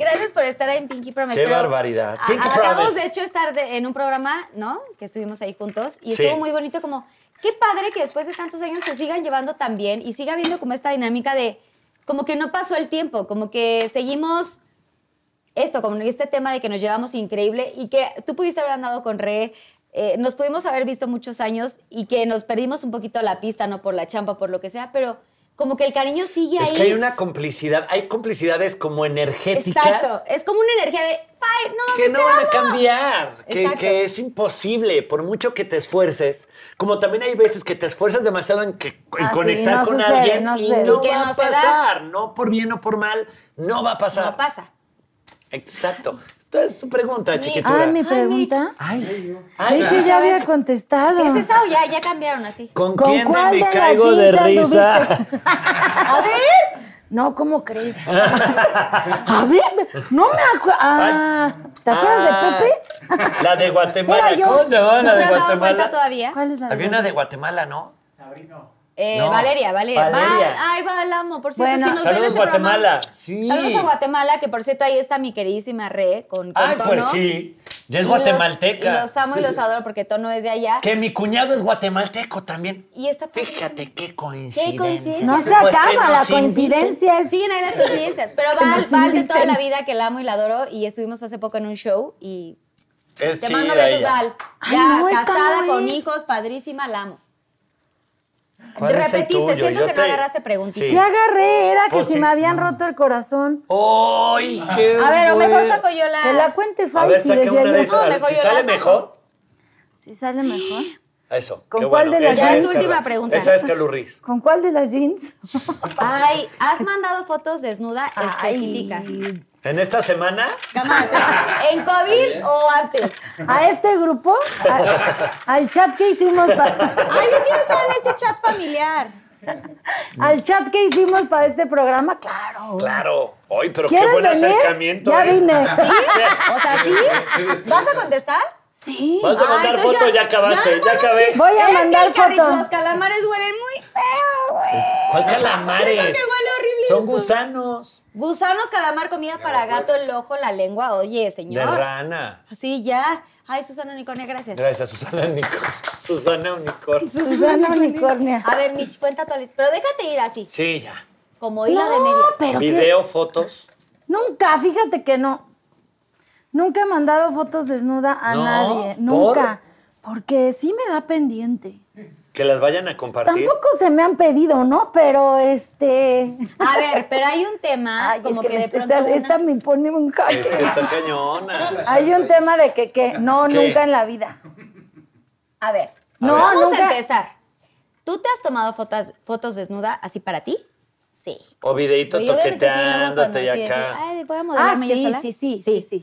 Speaker 2: gracias por estar en Pinky Promise.
Speaker 4: ¡Qué
Speaker 2: pero
Speaker 4: barbaridad!
Speaker 2: a-
Speaker 4: Pinky
Speaker 2: Acabamos,
Speaker 4: Promise.
Speaker 2: de hecho, estar de- en un programa, ¿no? Que estuvimos ahí juntos y
Speaker 4: Sí.
Speaker 2: estuvo muy bonito como... Qué padre que después de tantos años se sigan llevando tan bien y siga habiendo como esta dinámica de... Como que no pasó el tiempo, como que seguimos esto, como este tema de que nos llevamos increíble y que tú pudiste haber andado con Re, eh, nos pudimos haber visto muchos años y que nos perdimos un poquito la pista, no por la champa, por lo que sea, pero como que el cariño sigue
Speaker 4: Es
Speaker 2: ahí.
Speaker 4: que hay una complicidad, hay complicidades como energéticas
Speaker 2: Exacto, es como una energía de, "Ay, no
Speaker 4: que
Speaker 2: mames,
Speaker 4: no
Speaker 2: te
Speaker 4: van a
Speaker 2: amo".
Speaker 4: cambiar, que,
Speaker 2: Exacto.
Speaker 4: que es imposible, por mucho que te esfuerces. Como también hay veces que te esfuerzas demasiado en, que, en
Speaker 3: Ah, sí,
Speaker 4: conectar
Speaker 3: no
Speaker 4: con
Speaker 3: sucede,
Speaker 4: alguien
Speaker 3: no
Speaker 4: y
Speaker 3: sucede.
Speaker 4: no
Speaker 2: Y que
Speaker 4: va
Speaker 2: no
Speaker 4: a
Speaker 2: se da.
Speaker 4: pasar, no por bien o por mal, no va a pasar.
Speaker 2: No pasa.
Speaker 4: Exacto. Entonces, tu pregunta,
Speaker 2: Mi-
Speaker 4: chiquitura.
Speaker 3: Ah, mi pregunta.
Speaker 4: Ay,
Speaker 3: Ay, que ya había
Speaker 2: Si
Speaker 3: contestado.
Speaker 2: es esa o ya, ya cambiaron
Speaker 4: <laughs>
Speaker 2: así.
Speaker 4: ¿Con,
Speaker 3: ¿Con
Speaker 4: quién
Speaker 3: cuál
Speaker 4: me
Speaker 3: de las
Speaker 4: caigo de <laughs>
Speaker 3: jeans
Speaker 4: risa?
Speaker 3: anduviste? A ver. No, ¿cómo crees? A ver, no me acuerdo. Ah, ¿te acuerdas
Speaker 4: Ah,
Speaker 3: de Pepe?
Speaker 4: La de Guatemala.
Speaker 3: Era yo.
Speaker 4: ¿Cómo se llamaba
Speaker 2: ¿No te
Speaker 4: la de
Speaker 2: has dado
Speaker 4: Guatemala?
Speaker 2: cuenta todavía?
Speaker 3: ¿Cuál es la
Speaker 4: Había una de Guatemala, ¿no?
Speaker 8: Sabrino.
Speaker 2: Eh,
Speaker 4: No.
Speaker 2: Valeria, Valeria.
Speaker 4: Valeria.
Speaker 2: Val- Ay, Val, amo. Por cierto,
Speaker 3: Bueno.
Speaker 2: si nos ven
Speaker 4: Saludos,
Speaker 2: este
Speaker 4: Guatemala.
Speaker 2: programa-
Speaker 4: Sí.
Speaker 2: Saludos a Guatemala, que por cierto ahí está mi queridísima Re con, con
Speaker 4: Ay,
Speaker 2: Tono.
Speaker 4: pues sí. Ya es
Speaker 2: Y los-
Speaker 4: guatemalteca.
Speaker 2: y los amo y los adoro porque Tono es de allá.
Speaker 4: Que mi cuñado es guatemalteco también.
Speaker 2: Y esta
Speaker 4: Fíjate qué coincidencia.
Speaker 2: coincidencia.
Speaker 3: No se
Speaker 4: Pues que
Speaker 3: acaba la
Speaker 4: nos inviten.
Speaker 3: coincidencia. es-
Speaker 2: Siguen ahí las coincidencias, pero Val, Val de toda la vida que la amo y la adoro y estuvimos hace poco en un show y
Speaker 4: Es
Speaker 2: te mando
Speaker 4: chida
Speaker 2: besos,
Speaker 4: ella.
Speaker 2: Val.
Speaker 3: Ay,
Speaker 2: Ya
Speaker 3: no, esta
Speaker 2: casada
Speaker 3: no
Speaker 2: con
Speaker 3: es.
Speaker 2: hijos, padrísima, la amo.
Speaker 4: ¿Cuál es el
Speaker 2: Repetiste,
Speaker 4: tuyo?
Speaker 2: siento
Speaker 4: Yo
Speaker 2: que no
Speaker 4: te-
Speaker 2: agarraste preguntita.
Speaker 4: Sí.
Speaker 3: Sí agarré, era que
Speaker 4: Pues
Speaker 3: si
Speaker 4: sí.
Speaker 3: me habían roto el corazón.
Speaker 4: ¡Ay, qué
Speaker 2: A ver, o mejor
Speaker 4: bueno!
Speaker 2: saco yo la.
Speaker 3: Que la cuente
Speaker 4: A ver,
Speaker 3: Fabi si
Speaker 4: saqué
Speaker 3: decía
Speaker 4: una de esas.
Speaker 3: yo.
Speaker 4: A ver,
Speaker 2: mejor
Speaker 4: si
Speaker 2: yo la
Speaker 4: sale
Speaker 2: saco.
Speaker 4: mejor,
Speaker 3: Si sale mejor.
Speaker 4: eso.
Speaker 3: ¿Con
Speaker 4: qué
Speaker 3: cuál
Speaker 4: bueno.
Speaker 3: de las
Speaker 4: Esa
Speaker 3: jeans?
Speaker 4: es
Speaker 3: Tu
Speaker 4: Carla-
Speaker 2: última pregunta.
Speaker 4: Esa es Calurris.
Speaker 3: ¿Con cuál de las jeans? <laughs>
Speaker 2: Ay, has mandado fotos desnuda específica.
Speaker 4: En esta semana,
Speaker 3: <laughs>
Speaker 2: Cámara, ¿En COVID o antes?
Speaker 3: ¿A este grupo? A- al chat que hicimos para.
Speaker 2: Ay, yo quiero estar en este chat familiar.
Speaker 3: Al chat que hicimos para este programa, claro.
Speaker 4: claro. Ay, pero qué
Speaker 3: ¿Quieres
Speaker 4: buen
Speaker 3: venir?
Speaker 4: acercamiento.
Speaker 3: Ya
Speaker 4: ¿eh? <laughs>
Speaker 3: vine.
Speaker 2: O sea, ¿sí? ¿Vas a contestar?
Speaker 3: Sí.
Speaker 4: Vas a
Speaker 2: Ay,
Speaker 4: mandar
Speaker 2: entonces
Speaker 4: foto,
Speaker 2: ya-
Speaker 4: ya acabaste,
Speaker 2: ya
Speaker 4: ya acabé.
Speaker 3: Voy a
Speaker 2: Es
Speaker 3: mandar
Speaker 2: que el cari-
Speaker 3: foto.
Speaker 2: Los calamares huelen muy feo, güey.
Speaker 4: ¿Cuál calamares?
Speaker 2: Siento que huele horrible
Speaker 4: Son
Speaker 2: esto.
Speaker 4: gusanos
Speaker 2: Gusanos, calamar, comida para gato, el ojo, la lengua. Oye,
Speaker 4: de
Speaker 2: señor.
Speaker 4: rana.
Speaker 2: Sí, ya. Ay, Susana Unicornia, gracias.
Speaker 4: Gracias, Susana Unicorn. <laughs> Susana Unicorn.
Speaker 3: Susana Unicornia.
Speaker 2: A ver, Mitch, cuenta tu Pero déjate ir así,
Speaker 4: Sí, ya.
Speaker 2: como hilo de media.
Speaker 3: No, pero qué.
Speaker 4: Video, fotos.
Speaker 3: Nunca, fíjate que no. Nunca he mandado fotos desnuda a
Speaker 4: No,
Speaker 3: nadie.
Speaker 4: ¿por?
Speaker 3: Nunca. Porque sí me da pendiente.
Speaker 4: Que las vayan a compartir.
Speaker 3: Tampoco se me han pedido, ¿no? Pero este.
Speaker 2: A ver, pero hay un tema
Speaker 3: <laughs> Ay,
Speaker 2: como
Speaker 3: es que,
Speaker 2: que, de
Speaker 3: esta-
Speaker 2: pronto
Speaker 3: esta,
Speaker 2: una-
Speaker 3: esta me pone un
Speaker 4: Es que
Speaker 3: jaque.
Speaker 4: está cañona.
Speaker 3: <laughs>
Speaker 4: <laughs>
Speaker 3: Hay un tema de que, que no,
Speaker 4: ¿Qué?
Speaker 3: nunca en la vida.
Speaker 2: A ver,
Speaker 3: No,
Speaker 2: vamos
Speaker 3: nunca.
Speaker 2: a empezar. ¿Tú te has tomado fotos, fotos desnuda así para ti? Sí.
Speaker 4: O videito
Speaker 2: Sí, obviamente sí, luego cuando
Speaker 4: toqueteándote y
Speaker 2: así decía,
Speaker 4: acá.
Speaker 2: Ay, voy a
Speaker 3: Ah,
Speaker 2: modelarme yo
Speaker 3: sí,
Speaker 2: sola".
Speaker 3: sí, sí, sí, sí.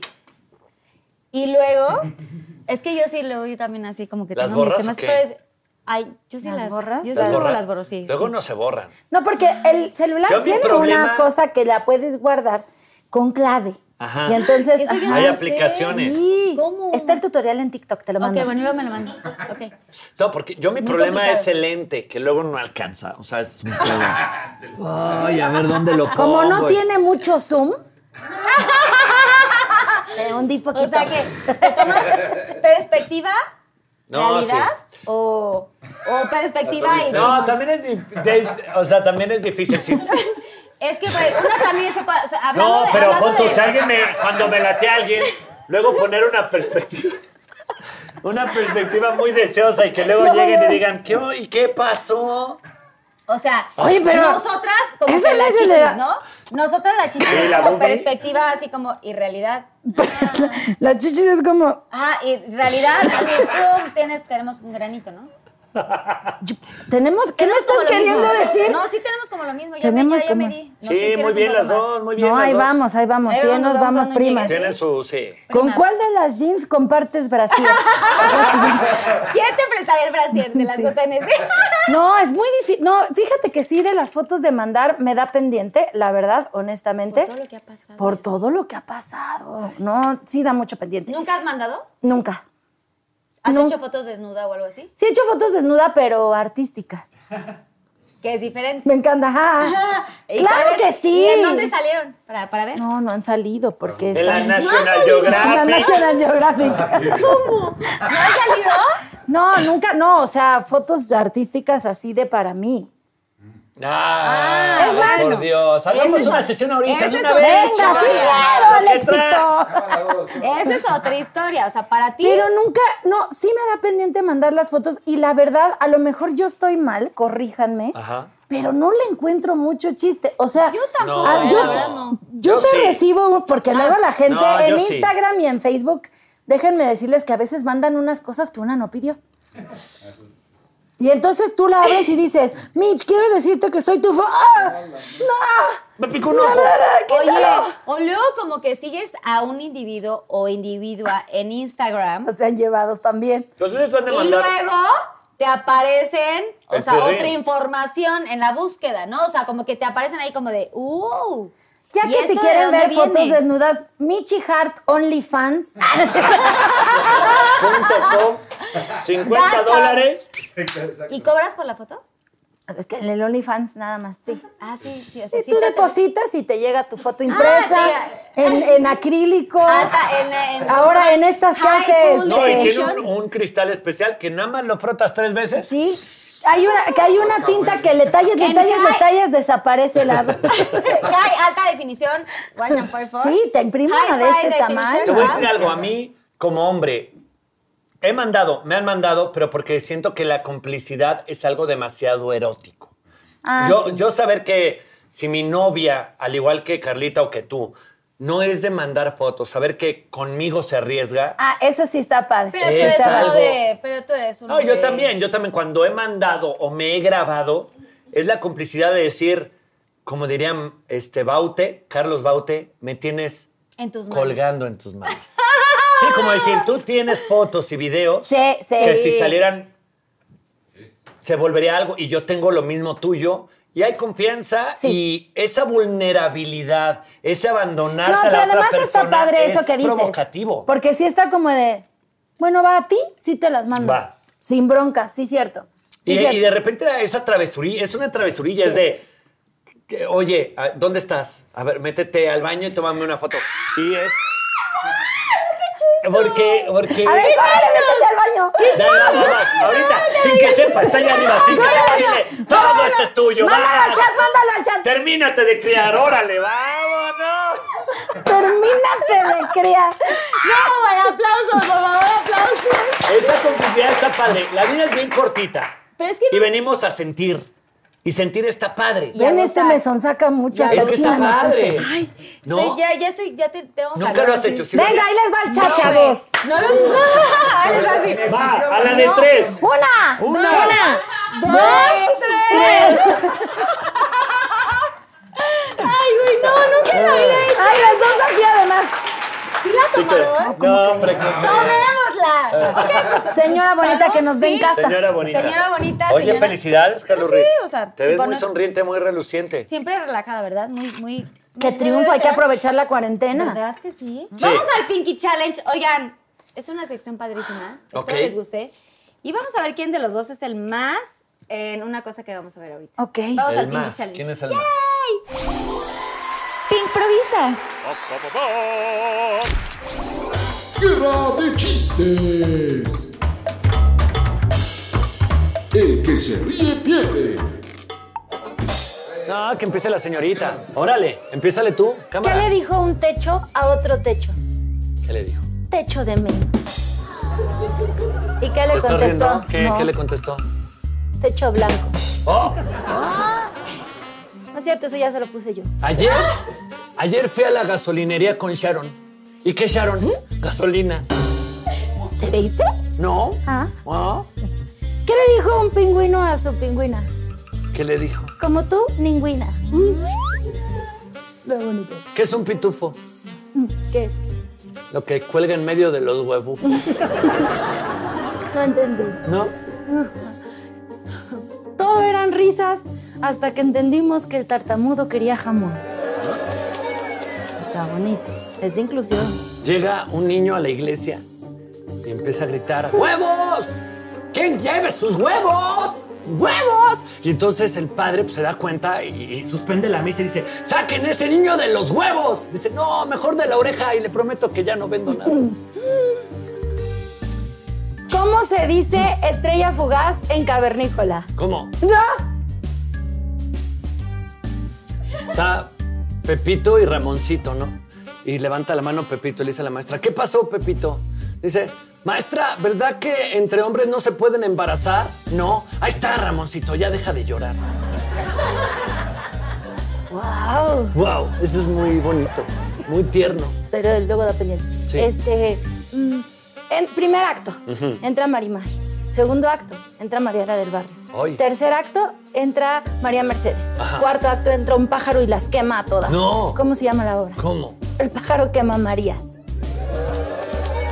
Speaker 2: Y luego, es que yo sí, luego yo también así como que
Speaker 4: ¿Las
Speaker 2: tengo mis
Speaker 4: borras o
Speaker 2: temas.
Speaker 4: qué?
Speaker 2: pero es- Ay, yo sí
Speaker 3: ¿Las
Speaker 2: las,
Speaker 3: borras?
Speaker 2: Yo sí
Speaker 4: ¿Las
Speaker 2: luego
Speaker 4: borras?
Speaker 2: las borro, sí.
Speaker 4: Luego
Speaker 2: sí.
Speaker 4: no se borran.
Speaker 3: No, porque el celular
Speaker 4: Yo mi
Speaker 3: tiene
Speaker 4: problema-
Speaker 3: una cosa que la puedes guardar con clave.
Speaker 4: Ajá.
Speaker 3: Y entonces.
Speaker 2: Eso yo
Speaker 3: ajá.
Speaker 4: Hay
Speaker 2: no sé.
Speaker 4: aplicaciones.
Speaker 3: Sí.
Speaker 2: ¿Cómo?
Speaker 3: Está el tutorial en TikTok, te lo mando.
Speaker 9: Ok, bueno, luego me lo mandas. Ok.
Speaker 4: No, porque yo mi
Speaker 9: Muy
Speaker 4: problema
Speaker 9: complicado.
Speaker 4: es el lente, que luego no alcanza. O
Speaker 2: <laughs>
Speaker 4: sea, es un pedo. Ay, a ver dónde lo pongo.
Speaker 3: Como no tiene mucho zoom. <laughs> te hundí poquito.
Speaker 2: O sea que te tomas perspectiva,
Speaker 4: No,
Speaker 2: realidad
Speaker 4: sí.
Speaker 2: o, o perspectiva y
Speaker 4: No, también es, dif- de- o sea, también es difícil.
Speaker 2: <laughs>
Speaker 4: sí.
Speaker 2: Es que güey, uno también se puede. o sea, hablando
Speaker 4: No,
Speaker 2: de,
Speaker 4: pero
Speaker 2: hablando
Speaker 4: pon tú,
Speaker 2: de-
Speaker 4: si alguien me, cuando me late a alguien, luego poner una perspectiva. Una perspectiva muy deseosa y que luego lleguen y digan, ¿qué, hoy? ¿qué pasó?
Speaker 2: O sea,
Speaker 3: Oye, pero-
Speaker 2: nosotras como
Speaker 3: Esa
Speaker 2: que las
Speaker 3: es la
Speaker 2: chichis,
Speaker 3: idea.
Speaker 2: ¿no? Nosotras las chichis
Speaker 4: Sí,
Speaker 2: es
Speaker 4: la
Speaker 2: como
Speaker 4: boobie.
Speaker 2: perspectiva así como y realidad.
Speaker 3: La chichis es como.
Speaker 2: Ajá, y realidad Ah, así, pum, tienes, tenemos un granito, ¿no?
Speaker 3: Tenemos. ¿Qué me
Speaker 2: Tenemos
Speaker 3: estás
Speaker 2: como lo
Speaker 3: queriendo
Speaker 2: mismo.
Speaker 3: decir?
Speaker 2: No, sí tenemos como lo mismo, ya,
Speaker 3: Tenemos
Speaker 2: me, ya, ya
Speaker 3: como-
Speaker 2: me di. No, tú
Speaker 4: sí,
Speaker 2: tienes
Speaker 4: muy
Speaker 2: un
Speaker 4: bien
Speaker 2: poco
Speaker 4: las
Speaker 2: más.
Speaker 4: dos, muy bien
Speaker 3: No,
Speaker 4: las
Speaker 3: ahí
Speaker 4: dos.
Speaker 3: vamos, ahí vamos.
Speaker 2: Ahí
Speaker 3: Sí,
Speaker 2: vamos,
Speaker 3: nos
Speaker 2: vamos,
Speaker 3: vamos,
Speaker 2: no
Speaker 3: primas.
Speaker 2: llegues.
Speaker 4: Tienen su, sí.
Speaker 3: ¿Con cuál de las jeans compartes Brasil?
Speaker 2: <laughs> ¿Quién te prestaría el brasier de las
Speaker 3: Sí. <laughs>
Speaker 2: botanes?
Speaker 3: No, es muy difícil. No, fíjate que sí, de las fotos de mandar me da pendiente, la verdad, honestamente.
Speaker 2: Por todo lo que ha pasado.
Speaker 3: Por todo lo que ha pasado. No, sí da mucho pendiente.
Speaker 2: ¿Nunca has mandado?
Speaker 3: Nunca.
Speaker 2: ¿Has
Speaker 3: No.
Speaker 2: hecho fotos desnuda o algo así?
Speaker 3: Sí he hecho fotos desnuda, pero artísticas.
Speaker 2: Que es diferente.
Speaker 3: Me
Speaker 2: <laughs>
Speaker 3: encanta. ajá.
Speaker 2: ¿Y
Speaker 3: Ah, claro
Speaker 2: cuáles-
Speaker 3: que sí.
Speaker 2: ¿Y en dónde salieron? Para, para ver.
Speaker 3: No, no han salido porque
Speaker 4: De la
Speaker 3: están... <laughs>
Speaker 4: National
Speaker 3: La
Speaker 4: Geographic. Ah,
Speaker 3: National Geographic. ¿Cómo?
Speaker 2: ¿No han salido?
Speaker 3: No, nunca, no, o sea, fotos artísticas así de para mí.
Speaker 4: Ah,
Speaker 3: es bueno.
Speaker 4: por Dios.
Speaker 2: Ese
Speaker 4: Hagamos
Speaker 2: es
Speaker 4: una
Speaker 2: o-
Speaker 4: sesión ahorita.
Speaker 2: ese
Speaker 4: de
Speaker 2: es e-
Speaker 4: una
Speaker 2: otro
Speaker 4: vez,
Speaker 2: hecho,
Speaker 3: Venga, sí
Speaker 4: chaval.
Speaker 3: quiero el
Speaker 4: ¿Qué traes?
Speaker 3: éxito.
Speaker 2: <laughs> Esa es otra historia. O sea, para ti.
Speaker 3: Pero nunca, no, sí me da pendiente mandar las fotos y la verdad, a lo mejor yo estoy mal, corríjanme,
Speaker 4: Ajá.
Speaker 3: pero no le encuentro mucho chiste. O sea,
Speaker 2: Yo tampoco,
Speaker 4: No.
Speaker 2: eh,
Speaker 3: Ah, yo,
Speaker 2: la verdad no. Ah.
Speaker 3: yo
Speaker 4: Yo
Speaker 3: te
Speaker 4: sí.
Speaker 3: recibo, porque luego la gente
Speaker 4: No, yo
Speaker 3: en
Speaker 4: sí.
Speaker 3: Instagram y en Facebook, déjenme decirles que a veces mandan unas cosas que una no pidió. Y entonces tú la ves y dices, Mitch, quiero decirte que soy tu ¡Ah! fan.
Speaker 4: Me picó un ojo.
Speaker 2: Oye, o luego como que sigues a un individuo o individua en Instagram
Speaker 3: Se han llevados también.
Speaker 4: Los niños han de
Speaker 2: y
Speaker 4: mandar.
Speaker 2: luego te aparecen, o
Speaker 4: El
Speaker 2: sea,
Speaker 4: terreno.
Speaker 2: otra información en la búsqueda, ¿no? O sea, como que te aparecen ahí como de, ¡uh!
Speaker 3: Ya
Speaker 2: ¿y
Speaker 3: que
Speaker 2: esto
Speaker 3: si
Speaker 2: de
Speaker 3: quieren
Speaker 2: dónde
Speaker 3: ver
Speaker 2: viene? Ah,
Speaker 3: fotos desnudas, Michi Hart OnlyFans.
Speaker 2: <laughs>
Speaker 4: .com, 50
Speaker 2: Data.
Speaker 4: dólares.
Speaker 2: ¿Y cobras por la foto?
Speaker 3: <laughs> es que en el OnlyFans nada más, sí.
Speaker 2: Ah, sí, sí. O sea,
Speaker 3: Si
Speaker 2: sí
Speaker 3: tú
Speaker 2: te- Ah,
Speaker 3: depositas y te llega tu foto impresa,
Speaker 2: te-
Speaker 3: en, en acrílico.
Speaker 2: Alta, en- en-
Speaker 3: Ahora
Speaker 2: ¿cómo se
Speaker 3: en
Speaker 2: llama?
Speaker 3: estas que
Speaker 2: High
Speaker 3: haces,
Speaker 2: full
Speaker 4: No, y tiene
Speaker 2: definition.
Speaker 4: un, un cristal especial que nada más lo frotas tres veces.
Speaker 3: Sí. Hay una, que hay una tinta que le talles, le
Speaker 2: En
Speaker 3: talles, le
Speaker 2: high-
Speaker 3: talles, desaparece
Speaker 2: <laughs>
Speaker 3: la.
Speaker 2: High, alta definición, wash and fur for.
Speaker 3: Sí, te imprime
Speaker 2: High
Speaker 3: una de
Speaker 2: five
Speaker 3: este
Speaker 2: definition,
Speaker 3: tamaño.
Speaker 4: Te voy a
Speaker 2: ¿verdad?
Speaker 4: decir algo, a mí, como hombre, he mandado, me han mandado, pero porque siento que la complicidad es algo demasiado erótico.
Speaker 3: Ah,
Speaker 4: yo,
Speaker 3: sí.
Speaker 4: yo saber que si mi novia, al igual que Carlita o que tú, no es de mandar fotos, saber que conmigo se arriesga.
Speaker 3: Ah, eso sí está padre.
Speaker 2: Pero tú
Speaker 4: Es
Speaker 2: eres uno
Speaker 4: algo-
Speaker 2: de. Pero tú eres uno
Speaker 4: No, yo
Speaker 2: de-
Speaker 4: también, yo también cuando he mandado o me he grabado, es la complicidad de decir, como diría este Baute, Carlos Baute, me tienes
Speaker 2: En tus manos.
Speaker 4: colgando en tus manos. Sí, como decir, tú tienes fotos y videos
Speaker 3: Sí, sí.
Speaker 4: que si salieran se volvería algo y yo tengo lo mismo tuyo. Y hay confianza
Speaker 3: Sí.
Speaker 4: y esa vulnerabilidad, ese abandonarte
Speaker 3: No,
Speaker 4: a
Speaker 3: pero
Speaker 4: la otra
Speaker 3: además está
Speaker 4: persona
Speaker 3: padre
Speaker 4: es
Speaker 3: eso que dices.
Speaker 4: provocativo.
Speaker 3: Porque sí está como de, bueno, va a ti, sí te las mando.
Speaker 4: Va.
Speaker 3: Sin broncas, sí cierto. Sí,
Speaker 4: Y,
Speaker 3: cierto.
Speaker 4: y de repente esa travesurilla, es una travesurilla, es de, que, oye, a- ¿dónde estás? A ver, métete al baño y tómame una foto. Y
Speaker 3: <laughs>
Speaker 4: es... Porque, porque...
Speaker 3: A ver, córrele, métete al baño.
Speaker 4: Dale, va, va, va, Ahorita, sin que sepa, está allá arriba, sin que sepa, dile, todo esto es tuyo,
Speaker 3: Mándalo al
Speaker 4: va.
Speaker 3: chat, mándalo al chat.
Speaker 4: Termínate de criar, órale, vámonos.
Speaker 3: Termínate de criar.
Speaker 2: No, vaya, aplausos, por favor, aplausos.
Speaker 4: Esa complicidad está padre. La vida es bien cortita.
Speaker 2: Pero es que
Speaker 4: Y venimos a sentir. Y sentir está padre.
Speaker 2: Ya
Speaker 3: Ven,
Speaker 2: no
Speaker 3: este
Speaker 2: sabe.
Speaker 3: mesón saca mucho.
Speaker 4: Es
Speaker 3: Hasta
Speaker 4: que
Speaker 3: China
Speaker 4: está
Speaker 3: me puse.
Speaker 4: padre.
Speaker 2: no.
Speaker 4: No,
Speaker 2: Estoy, ya, ya estoy, ya te tengo
Speaker 4: nunca
Speaker 2: calor,
Speaker 4: lo has
Speaker 2: así.
Speaker 4: hecho. Si
Speaker 3: Venga,
Speaker 4: hubiera-
Speaker 3: ahí les va el
Speaker 2: No,
Speaker 3: chat,
Speaker 4: pues.
Speaker 3: chavos.
Speaker 2: güey, No los. Eres así.
Speaker 4: Va, a la de tres.
Speaker 3: Una,
Speaker 4: Una.
Speaker 2: pues,
Speaker 3: dos, tres.
Speaker 2: Ay, güey, no, nunca lo había hecho.
Speaker 3: Ay, las dos así además.
Speaker 2: ¿Sí la has
Speaker 4: Sí,
Speaker 2: tomado?
Speaker 4: pero- No, hombre. qué-
Speaker 2: ¡Tomémosla! sea, ok, pues.
Speaker 3: Señora
Speaker 2: o sea,
Speaker 3: bonita
Speaker 2: ¿no?
Speaker 3: que nos ve en
Speaker 2: Sí.
Speaker 3: casa.
Speaker 4: Señora bonita.
Speaker 2: Señora bonita,
Speaker 4: Oye,
Speaker 2: señora-
Speaker 4: felicidades, Carlos
Speaker 2: No, sí,
Speaker 4: Ruiz.
Speaker 2: o sea,
Speaker 4: Te ves
Speaker 2: con
Speaker 4: muy
Speaker 2: nuestro-
Speaker 4: sonriente, muy reluciente.
Speaker 2: Siempre relajada, ¿verdad? Muy, muy.
Speaker 3: Que
Speaker 2: muy-
Speaker 3: triunfo, hay que
Speaker 2: ¿verdad?
Speaker 3: aprovechar la cuarentena.
Speaker 2: ¿Verdad que sí? Vamos al Pinky Challenge. Oigan, es una sección
Speaker 3: <gasps>
Speaker 2: padrísima. Espero
Speaker 4: Ok.
Speaker 2: les guste. Y vamos a ver quién de los dos es el más en una cosa que vamos a ver ahorita.
Speaker 3: Ok.
Speaker 2: Vamos al
Speaker 4: El
Speaker 2: Pinky
Speaker 4: más.
Speaker 2: Challenge.
Speaker 4: ¿Quién es el más?
Speaker 2: Improvisa.
Speaker 10: Guerra de chistes. El que se ríe pierde.
Speaker 4: No, que empiece la señorita. Órale, empiézale tú.
Speaker 3: ¿Qué
Speaker 4: Cámara.
Speaker 3: le dijo un techo a otro techo?
Speaker 4: ¿Qué le dijo?
Speaker 3: Techo de mí. ¿Y qué
Speaker 4: ¿Te
Speaker 3: le
Speaker 4: estás
Speaker 3: contestó?
Speaker 4: riendo? ¿Qué,
Speaker 3: No,
Speaker 4: qué le contestó?
Speaker 3: Techo blanco.
Speaker 4: ¡Oh!
Speaker 3: No es cierto, eso ya se lo puse yo.
Speaker 4: Ayer, ayer fui a la gasolinería con Sharon. ¿Y qué Sharon? Gasolina.
Speaker 3: ¿Te leíste?
Speaker 4: ¿No?
Speaker 3: Ah.
Speaker 4: ¿Ah?
Speaker 3: ¿Qué le dijo un pingüino a su pingüina?
Speaker 4: ¿Qué le dijo?
Speaker 3: Como tú, ningüina. Mm. Qué bonito.
Speaker 4: ¿Qué es un pitufo?
Speaker 3: Mm, ¿Qué es?
Speaker 4: Lo que cuelga en medio de los huevos.
Speaker 3: No entendí.
Speaker 4: ¿No?
Speaker 3: Todo eran risas hasta que entendimos que el tartamudo quería jamón. Está bonito. Es de inclusión.
Speaker 4: Llega un niño a la iglesia y empieza a gritar, ¡Huevos! ¿Quién lleve sus huevos? ¡Huevos! Y entonces el padre pues, se da cuenta y, y suspende la misa y dice, ¡saquen a ese niño de los huevos! Dice, no, mejor de la oreja y le prometo que ya no vendo nada.
Speaker 3: ¿Cómo se dice estrella fugaz en cavernícola?
Speaker 4: ¿Cómo?
Speaker 3: ¡Ah!
Speaker 4: Está Pepito y Ramoncito, ¿no? Y levanta la mano Pepito y le dice a la maestra, ¿qué pasó, Pepito? Dice, maestra, ¿verdad que entre hombres no se pueden embarazar? No. Ahí está, Ramoncito, ya deja de llorar.
Speaker 3: ¡Wow!
Speaker 4: Wow, eso es muy bonito, muy tierno.
Speaker 3: Pero luego da pendiente.
Speaker 4: Sí.
Speaker 3: Este. mm, En primer acto, entra Marimar. Segundo acto, entra Mariana del Barrio.
Speaker 4: Ay.
Speaker 3: Tercer acto, entra María Mercedes.
Speaker 4: Ajá.
Speaker 3: Cuarto acto, entra un pájaro y las quema a todas.
Speaker 4: No.
Speaker 3: ¿Cómo se llama la obra?
Speaker 4: ¿Cómo?
Speaker 3: El pájaro quema a Marías.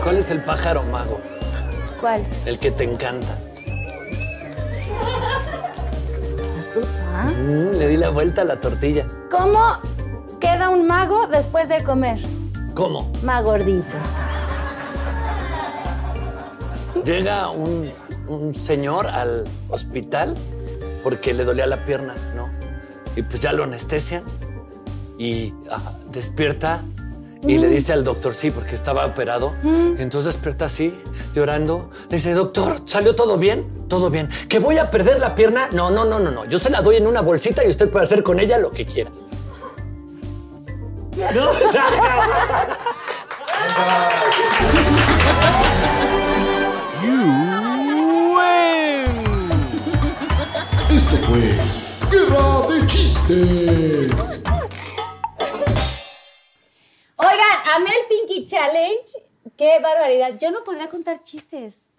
Speaker 4: ¿Cuál es el pájaro mago?
Speaker 3: ¿Cuál?
Speaker 4: El que te encanta.
Speaker 3: ¿Ah?
Speaker 4: Mm, le di la vuelta a la tortilla.
Speaker 3: ¿Cómo queda un mago después de comer?
Speaker 4: ¿Cómo?
Speaker 3: Magordito.
Speaker 4: Llega un, un señor al hospital porque le dolía la pierna, ¿no? Y pues ya lo anestesian y ah, despierta y le dice al doctor, sí, porque estaba operado. Entonces despierta así, llorando. Le dice, doctor, ¿salió todo bien? Todo bien. ¿Que voy a perder la pierna? No, no, no, no, no. Yo se la doy en una bolsita y usted puede hacer con ella lo que <laughs> quiera. No, o sea,
Speaker 10: Esto fue Guerra de chistes.
Speaker 2: Oigan, amé el Pinky Challenge. Qué barbaridad. Yo no podría contar chistes.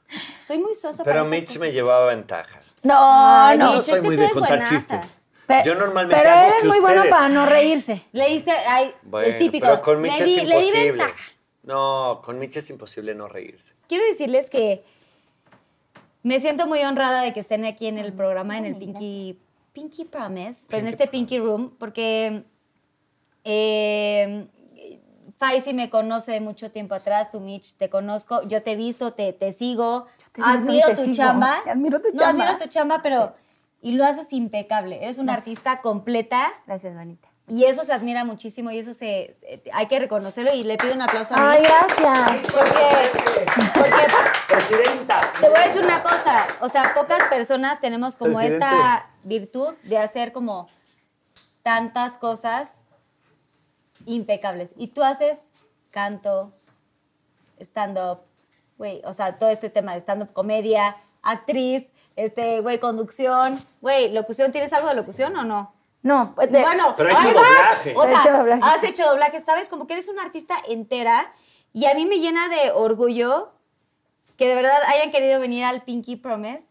Speaker 2: Soy muy sosa para
Speaker 4: Pero
Speaker 2: esas
Speaker 4: Mitch me
Speaker 2: cosas.
Speaker 4: llevaba ventaja.
Speaker 3: No,
Speaker 2: Ay,
Speaker 3: no.
Speaker 2: Mitch,
Speaker 4: soy
Speaker 2: es que
Speaker 4: muy
Speaker 2: tú
Speaker 4: de
Speaker 2: eres
Speaker 4: contar
Speaker 2: buenaza.
Speaker 4: chistes.
Speaker 3: Pe-
Speaker 4: Yo normalmente
Speaker 3: Pero
Speaker 4: hago
Speaker 3: él es
Speaker 4: que
Speaker 3: muy bueno
Speaker 4: ustedes-
Speaker 3: para no reírse.
Speaker 2: Le diste, ay, el típico.
Speaker 4: Pero con Mitch
Speaker 2: le, di,
Speaker 4: es
Speaker 2: le di
Speaker 4: imposible.
Speaker 2: ventaja.
Speaker 4: No, con Mitch es imposible no reírse.
Speaker 2: Quiero decirles que me siento muy honrada de que estén aquí en el programa, en el Pinky, Pinky Promise, pero en este Pinky Room, porque eh, Faisy me conoce de mucho tiempo atrás, tú Mitch, te conozco, yo te he visto, te, te sigo,
Speaker 3: te he visto y
Speaker 2: admiro
Speaker 3: te
Speaker 2: tu
Speaker 3: sigo.
Speaker 2: chamba.
Speaker 3: Te admiro tu
Speaker 2: No,
Speaker 3: chamba.
Speaker 2: admiro tu chamba, pero... Y lo haces impecable, eres una artista completa
Speaker 3: Gracias, Vanita.
Speaker 2: y eso se admira muchísimo y eso se, se- hay que reconocerlo y le pido un aplauso a
Speaker 3: Ay,
Speaker 2: Mitch.
Speaker 3: gracias.
Speaker 2: Porque, porque
Speaker 4: Presidenta.
Speaker 2: te voy a decir una cosa, o sea, pocas personas tenemos como
Speaker 4: Presidente.
Speaker 2: esta virtud de hacer como tantas cosas impecables. Y tú haces canto, stand-up, güey, o sea, todo este tema de stand-up, comedia, actriz, este, güey, conducción, güey, locución, ¿tienes algo de locución o no?
Speaker 3: No, pues, de-
Speaker 2: bueno,
Speaker 4: Pero ha hecho
Speaker 2: ahí vas.
Speaker 4: doblaje.
Speaker 2: O
Speaker 3: Ha
Speaker 2: sea,
Speaker 3: hecho doblaje,
Speaker 2: has
Speaker 3: sí.
Speaker 2: hecho doblaje, sabes, como que eres una artista entera y a mí me llena de orgullo que de verdad hayan querido venir al Pinky Promise.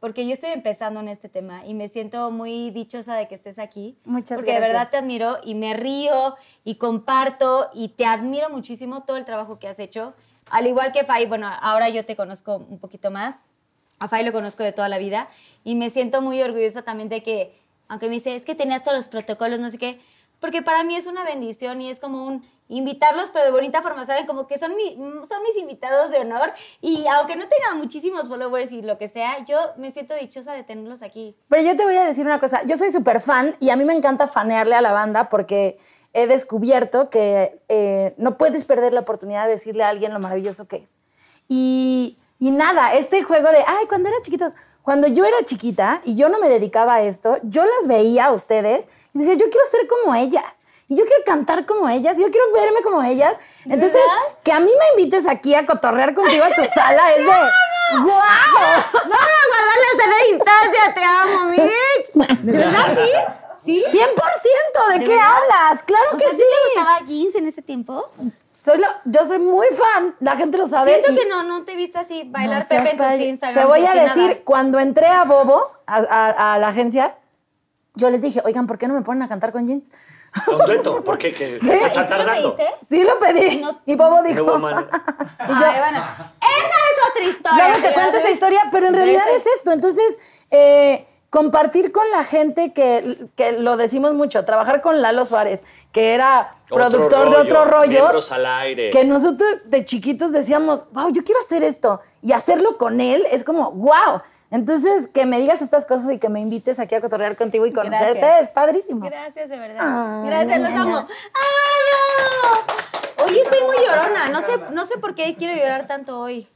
Speaker 2: Porque yo estoy empezando en este tema y me siento muy dichosa de que estés aquí.
Speaker 3: Muchas
Speaker 2: Porque de
Speaker 3: gracias.
Speaker 2: verdad te admiro y me río y comparto y te admiro muchísimo todo el trabajo que has hecho. Al igual que Fay, bueno, ahora yo te conozco un poquito más. A Fay lo conozco de toda la vida y me siento muy orgullosa también de que, aunque me dice, es que tenías todos los protocolos, no sé qué, porque para mí es una bendición y es como un invitarlos, pero de bonita forma, ¿saben? Como que son, mi, son mis invitados de honor y aunque no tengan muchísimos followers y lo que sea, yo me siento dichosa de tenerlos aquí.
Speaker 3: Pero yo te voy a decir una cosa, yo soy súper fan y a mí me encanta fanearle a la banda porque he descubierto que eh, no puedes perder la oportunidad de decirle a alguien lo maravilloso que es. Y, y nada, este juego de, ay, cuando era chiquitos, cuando yo era chiquita y yo no me dedicaba a esto, yo las veía a ustedes y decía, yo quiero ser como ellas. Y yo quiero cantar como ellas, y yo quiero verme como ellas. Entonces, ¿verdad? que a mí me invites aquí a cotorrear contigo a tu sala es de ¡guau! ¡Wow!
Speaker 2: Vamos no, a guardar la sana
Speaker 3: <laughs>
Speaker 2: distancia, te amo, mi ¿Verdad? ¿Sí? ¿Sí?
Speaker 3: 100% de, ¿De qué verdad? hablas, claro
Speaker 2: o
Speaker 3: que
Speaker 2: sea,
Speaker 3: sí.
Speaker 2: ¿Te gustaba jeans en ese tiempo?
Speaker 3: Soy lo, yo soy muy fan, la gente lo sabe.
Speaker 2: Siento y, que no, no te he visto así bailar no Pepe en tus Instagram.
Speaker 3: Te voy a decir, nada. cuando entré a Bobo, a, a, a, la agencia, yo les dije, oigan, ¿por qué no me ponen a cantar con jeans?
Speaker 4: Un dueto, ¿por qué? ¿Qué? ¿Sí? ¿Se está
Speaker 2: <laughs> ¿Sí lo pediste?
Speaker 3: Sí lo pedí. No, y Bobo dijo.
Speaker 4: No hubo
Speaker 2: <laughs>
Speaker 4: manera.
Speaker 2: y yo, Ay, bueno, esa es otra historia.
Speaker 3: Yo no te cuento esa historia, pero en realidad es esto. Entonces, eh, compartir con la gente que, que, lo decimos mucho, trabajar con Lalo Suárez, que era otro productor rollo, de otro rollo,
Speaker 4: al aire.
Speaker 3: que nosotros de chiquitos decíamos, wow, yo quiero hacer esto, y hacerlo con él es como, wow. Entonces, que me digas estas cosas y que me invites aquí a cotorrear contigo y conocerte Gracias. es padrísimo.
Speaker 2: Gracias, de verdad. Ah, Gracias, los amo. ¡Ah, no! Hoy estoy muy llorona. No sé, no sé por qué quiero llorar tanto hoy.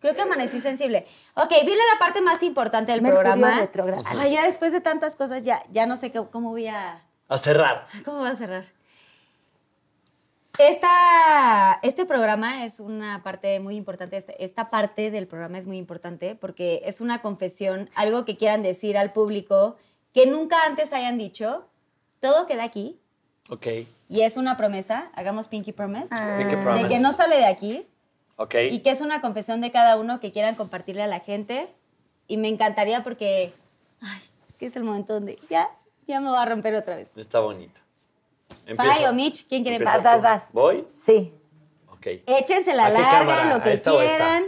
Speaker 2: Creo que amanecí sensible. Ok, viene la parte más importante del
Speaker 3: Mercurio
Speaker 2: programa.
Speaker 3: retrógrado.
Speaker 2: Ah, ya después de tantas cosas, ya, ya no sé cómo, cómo voy a...
Speaker 4: A cerrar.
Speaker 2: ¿Cómo voy a cerrar? Esta, este programa es una parte muy importante, esta, esta parte del programa es muy importante porque es una confesión, algo que quieran decir al público que nunca antes hayan dicho. Todo queda aquí.
Speaker 4: Ok.
Speaker 2: Y es una promesa, hagamos Pinky Promise,
Speaker 4: ah. Pinky promise.
Speaker 2: de que no sale de aquí.
Speaker 4: Okay.
Speaker 2: Y que es una confesión de cada uno que quieran compartirle a la gente. Y me encantaría porque ay, es que es el momento donde ya, ya me va a romper otra vez.
Speaker 4: Está bonito.
Speaker 2: Pay o Mitch, ¿quién quiere
Speaker 3: Vas, vas, vas.
Speaker 4: ¿Voy?
Speaker 3: Sí.
Speaker 4: Ok.
Speaker 2: Échense la larga, lo que
Speaker 4: esta
Speaker 2: quieran.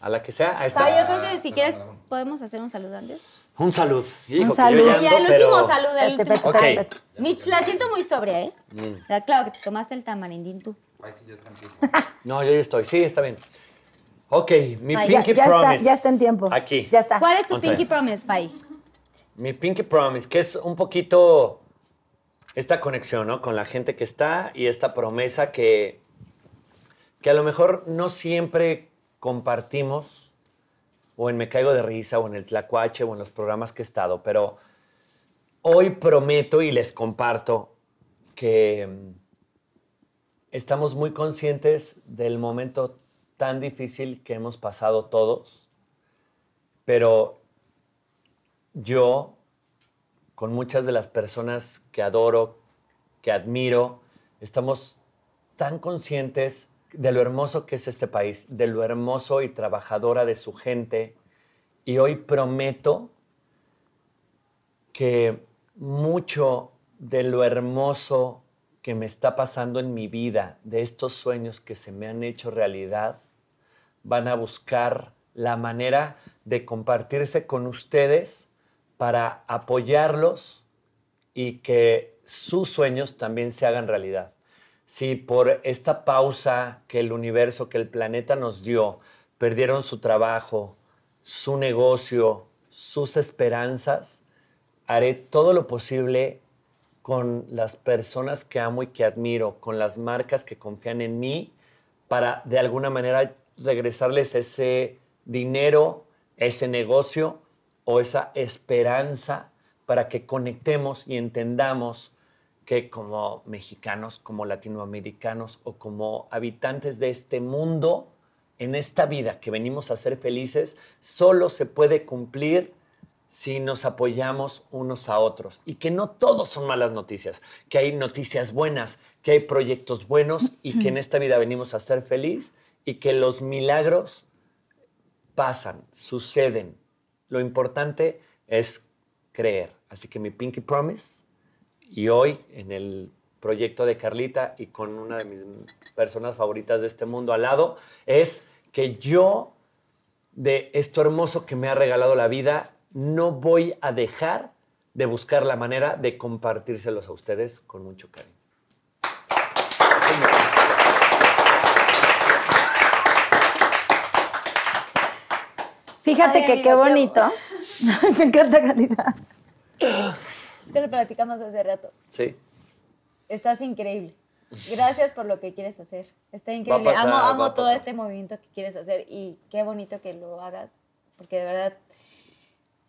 Speaker 4: A la que sea, a esta.
Speaker 2: Pay, yo creo que si no, quieres, no. podemos hacer un saludo antes.
Speaker 4: Un salud.
Speaker 3: Hijo, un salud.
Speaker 2: Ando, y el pero... último saludo. El
Speaker 3: pete,
Speaker 2: último.
Speaker 4: Pete,
Speaker 2: pete, okay. Mitch, la siento muy sobria, ¿eh? Mm. La, claro, que te tomaste el tamarindín tú.
Speaker 4: No, yo ya estoy. Sí, está bien. Ok, mi
Speaker 3: Fai,
Speaker 4: Pinky
Speaker 3: ya, ya
Speaker 4: Promise.
Speaker 3: Está, ya está en tiempo.
Speaker 4: Aquí.
Speaker 3: Ya está.
Speaker 2: ¿Cuál es tu okay. Pinky Promise, Fai?
Speaker 4: Mi Pinky Promise, que es un poquito esta conexión, ¿no? Con la gente que está y esta promesa que, que a lo mejor no siempre compartimos o en Me Caigo de Risa o en el Tlacuache o en los programas que he estado, pero hoy prometo y les comparto que mm, estamos muy conscientes del momento tan difícil que hemos pasado todos, pero yo, con muchas de las personas que adoro, que admiro, estamos tan conscientes de lo hermoso que es este país, de lo hermoso y trabajadora de su gente, y hoy prometo que mucho de lo hermoso que me está pasando en mi vida, de estos sueños que se me han hecho realidad, van a buscar la manera de compartirse con ustedes para apoyarlos y que sus sueños también se hagan realidad. Si por esta pausa que el universo, que el planeta nos dio, perdieron su trabajo, su negocio, sus esperanzas, haré todo lo posible con las personas que amo y que admiro, con las marcas que confían en mí, para de alguna manera regresarles ese dinero, ese negocio o esa esperanza para que conectemos y entendamos que como mexicanos, como latinoamericanos o como habitantes de este mundo, en esta vida que venimos a ser felices, solo se puede cumplir si nos apoyamos unos a otros y que no todos son malas noticias, que hay noticias buenas, que hay proyectos buenos y que en esta vida venimos a ser feliz y que los milagros pasan, suceden. Lo importante es creer. Así que mi Pinky Promise y hoy en el proyecto de Carlita y con una de mis personas favoritas de este mundo al lado, es que yo, de esto hermoso que me ha regalado la vida, no voy a dejar de buscar la manera de compartírselos a ustedes con mucho cariño.
Speaker 3: Fíjate Ay, que amigo, qué bonito. <laughs> me encanta, Carlita.
Speaker 2: Es que lo platicamos hace rato.
Speaker 4: Sí.
Speaker 2: Estás increíble. Gracias por lo que quieres hacer. Está increíble. Pasar, amo amo todo este movimiento que quieres hacer y qué bonito que lo hagas, porque de verdad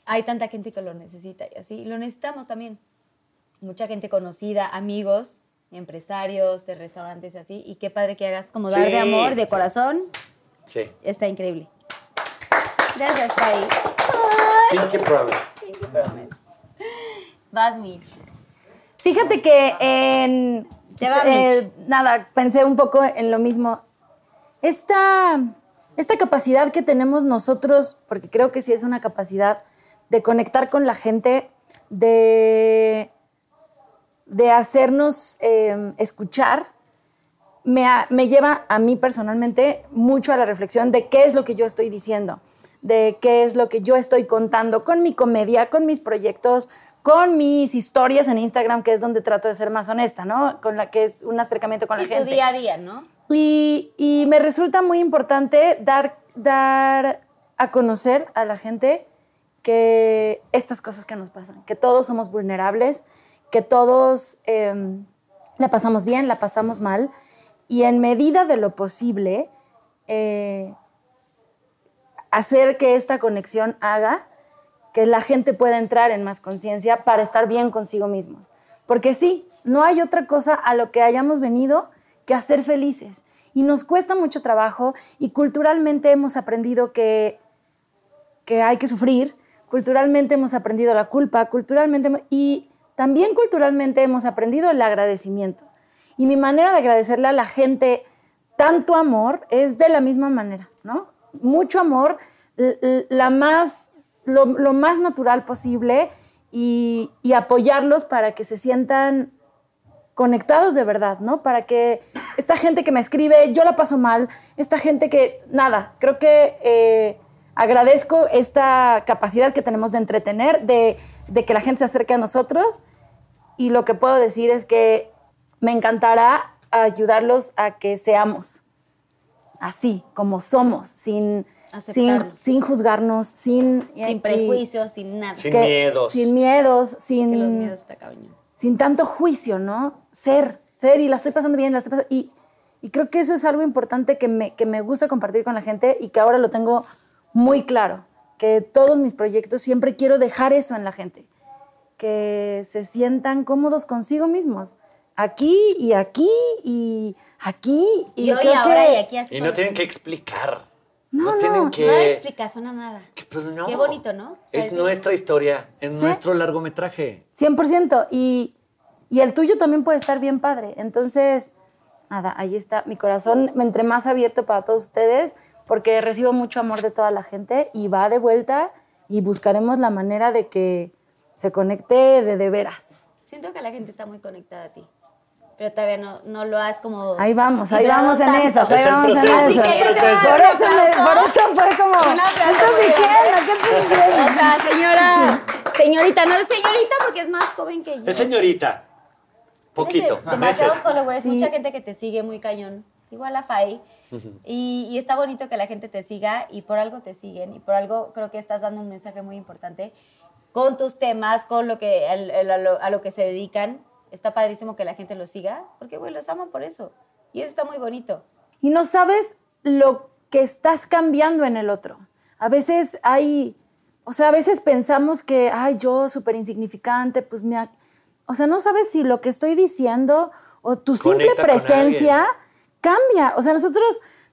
Speaker 2: hay tanta gente que lo necesita y así lo necesitamos también. Mucha gente conocida, amigos, empresarios de restaurantes así y qué padre que hagas como dar sí, de amor, de sí. corazón.
Speaker 4: Sí.
Speaker 2: Está increíble. Gracias, Pai.
Speaker 4: Pinky Promise.
Speaker 2: Pinky Promise. Vas, Mitch.
Speaker 3: Fíjate que en...
Speaker 2: Te va, eh,
Speaker 3: nada, pensé un poco en lo mismo. Esta, esta capacidad que tenemos nosotros, porque creo que sí es una capacidad de conectar con la gente, de, de hacernos eh, escuchar, me, me lleva a mí personalmente mucho a la reflexión de qué es lo que yo estoy diciendo, de qué es lo que yo estoy contando con mi comedia, con mis proyectos, con mis historias en Instagram, que es donde trato de ser más honesta, ¿no? Con la que es un acercamiento con
Speaker 2: sí,
Speaker 3: la gente.
Speaker 2: tu día a día, ¿no?
Speaker 3: Y, y, me resulta muy importante dar, dar a conocer a la gente que estas cosas que nos pasan, que todos somos vulnerables, que todos eh, la pasamos bien, la pasamos mal, y en medida de lo posible, eh, hacer que esta conexión haga que la gente pueda entrar en más conciencia para estar bien consigo mismos. Porque sí, no hay otra cosa a lo que hayamos venido que hacer felices. Y nos cuesta mucho trabajo y culturalmente hemos aprendido que, que hay que sufrir, culturalmente hemos aprendido la culpa, culturalmente y también culturalmente hemos aprendido el agradecimiento. Y mi manera de agradecerle a la gente tanto amor es de la misma manera, ¿no? Mucho amor, la más lo, lo, más natural posible y, y, apoyarlos para que se sientan conectados de verdad, ¿no? Para que esta gente que me escribe, yo la paso mal, esta gente que, nada, creo que eh, agradezco esta capacidad que tenemos de entretener, de, de que la gente se acerque a nosotros y lo que puedo decir es que me encantará ayudarlos a que seamos así, como somos, sin... Sin, sin, juzgarnos, sin...
Speaker 2: Sin prejuicios, y, sin nada.
Speaker 4: Sin que, miedos.
Speaker 3: Sin miedos,
Speaker 2: Es
Speaker 3: sin...
Speaker 2: que los miedos está cabrón.
Speaker 3: Sin tanto juicio, ¿no? Ser, ser, y la estoy pasando bien, la estoy pasando... Y, y creo que eso es algo importante que me, que me, gusta compartir con la gente y que ahora lo tengo muy claro, que todos mis proyectos siempre quiero dejar eso en la gente, que se sientan cómodos consigo mismos, aquí y aquí y aquí.
Speaker 2: Y, Yo, y ahora
Speaker 4: que,
Speaker 2: y aquí así
Speaker 4: Y no tienen que explicar.
Speaker 3: No, no,
Speaker 4: tienen que.
Speaker 2: No hay explicación a nada.
Speaker 4: Que, pues, no.
Speaker 2: Qué bonito, ¿no? O
Speaker 4: sea, es, es nuestra bien. historia, es ¿Sí? nuestro largometraje.
Speaker 3: 100%. Y, y el tuyo también puede estar bien padre. Entonces, nada, ahí está. Mi corazón me entre más abierto para todos ustedes, porque recibo mucho amor de toda la gente y va de vuelta y buscaremos la manera de que se conecte de de veras.
Speaker 2: Siento que la gente está muy conectada a ti pero todavía no, no lo has como...
Speaker 3: Ahí vamos, ahí vamos en eso, ahí
Speaker 4: es
Speaker 3: vamos
Speaker 4: proceso,
Speaker 3: en eso.
Speaker 4: Es el
Speaker 3: proceso. Por, eso me, por eso fue como... ¿Qué estás diciendo? ¿Qué estás diciendo?
Speaker 2: O sea, señora, señorita, no es señorita porque es más joven que yo.
Speaker 4: Es señorita, poquito,
Speaker 2: Tienes demasiados followers, sí. mucha gente que te sigue muy cañón, igual a Fai. Uh -huh. y, y está bonito que la gente te siga y por algo te siguen y por algo creo que estás dando un mensaje muy importante con tus temas, con lo que, el, el, a, lo, a lo que se dedican está padrísimo que la gente lo siga, porque güey, los aman por eso. Y eso está muy bonito.
Speaker 3: Y no sabes lo que estás cambiando en el otro. A veces hay, o sea, a veces pensamos que, ay, yo súper insignificante, pues me... Ha... O sea, no sabes si lo que estoy diciendo o tu Conecta simple presencia cambia. O sea, nosotros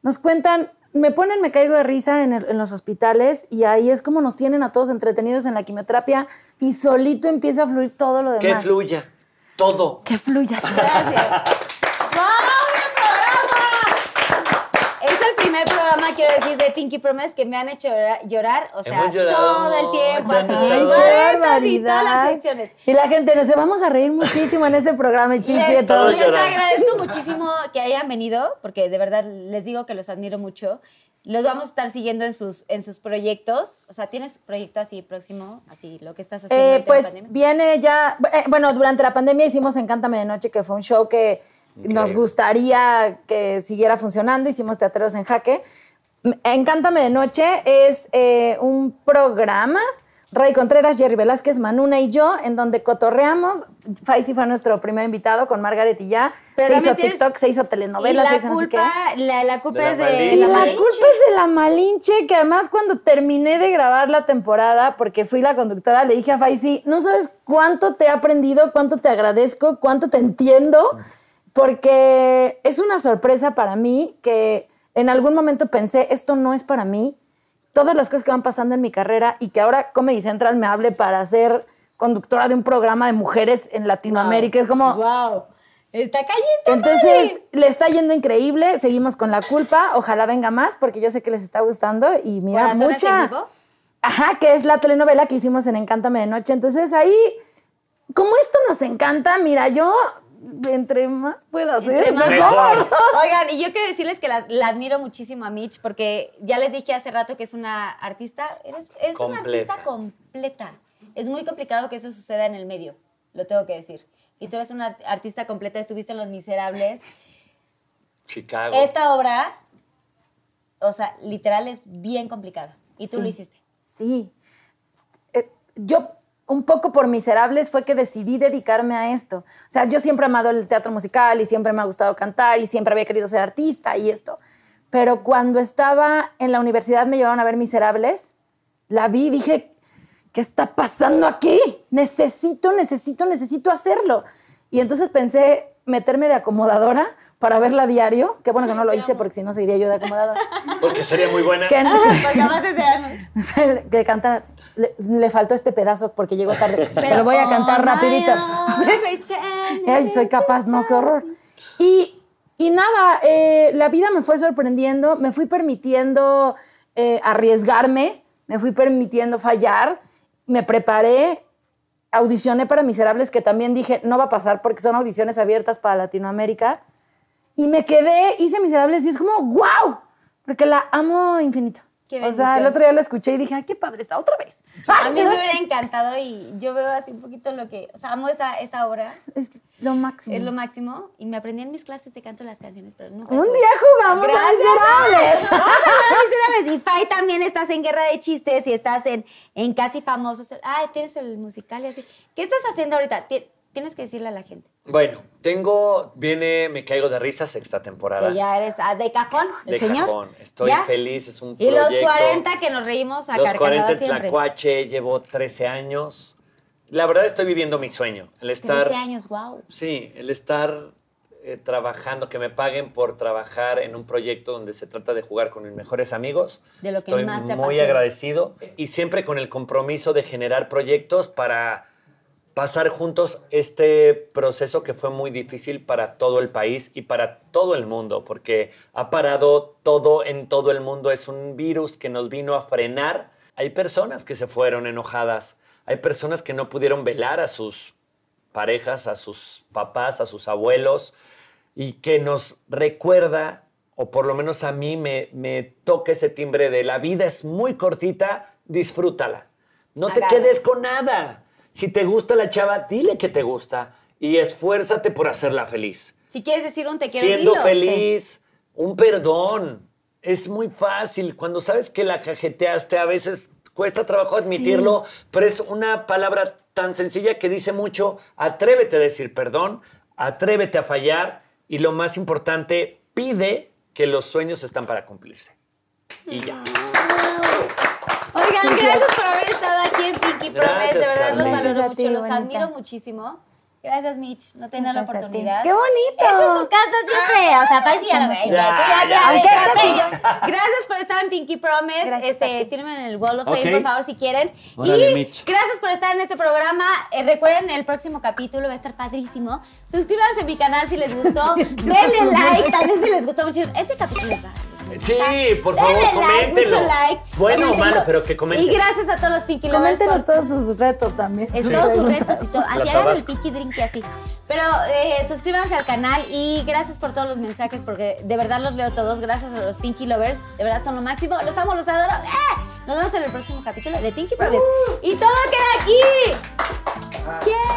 Speaker 3: nos cuentan, me ponen, me caigo de risa en, el, en los hospitales y ahí es como nos tienen a todos entretenidos en la quimioterapia y solito empieza a fluir todo lo demás.
Speaker 4: Que fluya todo.
Speaker 3: Que fluya. <laughs>
Speaker 2: Gracias. ¡Wow! ¡Qué programa! Es el primer programa, quiero decir, de Pinky Promise que me han hecho llorar, llorar, o sea,
Speaker 4: Hemos llorado,
Speaker 2: todo el tiempo,
Speaker 4: hemos
Speaker 2: así,
Speaker 4: llorado.
Speaker 2: caretas y todas las secciones.
Speaker 3: Y la gente, nos vamos a reír muchísimo en este programa, y chichi, de
Speaker 2: Les,
Speaker 3: todo.
Speaker 4: todos
Speaker 2: les
Speaker 4: llorando.
Speaker 2: agradezco muchísimo que hayan venido, porque de verdad les digo que los admiro mucho. Los vamos a estar siguiendo en sus, en sus proyectos. O sea, ¿tienes proyecto así próximo? Así, lo que estás haciendo
Speaker 3: Eh,
Speaker 2: ahorita en
Speaker 3: pues
Speaker 2: pandemia?
Speaker 3: viene ya, eh, bueno, durante la pandemia hicimos Encántame de Noche, que fue un show que nos gustaría que siguiera funcionando, hicimos Teatreros en Jaque. M- Encántame de Noche es eh, un programa, Rey Contreras, Jerry Velázquez, Manuna y yo, en donde cotorreamos. Faisy fue nuestro primer invitado con Margaret y ya.
Speaker 2: Pero
Speaker 3: se
Speaker 2: también
Speaker 3: hizo
Speaker 2: tienes-
Speaker 3: TikTok, se hizo telenovelas, se
Speaker 2: y
Speaker 3: hizo
Speaker 2: la
Speaker 3: no sé qué.
Speaker 2: culpa, la, la culpa
Speaker 4: De la
Speaker 2: es de de
Speaker 4: Malinche.
Speaker 3: Y la
Speaker 2: Malinche.
Speaker 3: culpa es de la Malinche, que además cuando terminé de grabar la temporada, porque fui la conductora, le dije a Faisy, no sabes cuánto te he aprendido, cuánto te agradezco, cuánto te entiendo, porque es una sorpresa para mí que en algún momento pensé, esto no es para mí, todas las cosas que van pasando en mi carrera y que ahora Comedy Central me hable para ser conductora de un programa de mujeres en Latinoamérica, es como...
Speaker 2: ¡Wow! Está callista,
Speaker 3: Entonces, le está yendo increíble, seguimos con la culpa, ojalá venga más porque yo sé que les está gustando y mira, mucha... Ajá, que es la telenovela que hicimos en Encántame de Noche. Entonces, ahí, como esto nos encanta, mira, yo entre más puedo hacer,
Speaker 2: Entre más-
Speaker 4: Mejor.
Speaker 2: Oigan, y yo quiero decirles que la, la admiro muchísimo a Mitch porque ya les dije hace rato que es una artista, eres, es una
Speaker 4: Completa.
Speaker 2: artista completa. Es muy complicado que eso suceda en el medio, lo tengo que decir. Y tú eres una art- artista completa, estuviste en Los Miserables.
Speaker 4: Chicago.
Speaker 2: Esta obra, o sea, literal es bien complicada. Y tú
Speaker 3: Sí.
Speaker 2: lo hiciste. <laughs>
Speaker 3: Sí. Eh, yo, un poco por miserables, fue que decidí dedicarme a esto. O sea, yo siempre he amado el teatro musical y siempre me ha gustado cantar y siempre había querido ser artista y esto. Pero cuando estaba en la universidad me llevaron a ver Miserables, la vi y dije, ¿qué está pasando aquí? Necesito, necesito, necesito hacerlo. Y entonces pensé meterme de acomodadora para verla diario, que bueno que no lo hice porque si no seguiría yo de acomodadora.
Speaker 4: Porque sería muy buena.
Speaker 3: Que-
Speaker 2: Porque además te sean-
Speaker 3: <laughs> o sea, le- le cantas, le, le faltó este pedazo porque llegó tarde. Te lo voy a cantar
Speaker 2: Oh,
Speaker 3: rapidito. <laughs>
Speaker 2: my God, pretend
Speaker 3: Ay, soy capaz, no, qué horror. Y, y nada, eh, la vida me fue sorprendiendo, me fui permitiendo eh, arriesgarme, me fui permitiendo fallar, me preparé, audicioné para Miserables, que también dije, no va a pasar porque son audiciones abiertas para Latinoamérica. Y me quedé, hice Miserables y es como, wow, porque la amo infinito.
Speaker 2: Qué
Speaker 3: o sea, el
Speaker 2: bendición.
Speaker 3: otro día la escuché y dije, ay, qué padre está otra vez.
Speaker 2: A mí me hubiera encantado y yo veo así un poquito lo que, o sea, amo esa, esa obra,
Speaker 3: <laughs> Es lo máximo.
Speaker 2: es lo máximo y me aprendí en mis clases de canto las canciones, pero nunca
Speaker 3: Un
Speaker 2: estuve.
Speaker 3: día jugamos
Speaker 2: Gracias.
Speaker 3: a Miserables.
Speaker 2: <laughs> Ay, una vez, y Fai también estás en Guerra de Chistes y estás en, en Casi Famosos. Ah, tienes el musical y así. ¿Qué estás haciendo ahorita? Ti- Tienes que decirle a la gente.
Speaker 4: Bueno, tengo, viene Me Caigo de Risa, sexta temporada.
Speaker 2: Que ya eres ah, de cajón, el
Speaker 4: de
Speaker 2: señor.
Speaker 4: cajón. Estoy
Speaker 2: ¿Ya?
Speaker 4: feliz, es un
Speaker 2: Y los
Speaker 4: proyecto.
Speaker 2: 40 que nos reímos a
Speaker 4: Los 40
Speaker 2: carcajadas
Speaker 4: en
Speaker 2: siempre.
Speaker 4: Tlacuache, llevo 13 años. La verdad estoy viviendo mi sueño. El estar...
Speaker 2: 13 años, wow.
Speaker 4: Sí, el estar eh, trabajando, que me paguen por trabajar en un proyecto donde se trata de jugar con mis mejores amigos.
Speaker 2: De lo que
Speaker 4: Estoy
Speaker 2: más te
Speaker 4: muy
Speaker 2: apasiona.
Speaker 4: agradecido y siempre con el compromiso de generar proyectos para pasar juntos este proceso que fue muy difícil para todo el país y para todo el mundo, porque ha parado todo en todo el mundo. Es un virus que nos vino a frenar. Hay personas que se fueron enojadas, hay personas que no pudieron velar a sus parejas, a sus papás, a sus abuelos, y que nos recuerda, o por lo menos a mí me, me toca ese timbre de la vida es muy cortita, disfrútala. No te
Speaker 2: Agárrala.
Speaker 4: quedes con nada. Si te gusta la chava, dile que te gusta y esfuérzate por hacerla feliz.
Speaker 2: Si quieres decir un te quiero,
Speaker 4: Siendo
Speaker 2: dilo.
Speaker 4: feliz, un perdón. Es muy fácil. Cuando sabes que la cajeteaste, a veces cuesta trabajo admitirlo, pero es una palabra tan sencilla que dice mucho. Atrévete a decir perdón, atrévete a fallar y lo más importante, pide que los sueños están para cumplirse. Y ya.
Speaker 2: Ah. Oigan, gracias por haber estado aquí en Pinky Promise.
Speaker 4: Gracias,
Speaker 2: De verdad los
Speaker 4: Carmen.
Speaker 2: valoro
Speaker 3: Gracias a ti,
Speaker 2: mucho, los
Speaker 3: bonita.
Speaker 2: admiro muchísimo. Gracias, Mitch. No tenía la
Speaker 3: Gracias a ti.
Speaker 2: oportunidad.
Speaker 3: ¡Qué bonito!
Speaker 2: Esta es tu casa siempre. O sea, parecía güey.
Speaker 4: Ya,
Speaker 2: Ya, ya,
Speaker 4: ya,
Speaker 2: ya,
Speaker 3: aunque
Speaker 2: ya,
Speaker 3: ahora
Speaker 2: ya.
Speaker 3: sí.
Speaker 2: Gracias por estar en Pinky Promise.
Speaker 3: Gracias
Speaker 2: este, firmen el Wall of Fame,
Speaker 4: Ok.
Speaker 2: por favor, si quieren.
Speaker 4: Órale,
Speaker 2: y
Speaker 4: Mitch.
Speaker 2: gracias por estar en este programa. Eh, recuerden, el próximo capítulo va a estar padrísimo. Suscríbanse a mi canal si les gustó. Denle like también si les gustó mucho. Este capítulo les va. les va a
Speaker 4: Sí, por favor,
Speaker 2: Denle like,
Speaker 4: coméntenlo.
Speaker 2: mucho like.
Speaker 4: bueno o
Speaker 2: Coméntenlo.
Speaker 4: malo, pero que comenten.
Speaker 2: Y gracias a todos los Pinky Lovers.
Speaker 3: Coméntenos
Speaker 2: por-
Speaker 3: todos sus retos también.
Speaker 2: Es
Speaker 3: Sí.
Speaker 2: todos sus
Speaker 3: <laughs>
Speaker 2: retos y
Speaker 4: <laughs>
Speaker 2: todo.
Speaker 4: La
Speaker 2: Así hagan el
Speaker 4: Tabasco.
Speaker 2: Pinky Drink y así. Pero eh, suscríbanse al canal y gracias por todos los mensajes porque de verdad los leo todos. Gracias a los Pinky Lovers. De verdad son lo máximo. Los amo, los adoro.
Speaker 4: Uh.
Speaker 2: ¡Eh! Nos vemos en el próximo capítulo de Pinky Promise. Y todo queda aquí. ¡Yeah!